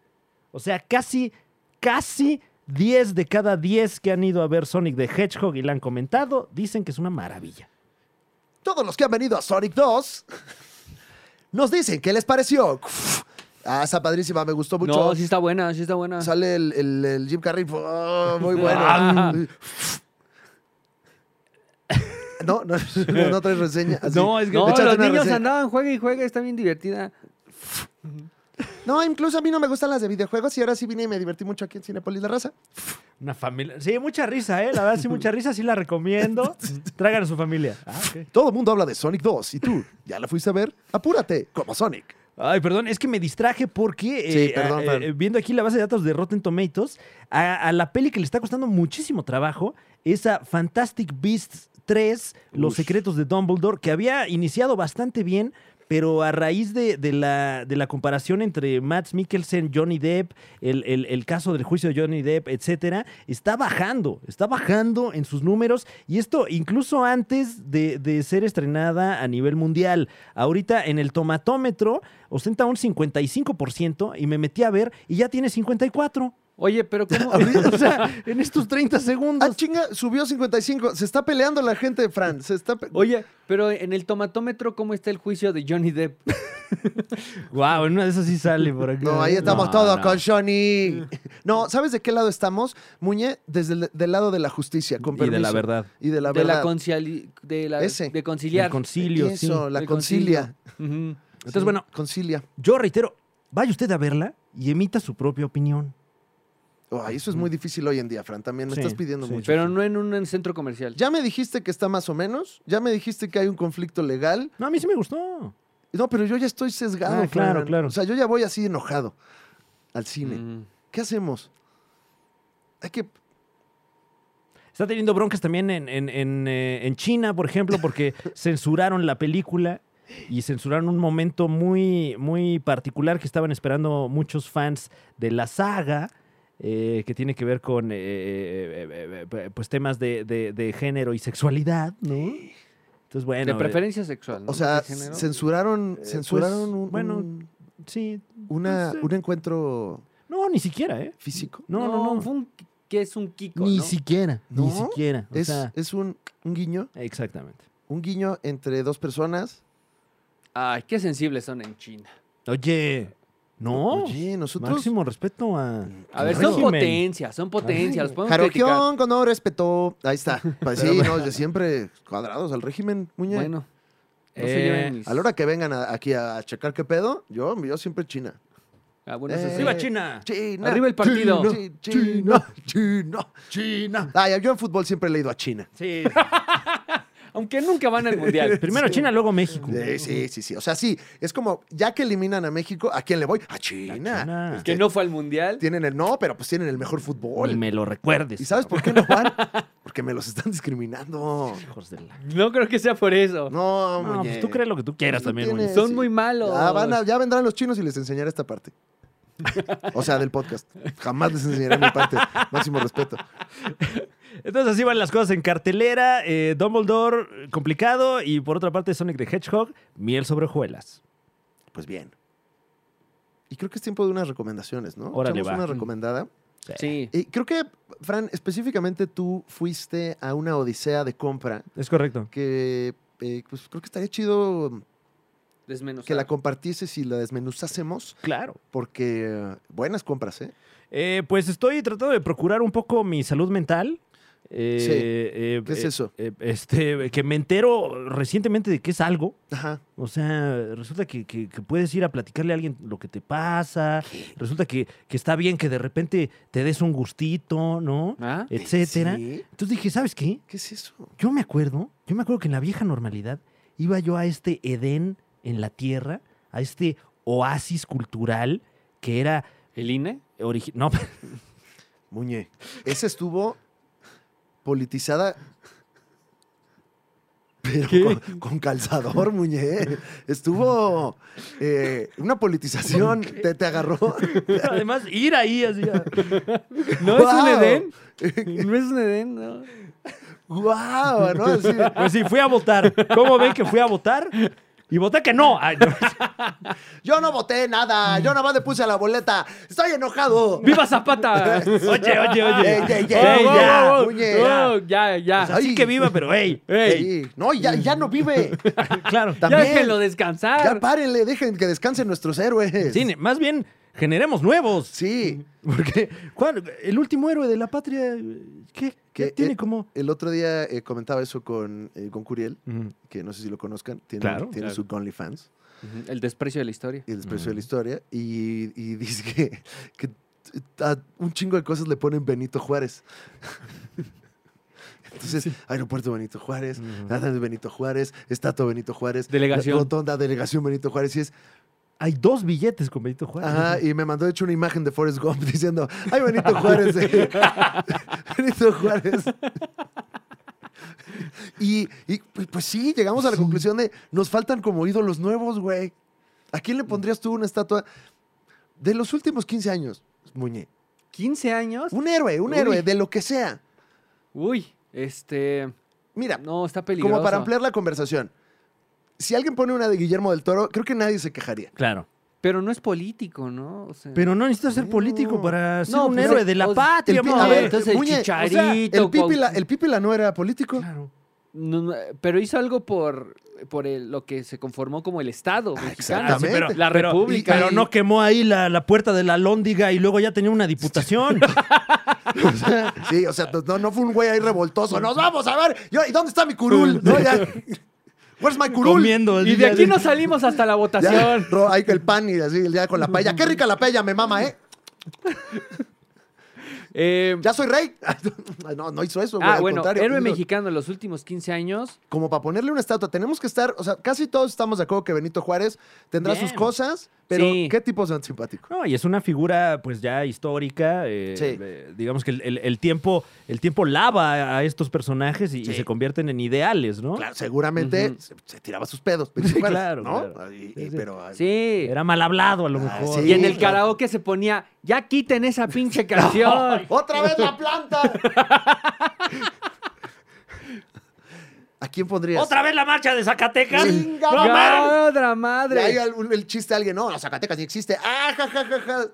O sea, casi, casi 10 de cada 10 que han ido a ver Sonic the Hedgehog y la han comentado dicen que es una maravilla.
Todos los que han venido a Sonic 2 nos dicen qué les pareció. Ah, está padrísima, me gustó mucho.
No, sí está buena, sí está buena.
Sale el, el- el Jim Carrey. ¡oh, muy bueno.
Ah.
No, no, no, no traes reseña. así.
es
No,
Échate
los
una
niños
reseña.
andaban, juega y juega, está bien divertida.
No, incluso a mí no me gustan las de videojuegos y ahora sí vine y me divertí mucho aquí en Cinepolis La Raza.
Una familia. Sí, mucha risa, ¿eh? La verdad, sí, mucha risa, sí la recomiendo. Traigan a su familia. Ah,
Todo el mundo habla de Sonic 2 y tú, ¿ya la fuiste a ver? Apúrate, como Sonic.
Ay, perdón, es que me distraje porque
Sí,
eh,
perdón,
eh,
Fran.
eh, viendo aquí la base de datos de Rotten Tomatoes, a, a la peli que le está costando muchísimo trabajo es a Fantastic Beasts 3, Los
Ush.
secretos de Dumbledore, que había iniciado bastante bien, pero a raíz de, de la, de la comparación entre Matt Mikkelsen, Johnny Depp, el, el- el caso del juicio de Johnny Depp, etcétera, está bajando, está bajando en sus números y esto incluso antes de, de ser estrenada a nivel mundial. Ahorita en el tomatómetro ostenta un 55% y me metí a ver y ya tiene 54.
Oye, pero ¿cómo?
o sea, en estos 30
Ah,
segundos.
chinga, subió 55. Se está peleando la gente, Fran. Se está pe-
Oye, pero en el tomatómetro, ¿cómo está el juicio de Johnny Depp?
Wow, en una de esas sí sale por acá.
No, ahí estamos
No,
todos
no.
con Johnny. No, ¿sabes de qué lado estamos? Muñe, desde el del lado de la justicia, con
Y de la
permiso.
verdad.
Y de la
de
verdad.
la conciali- de la
Ese.
de
El
conciliar.
concilio, sí.
Eso, la
El
concilia.
Ujú.
Entonces,
Sí,
bueno,
Concilia.
yo reitero, vaya usted a verla y emita su propia opinión.
Oh, Ay, eso es muy difícil hoy en día, Fran. También me
Sí,
estás pidiendo
sí.
mucho.
Pero no en un centro comercial.
Ya me dijiste que está más o menos. Ya me dijiste que hay un conflicto legal.
No, a mí sí me gustó.
No, pero yo ya estoy sesgado.
Ah, claro,
Fran.
claro.
O sea, yo ya voy así enojado al cine.
Mm.
¿Qué hacemos? Hay que.
Está teniendo broncas también en, en- en, eh, en China, por ejemplo, porque censuraron la película y censuraron un momento muy, muy particular que estaban esperando muchos fans de la saga. eh, que tiene que ver con eh, eh, eh, eh, pues temas de, de- de género y sexualidad, ¿no? Entonces, bueno.
de
eh,
preferencia sexual. ¿no?
O sea,
De género.
censuraron,
pues,
censuraron un,
bueno,
un-
eh, Sí.
una,
pues, eh,
un encuentro
No, ni siquiera, ¿eh?
físico.
No, no, no.
fue un- que es un Kiko,
Ni
¿no?
siquiera. Ni
¿No?
siquiera. O
es
sea,
es un, un guiño,
exactamente.
un guiño entre dos personas
Ay, qué sensibles son en China.
Oye, no.
Oye, nosotros.
Máximo respeto a.
A ver, son
régimen.
potencias, son potencias. Los podemos criticar.
Jaroquión con no respetó. Ahí está. Pues sí, no, de siempre cuadrados al régimen, muñe.
Bueno. pues. No se
Eh,
lleven mis-
A la hora que vengan a- aquí a checar qué pedo, yo, yo siempre China.
Ah, bueno, eso sí.
Eh,
¡Viva China!
China.
Arriba el partido.
China, China, China.
¡China!
Ay, yo en fútbol siempre le he ido a China.
Sí.
Aunque nunca van al mundial.
Primero China, luego México.
Sí, sí, sí, sí. O sea, sí, es como, ya que eliminan a México, ¿a quién le voy? A China.
China.
Que no fue al mundial.
Tienen el no, pero pues tienen el mejor fútbol.
Ni me lo recuerdes.
¿Y sabes por qué no van? Porque me los están discriminando.
Hijos de la-
No creo que sea por eso.
No,
No,
muñe.
pues tú crees lo que tú quieras
Pues,
también,
tiene-
güey.
Son
sí.
muy malos.
Ya, van a- ya vendrán los chinos y les enseñaré esta parte. O sea, del podcast. Jamás les enseñaré mi parte. Máximo respeto.
Entonces así van las cosas en cartelera. eh, Dumbledore, eh, complicado. Y por otra parte, Sonic the Hedgehog, miel sobre hojuelas.
Pues bien. Y creo que es tiempo de unas recomendaciones, ¿no?
Órale,
Echamos
va.
una recomendada.
Sí.
Y creo que, Fran, específicamente tú fuiste a una odisea de compra
Es correcto.
que eh, pues creo que estaría chido
Desmenos.
que la compartieses y la desmenuzásemos
Claro.
porque eh, buenas compras, ¿eh?
Eh, pues estoy tratando de procurar un poco mi salud mental. Eh,
Sí.
eh,
¿Qué es
eh,
eso?
eh, este, que me entero recientemente de que es algo.
Ajá.
O sea, resulta que, que- que puedes ir a platicarle a alguien lo que te pasa. Resulta que, que está bien que de repente te des un gustito, ¿no?
¿Ah?
Etcétera.
¿Sí?
Entonces dije, ¿sabes qué?
¿Qué es eso?
Yo me acuerdo, yo me acuerdo que en la vieja normalidad iba yo a este Edén en la tierra, a este oasis cultural que era
¿El INE?
origi- no,
Muñe. Esa estuvo politizada. Pero con, con calzador, Muñe. Estuvo eh, una politización. Te, te agarró.
además ir ahí así. a-
¿No es un
¡Guau!
Edén? ¿No es un Edén? No.
¡Guau! ¿no? Así,
Pues sí, fui a votar. ¿Cómo ven que fui a votar? Y voté que no. Ay, no.
Yo no voté nada. Yo nada más le puse a la boleta. Estoy enojado.
¡Viva Zapata!
Oye, oye, oye.
Ey, ey, ey,
Ey,
wow,
ya.
wow, wow. Muñe.
Oh, ya, ya.
O sea, sí que viva, pero hey,
Ey,
Sí. No, ya, ya no vive.
claro.
ya
También.
déjenlo
Ya
descansar.
párenle. Dejen que descansen nuestros héroes.
Sí, más bien generemos nuevos.
Sí.
Porque ¿cuál? el último héroe de la patria, ¿qué?
Que,
¿Qué tiene
eh,
como?
El otro día eh, comentaba eso con, eh, con Curiel.
Ujú.
que no sé si lo conozcan, tiene,
Claro,
tiene
claro.
su OnlyFans,
Ujú, El desprecio de la historia.
el desprecio de la historia, y, y dice que, que t- a un chingo de cosas le ponen Benito Juárez. Entonces, aeropuerto Benito Juárez, nada de Benito Juárez, estatua Benito Juárez,
Delegación.
rotonda, delegación Benito Juárez, y es,
Hay dos billetes con Benito Juárez.
ajá, y me mandó de hecho una imagen de Forrest Gump diciendo, ay, Benito Juárez, eh, Benito Juárez. Y, y, pues, pues sí, llegamos a la conclusión de nos faltan como ídolos nuevos, güey. ¿A quién le
Mm.
pondrías tú una estatua de los últimos 15 años, Muñe?
¿15 años?
Un héroe, un
Uy.
héroe, de lo que sea.
Uy, este...
Mira,
No, está peligroso.
como para ampliar la conversación. Si alguien pone una de Guillermo del Toro, creo que nadie se quejaría.
Claro.
Pero no es político, ¿no? O sea-
Pero no necesitas ser político
No.
para ser
No,
un
pues,
héroe
el-
de la
o-
patria,
el pi-
amor.
a ver,
entonces el
Muñe, o sea,
chicharito.
El Pipi,
Cuau-
la, el Pipi no era político.
Claro.
No, no, pero hizo algo por, por el- lo que se conformó como el Estado mexicano.
Ah, exactamente.
pero,
Ah, La
pero-
República.
Pero no quemó ahí la, la puerta de la lóndiga y luego ya tenía una diputación.
O sea, sí, o sea, no, no fue un güey ahí revoltoso. Nos vamos a ver. Yo, ¿Y dónde está mi curul? No, ya. Where's my curul?
comiendo. así,
Y de
ya
aquí no salimos hasta la
Ya,
votación.
ro- ahí el pan y así, ya con la paella. Qué rica la paella, me mama, ¿eh?
Eh,
Ya soy rey. Ay, No, no hizo eso, güey.
ah,
al
bueno,
contrario.
héroe
Digo,
mexicano en los últimos 15 años.
Como para ponerle una estatua, tenemos que estar, o sea, casi todos estamos de acuerdo que Benito Juárez tendrá
Bien.
sus cosas, pero
Sí.
qué tipo es antipático.
No, y es una figura pues ya histórica. eh,
Sí.
eh, digamos que el, el- el tiempo, el tiempo lava a estos personajes y, y
Sí.
se convierten en ideales, ¿no?
Claro, seguramente
Ujú.
se, se tiraba sus pedos. Benito
Sí,
Juárez,
claro,
¿no?
claro.
Ay,
Sí, sí.
Pero, ay,
Sí.
Era mal hablado a lo
Ah,
mejor.
sí.
y en el
claro.
karaoke se ponía, ya quiten esa pinche canción.
¡Otra vez la planta! ¿A quién pondrías?
¿Otra vez la marcha de Zacatecas?
¡Chinga
¡No, man!
¡Ya, otra
Y Hay
madre!
algún- el chiste de alguien, no, los Zacatecas sí existe. ¡Ah, ja, ja, ja, ja!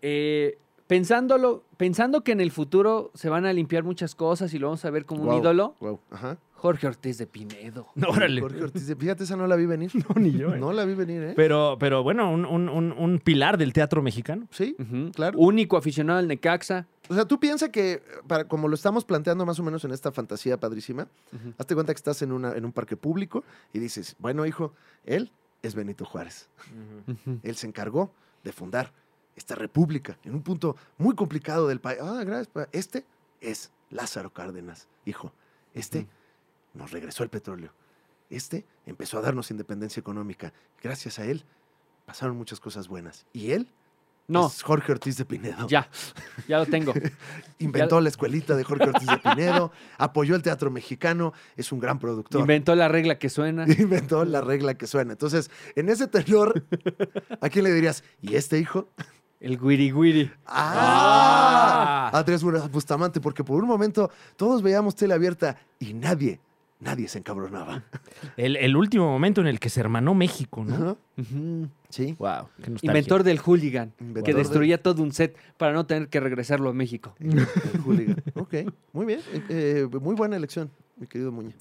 Eh, Pensándolo, pensando que en el futuro se van a limpiar muchas cosas y lo vamos a ver como un
Guau,
ídolo,
guau, Ajá.
Jorge Ortiz de Pinedo.
Órale.
Jorge Ortiz, de- fíjate, esa no la vi venir.
No, ni yo. eh.
No la vi venir, ¿eh?
Pero, pero bueno, un, un- un- un pilar del teatro mexicano.
Sí,
Ujú.
claro.
Único aficionado al Necaxa.
O sea, tú piensas que, eh, para, como lo estamos planteando más o menos en esta fantasía padrísima,
Ujú.
hazte cuenta que estás en, una, en un parque público y dices, bueno, hijo, él es Benito Juárez. Él se encargó de fundar esta república en un punto muy complicado del país. Ah, gracias. pa- Este es Lázaro Cárdenas, hijo. Este
Ujú.
nos regresó el petróleo. Este empezó a darnos independencia económica. Gracias a él pasaron muchas cosas buenas. Y él
No,
es Jorge Ortiz de Pinedo.
ya, ya lo tengo.
Inventó la escuelita de Jorge Ortiz de Pinedo, apoyó el teatro mexicano, es un gran productor.
Inventó la regla que suena.
Inventó la regla que suena. Entonces, en ese tenor, ¿a quién le dirías? ¿Y este hijo?
El guiri guiri.
¡Ah!
¡Ah!
Andrés Mur- Bustamante, porque por un momento todos veíamos tele abierta y nadie, nadie se encabronaba.
El, el último momento en el que se hermanó México, ¿no?
Ajá.
Mm.
Ujú.
Sí.
Wow. qué nostalgia.
Inventor del hooligan,
Inventor
que
de-
destruía todo un set para no tener que regresarlo a México.
El hooligan. Ok, muy bien. Eh, eh, muy buena elección, mi querido Muñe.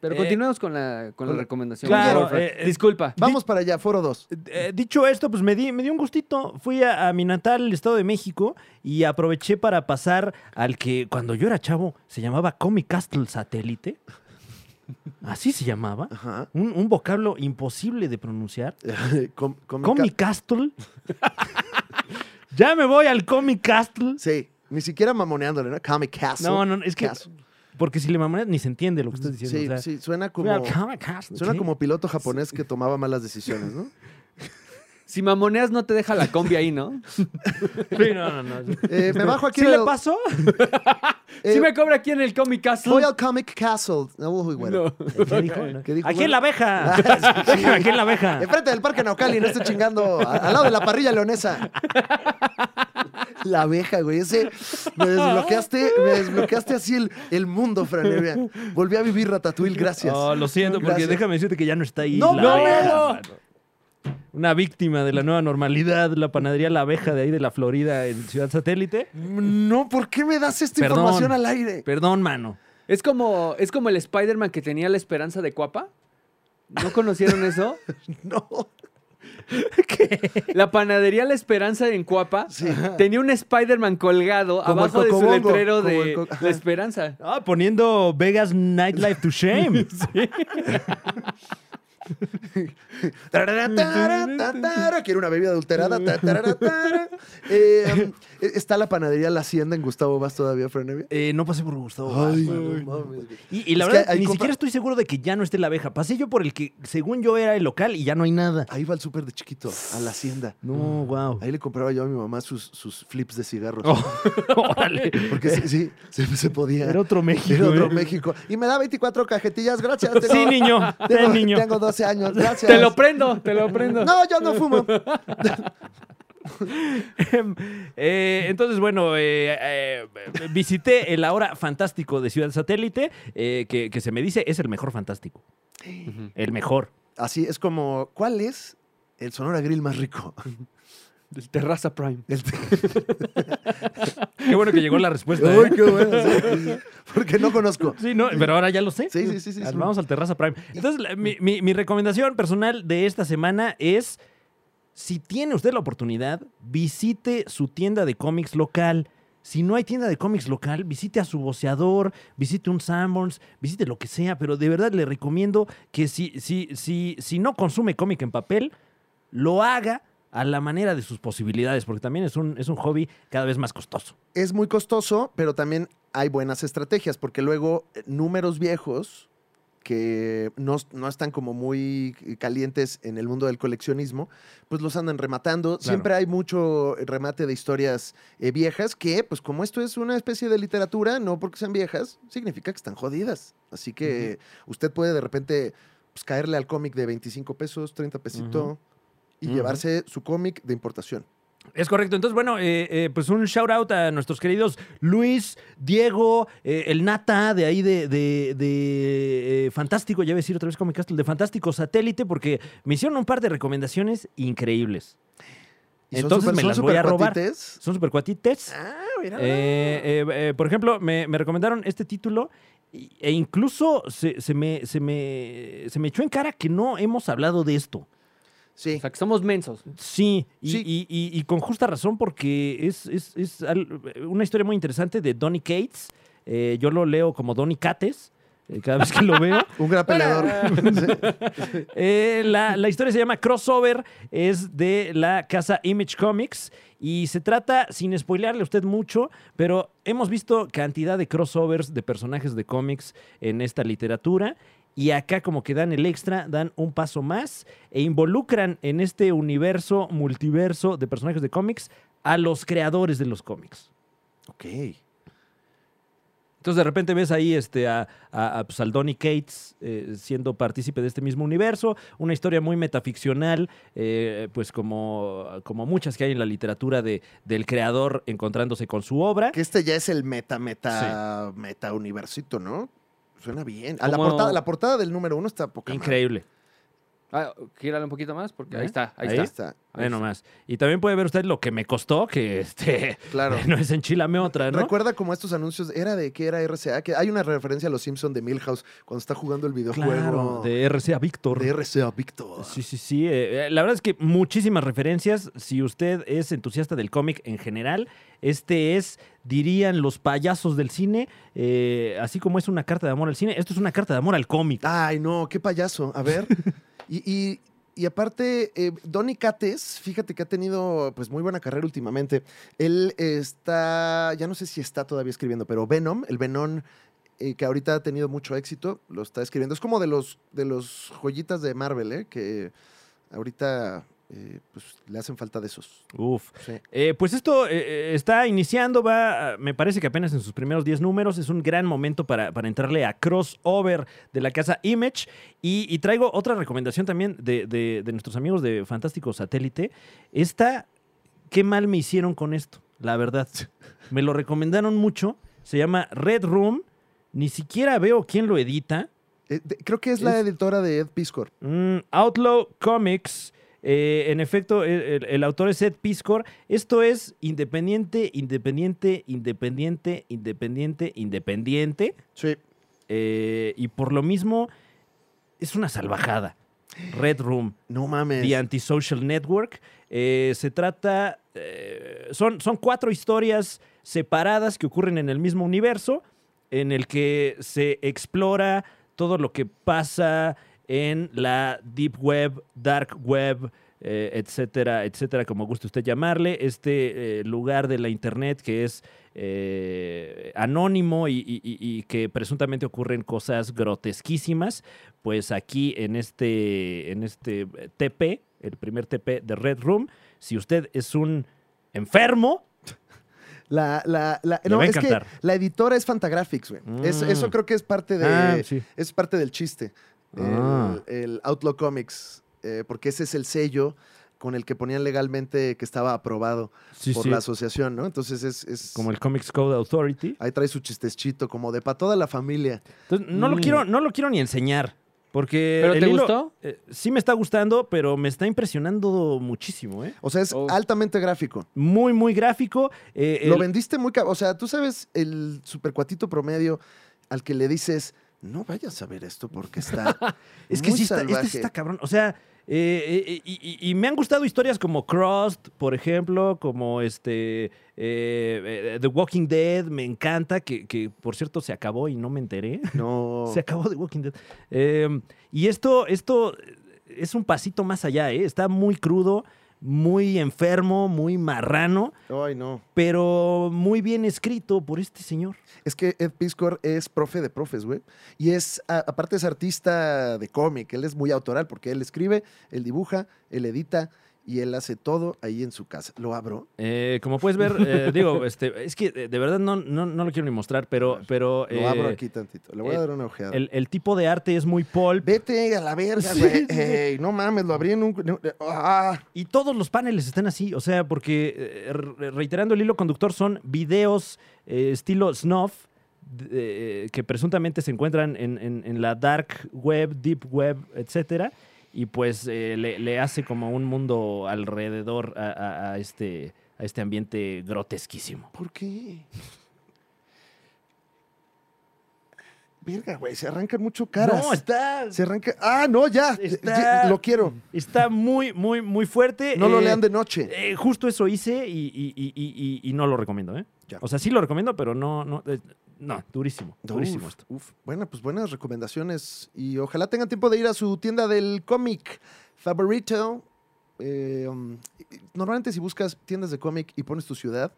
Pero
Eh,
continuemos con la, con la
hola.
recomendación.
Claro,
Por favor,
eh, eh,
Disculpa.
Vamos para allá, foro 2.
Eh, dicho esto, pues me di, me di un gustito. Fui a, a mi natal, el Estado de México, y aproveché para pasar al que cuando yo era chavo se llamaba Comic Castle Satélite. Así se llamaba.
Ajá.
Un, un vocablo imposible de pronunciar.
Eh, Com- comica-
Comic Castle. ya me voy al Comic Castle.
Sí, ni siquiera mamoneándole, ¿no? Comic Castle.
No, no, es que.
Castle.
Porque si le mamoneas ni se entiende lo que estás diciendo.
Sí,
o sea,
sí, suena
fui al
como,
Comic Castle.
suena
¿sí?
como piloto japonés que tomaba malas decisiones, ¿no?
Si mamoneas, no te deja la combi ahí, ¿no?
Sí, no, no, no.
Eh, me bajo aquí.
¿Sí
del-
le pasó?
eh,
si me cobra aquí en el Comic Castle.
Voy al Comic Castle. No, uy, bueno.
No.
¿Qué dijo?
eh, ¿Qué dijo? Ah,
Aquí en la abeja. Aquí en la abeja.
Enfrente del parque Naucali, no estoy chingando. a- Al lado de la parrilla leonesa. La abeja, güey. Ese me desbloqueaste, me desbloqueaste así el, el mundo, Franevia. Volví a vivir Ratatouille, gracias.
Oh, lo siento, porque
Gracias.
déjame decirte que ya no está ahí.
¡No,
la
no,
abeja,
no!
mano. Una víctima de la nueva normalidad, la panadería La Abeja de ahí de la Florida en Ciudad Satélite.
No, ¿por qué me das esta
Perdón.
información al aire?
Perdón, mano.
Es como, es como el Spider-Man que tenía la esperanza de Cuapa. ¿No conocieron eso?
No.
La panadería La Esperanza en Cuapa tenía un Spider-Man colgado
Como el
abajo de su
Cocobongo,
letrero
como
de
el co-
La Esperanza.
Ah, poniendo Vegas Nightlife to Shame.
Tarara, tarara, tatara. Quiero una bebida adulterada. ta, tarara, tarara. Eh, está la panadería La Hacienda en Gustavo Vaz todavía, Franevia.
Eh, no pasé por Gustavo. Vaz,
Ay,
mano.
no mames, güey.
y, y la
Es que
verdad,
ahí
ni
compra-
siquiera estoy seguro de que ya no esté la abeja. Pasé yo por el que, según yo, era el local y ya no hay nada.
Ahí va el súper de chiquito, a la hacienda.
No, wow.
Ahí le compraba yo a mi mamá sus, sus flips de cigarros.
Oh. Órale.
Porque sí, sí, se, se podía.
Era otro México.
Era otro
¿eh?
México. Y me da 24 cajetillas, gracias. Tengo,
Sí, niño.
tengo,
Ten, niño.
tengo 12 años, gracias.
Te lo prendo, te lo prendo.
No, yo no fumo.
Em, eh, entonces, bueno, eh, eh, visité el ahora fantástico de Ciudad Satélite, eh, que, que se me dice es el mejor fantástico. El mejor.
Así es como, ¿cuál es el Sonora Grill más rico?
El Terraza Prime.
El te-
Qué bueno que llegó la respuesta. ¿eh?
Uy, qué bueno. sí, sí, sí. Porque no conozco.
Sí, no, pero ahora ya lo sé.
Sí, sí, sí, sí, sí.
Vamos al Terraza Prime. Entonces, la- mi, mi- mi recomendación personal de esta semana es, si tiene usted la oportunidad, visite su tienda de cómics local. Si no hay tienda de cómics local, visite a su voceador, visite un Sanborns, visite lo que sea, pero de verdad le recomiendo que si, si, si, si no consume cómic en papel, lo haga a la manera de sus posibilidades, porque también es un, es un hobby cada vez más costoso.
es muy costoso, pero también hay buenas estrategias, porque luego eh, números viejos que no, no están como muy calientes en el mundo del coleccionismo, pues los andan rematando. Siempre hay mucho remate de historias eh, viejas que, pues como esto es una especie de literatura, no porque sean viejas, significa que están jodidas. Así que usted puede de repente pues, caerle al cómic de 25 pesos, 30 pesito, y
Ujú.
llevarse su cómic de importación.
Es correcto. Entonces, bueno, eh, eh, pues un shout out a nuestros queridos Luis, Diego, eh, el Nata de ahí de, de- de, eh, Fantástico, ya voy a decir otra vez Comic Castle, de Fantástico Satélite, porque me hicieron un par de recomendaciones increíbles.
¿Y son
Entonces
super-
me
son
las voy a robar.
supercuatites?
Son supercuatites.
Ah, mira.
Eh, eh, eh, por ejemplo, me, me recomendaron este título y- e incluso se, se me, se, me, se me echó en cara que no hemos hablado de esto.
sí.
O sea, que somos mensos.
Sí, y,
Sí.
y- y- y con justa razón porque es, es- es al- una historia muy interesante de Donny Cates. Eh, yo lo leo como Donny Cates eh, cada vez que lo veo.
Un gran peleador.
Eh, la, la historia se llama Crossover, es de la casa Image Comics y se trata, sin spoilearle a usted mucho, pero hemos visto cantidad de crossovers de personajes de cómics en esta literatura y acá como que dan el extra, dan un paso más e involucran en este universo, multiverso de personajes de cómics a los creadores de los cómics.
ok.
Entonces de repente ves ahí este, a, a, a, pues, al Donny Cates eh, siendo partícipe de este mismo universo, una historia muy metaficcional, eh, pues como, como muchas que hay en la literatura de, del creador encontrándose con su obra.
Que este ya es el meta, meta, meta universito, ¿no? Suena bien. A la,
Como-
portada, la portada del número uno está poca madre.
Increíble.
Ah, gírale un poquito más porque
¿Eh?
ahí está, ahí,
Ahí
está.
Está,
Ahí
Ve nomás. Y también puede ver usted lo que me costó, que este
claro.
no es enchilame otra, ¿no?
Recuerda como estos anuncios, era de que era RCA, que hay una referencia a los Simpson de Milhouse cuando está jugando el videojuego
Claro, de RCA Víctor.
de RCA Victor.
Sí, sí, sí. eh, eh, la verdad es que muchísimas referencias. Si usted es entusiasta del cómic en general, este es, dirían los payasos del cine, eh, así como es una carta de amor al cine, esto es una carta de amor al cómic.
Ay, no, qué payaso. A ver. y, y- y aparte, eh, Donny Cates, fíjate que ha tenido pues muy buena carrera últimamente. Él está, ya no sé si está todavía escribiendo, pero Venom, el Venom eh, que ahorita ha tenido mucho éxito, lo está escribiendo. Es como de los, de los joyitas de Marvel, ¿eh? que ahorita eh, pues, le hacen falta de esos.
Uf.
Sí.
Eh, pues esto eh, eh, está iniciando, va, ah, me parece que apenas en sus primeros 10 números es un gran momento para, para entrarle a crossover de la casa Image. Y, y traigo otra recomendación también de, de- de nuestros amigos de Fantástico Satélite. Esta, qué mal me hicieron con esto, la verdad. Me lo recomendaron mucho. Se llama Red Room. Ni siquiera veo quién lo edita.
Eh, de- creo que es la
Es-
editora de Ed Piscor.
Mm, Outlaw Comics. eh, en efecto, el, el- el autor es Ed Piscor. Esto es independiente, independiente, independiente, independiente, independiente.
Sí.
eh, y por lo mismo, es una salvajada. Red Room.
No mames.
The Antisocial Network. Eh, se trata. eh, son, son cuatro historias separadas que ocurren en el mismo universo, en el que se explora todo lo que pasa en la Deep Web, Dark Web. eh, etcétera, etcétera, como guste usted llamarle, este eh, lugar de la internet que es eh, anónimo y, y- y- y que presuntamente ocurren cosas grotesquísimas pues aquí en este, en este eh, TP, el primer TP de Red Room, si usted es un enfermo,
La, la, la,
Le
no,
va a
es que
encantar.
la editora es Fantagraphics, güey. Es-
Mm.
eso creo que es parte de,
Ah, sí.
es parte del chiste. El-
Ah.
El, Outlaw Comics, eh, porque ese es el sello con el que ponían legalmente que estaba aprobado
Sí,
por
sí.
la asociación, ¿no? Entonces es, es-
como el Comics Code Authority.
ahí trae su chistechito, como de para toda la familia.
Entonces, no, lo
Mm.
quiero, no lo quiero ni enseñar. Porque
¿Pero
el
te
hilo-
gustó?
eh, sí me está gustando, pero me está impresionando muchísimo, ¿eh?
O sea, es
Oh.
altamente gráfico.
Muy, muy gráfico. eh,
Lo
el-
vendiste muy caro. O sea, tú sabes el supercuatito promedio al que le dices, no vayas a ver esto porque está.
Es que
muy
sí está, este sí
salvaje".
está cabrón. O sea, eh, eh, y, y- y me han gustado historias como Crossed, por ejemplo, como este eh, eh, The Walking Dead, me encanta, que, que, por cierto se acabó y no me enteré.
No.
Se acabó The Walking Dead. Eh, y esto, esto es un pasito más allá, ¿eh? Está muy crudo, muy enfermo, muy marrano,
Ay, no.
pero muy bien escrito por este señor.
Es que Ed Piscor es profe de profes, güey. Y es, a- aparte es artista de cómic, él es muy autoral porque él escribe, él dibuja, él edita y él hace todo ahí en su casa. Lo abro.
Eh, como puedes ver, eh, digo, este, es que eh, de verdad no, no, no lo quiero ni mostrar, pero... pero
Lo abro
eh,
aquí tantito. Le voy
el-
a dar una ojeada.
El, el tipo de arte es muy pulp
Vete a la verga,
Sí,
güey.
sí, sí.
Ey, no mames, lo abrí en un... en un- ah.
y todos los paneles están así, o sea, porque eh, re- reiterando el hilo conductor son videos eh, estilo snuff de- eh, que presuntamente se encuentran en, en- en la dark web, deep web, etcétera, y pues eh, le, le hace como un mundo alrededor a, a- a este, a este ambiente grotesquísimo.
¿Por qué? Verga, güey, se arrancan mucho caras.
No, está,
Se arranca. Ah, no, ya.
Está-
Ya, Lo quiero.
está muy, muy, muy fuerte.
No lo
eh,
lean de noche.
eh, justo eso hice y, y- y- y- y- y no lo recomiendo, ¿eh?
Ya.
O sea, sí lo recomiendo, pero no, no, eh, no, durísimo, durísimo
Uf,
esto.
uf. Bueno, pues buenas recomendaciones. Y ojalá tengan tiempo de ir a su tienda del cómic favorito. Eh, um, normalmente si buscas tiendas de cómic y pones tu ciudad,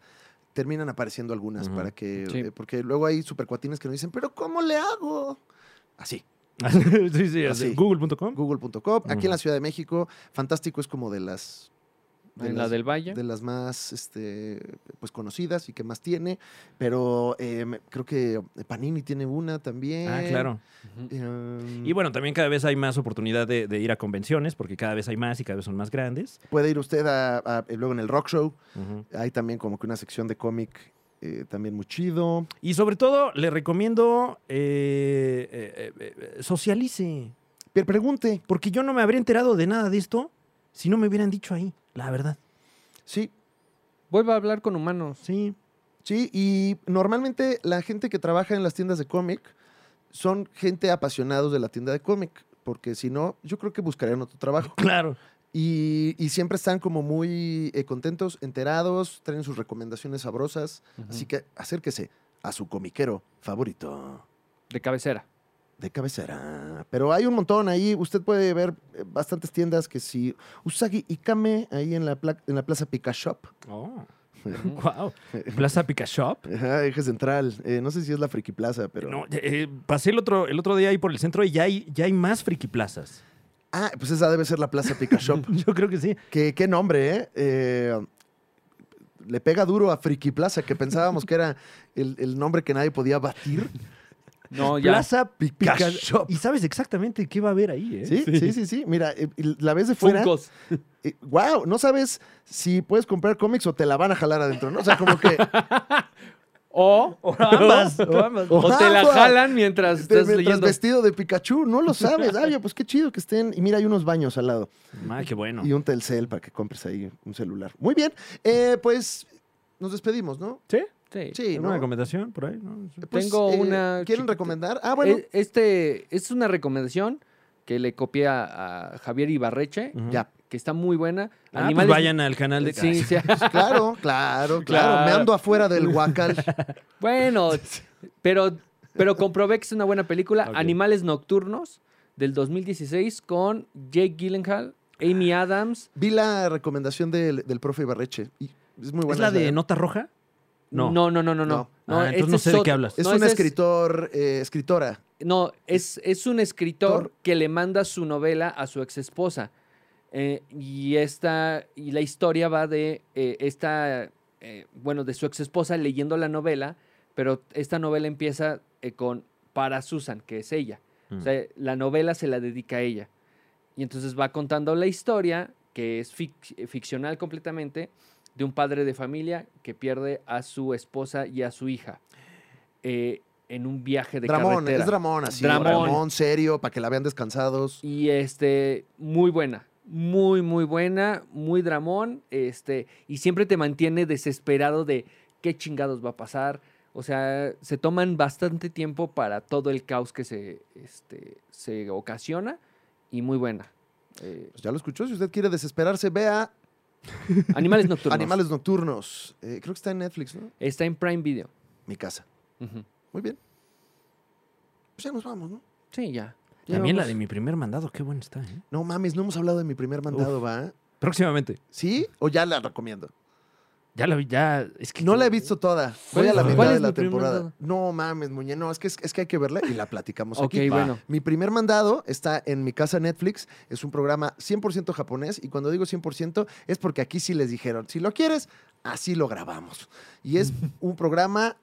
terminan apareciendo algunas
Ujú.
para que.
Sí.
eh, porque luego hay supercuatines que nos dicen, pero ¿cómo le hago? Así.
sí, sí,
Así.
Google.com.
Google.com. Aquí
Ujú.
en la Ciudad de México, Fantástico es como de las.
en la
las-
del Valle.
de las más este, pues conocidas y que más tiene, pero eh, me- creo que Panini tiene una también.
Ah, claro.
Ujú.
Eh,
Y bueno, también cada vez hay más oportunidad de, de ir a convenciones, porque cada vez hay más y cada vez son más grandes.
puede ir usted a, a- eh, luego en el Rock Show,
Ujú.
hay también como que una sección de cómic eh, también muy chido.
Y sobre todo, le recomiendo eh, eh, eh, eh, socialice,
Pero pregunte,
porque yo no me habría enterado de nada de esto si no me hubieran dicho ahí, la verdad.
sí,
Vuelva a hablar con humanos.
Sí.
sí, y normalmente la gente que trabaja en las tiendas de cómic son gente apasionados de la tienda de cómic, porque si no, yo creo que buscarían otro trabajo.
Claro.
Y, y siempre están como muy eh, contentos, enterados, traen sus recomendaciones sabrosas. Así que acérquese a su comiquero favorito
De cabecera.
de cabecera. Pero hay un montón ahí. Usted puede ver eh, bastantes tiendas que si Usagi Ikame, ahí en la, pla- en la Plaza Picashop.
Oh,
Ujú.
wow. Plaza Picashop.
Ajá, eje central. Eh, no sé si es la Friki Plaza, pero...
No, eh, eh, pasé el otro, el otro día ahí por el centro y ya hay, ya hay más friki plazas.
Ah, pues esa debe ser la Plaza Picashop.
Yo creo que sí.
que, qué nombre, ¿eh? Eh, Le pega duro a Friki Plaza, que pensábamos que era el, el nombre que nadie podía batir.
No, ya.
Plaza Pica-
Picashop.
Y sabes exactamente qué va a haber ahí, ¿eh?
Sí, sí, sí, sí. Mira, eh, y la vez de fuera.
Funkos.
wow, no sabes si puedes comprar cómics o te la van a jalar adentro, ¿no? O sea, como que.
O, o ambas. O, ambas. o te la
ambas.
jalan mientras
te-
estás
mientras
leyendo.
vestido de Pikachu, no lo sabes. Ay, pues qué chido que estén. Y mira, hay unos baños al lado.
Ah, qué bueno.
Y un telcel para que compres ahí un celular. Muy bien. Eh, pues nos despedimos, ¿no?
¿Sí?
Sí.
Sí,
¿Una
¿no?
recomendación por ahí? ¿No?
Pues,
Tengo una
¿Quieren
chiquita.
recomendar? Ah, bueno.
E- Este es una recomendación que le copié a, a Javier Ibarreche,
Ujú.
ya.
que está muy buena.
Ah, pues vayan al canal de...
Sí, sí.
pues, Claro, claro, claro,
Claro.
Me ando afuera del huacal.
Bueno, pero, pero comprobé que es una buena película.
Ok.
Animales Nocturnos del 2016 con Jake Gyllenhaal, Amy
Ah.
Adams.
Vi la recomendación del, del profe Ibarreche. y es muy buena.
¿Es la
esa,
de
¿eh?
Nota Roja? No.
No, no, no, no, no.
No. este
Ah, entonces no sé de
otro-
qué hablas.
Es
no,
un
ese es-
escritor, eh, escritora.
No, es, es un escritor
Tor-
que le manda su novela a su exesposa. Eh, y esta, y la historia va de eh, esta, eh, bueno, de su exesposa leyendo la novela, pero esta novela empieza eh, con para Susan, que es ella.
Mm.
O sea, la novela se la dedica a ella. Y entonces va contando la historia, que es fic- eh, ficcional completamente, de un padre de familia que pierde a su esposa y a su hija eh, en un viaje de
Dramón,
carretera.
es Dramón, así. Dramón.
Dramón.
serio, para que la vean descansados.
Y este, muy buena, muy, muy buena, muy dramón, este, y siempre te mantiene desesperado de qué chingados va a pasar. O sea, se toman bastante tiempo para todo el caos que se, este, se ocasiona y muy buena. Eh,
Pues ya lo escuchó. Si usted quiere desesperarse, vea
Animales Nocturnos.
Animales Nocturnos. Eh, creo que está en Netflix, ¿no?
Está en Prime Video.
Mi casa.
Ujú.
Muy bien. Pues ya nos vamos, ¿no?
Sí, ya. Ya
También la
vamos.
de mi primer mandado, qué buena está, ¿eh?
No mames, no hemos hablado de mi primer mandado, ¿va?
Próximamente.
¿Sí? ¿O ya la recomiendo?
Ya la vi, ya... Es que
No la he visto toda. Voy
¿Cuál
a
es-
la
cuál
mitad
es
de la
mi primer
temporada.
mandado?
No mames, muñe. No, es que, es, es que hay que verla y la platicamos
Ok,
aquí.
bueno.
Mi primer mandado está en mi casa Netflix. Es un programa 100% japonés. Y cuando digo 100% es porque aquí sí les dijeron, si lo quieres, así lo grabamos. Y es un programa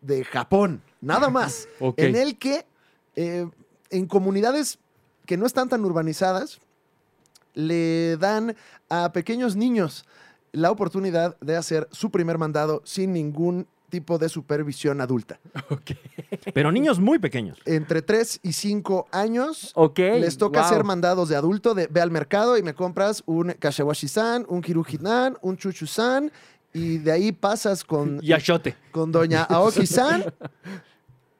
de Japón, nada más.
Ok.
En el que eh, en comunidades que no están tan urbanizadas, le dan a pequeños niños la oportunidad de hacer su primer mandado sin ningún tipo de supervisión adulta.
Ok.
Pero niños muy pequeños.
Entre 3 y 5 años
Ok.
les toca
wow.
ser mandados de adulto, de ve al mercado y me compras un Kashawashi-san, un Hiruji-nan, un Chuchu-san, y de ahí pasas con,
Y achote.
con doña Aoki-san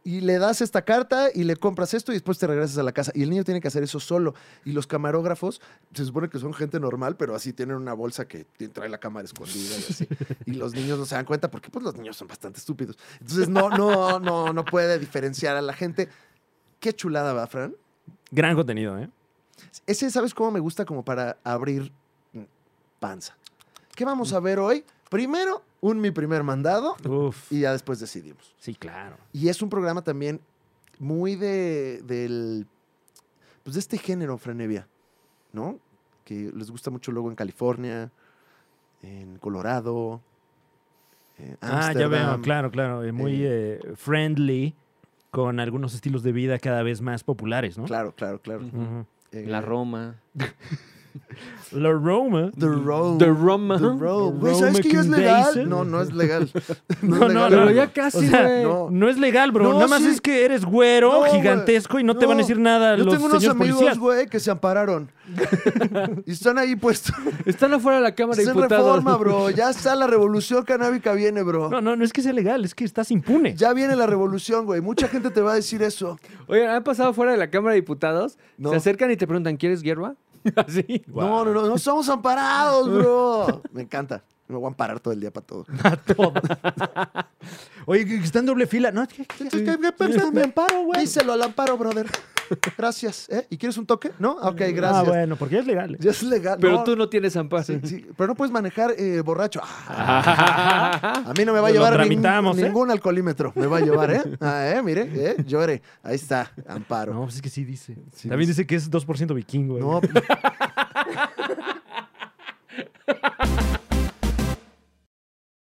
y le das esta carta y le compras esto y después te regresas a la casa. Y el niño tiene que hacer eso solo. Y los camarógrafos, se supone que son gente normal, pero así tienen una bolsa que te- trae la cámara escondida y así. Y los niños no se dan cuenta porque pues los niños son bastante estúpidos. Entonces no, no, no, no puede diferenciar a la gente. Qué chulada va, Fran.
Gran contenido, ¿eh?
Ese, ¿sabes cómo me gusta? Como para abrir mm, panza. ¿Qué vamos a ver hoy? Primero, un mi primer mandado
Uf.
y ya después decidimos.
Sí, claro.
Y es un programa también muy de, del, pues de este género, Franevia, ¿no? Que les gusta mucho luego en California, en Colorado, eh, en
Ah, ya veo,
Ámsterdam.
claro, claro. eh, Muy eh, friendly con algunos estilos de vida cada vez más populares, ¿no?
Claro, claro, claro.
Ujú.
Eh,
La Roma.
La Roma.
The Road.
The Roma.
The Road. Güey,
Roma
¿sabes que ya es
King Daisy?
legal? No, no es legal.
¿eh? No,
es
no,
legal.
pero
ya casi,
O sea,
güey.
no.
No es legal, bro.
No,
Nada más
sí.
es que eres güero,
No, güey.
gigantesco y no, te van a
No.
decir nada
Yo
los
tengo unos
señores
amigos,
policías.
güey, que se ampararon. y están ahí puestos.
Están afuera de la cámara
Se
diputados.
reforma, bro. Ya está la revolución canábica viene, bro.
No, no, no es que sea legal, es que estás impune.
Ya viene la revolución, güey. Mucha gente te va a decir eso.
Oye, ¿han pasado fuera de la cámara de diputados?
No.
Se acercan y te preguntan, ¿quieres hierba? Así.
No, no, no. No somos amparados, bro. Me encanta. Me voy a amparar todo el día para todo.
Oye, que está en doble fila. No, es que-
Me amparo, güey. Díselo al amparo, brother. Gracias. ¿eh? ¿Y quieres un toque? No. Ok,
Ah,
gracias.
bueno, porque es legal.
Ya es legal.
Pero
No,
tú no tienes amparo.
sí, sí. Pero no puedes manejar eh, borracho. Ah,
Ajá.
A mí no me va a
Lo
llevar nin-
tramitamos, ¿eh?
ningún alcoholímetro. Me va a llevar, ¿eh? Ah, ¿eh? Mire, ¿eh? Llore. Ahí está, amparo.
No, pues es que sí dice.
Sí
También dice que es 2% vikingo.
No.
No.
pues-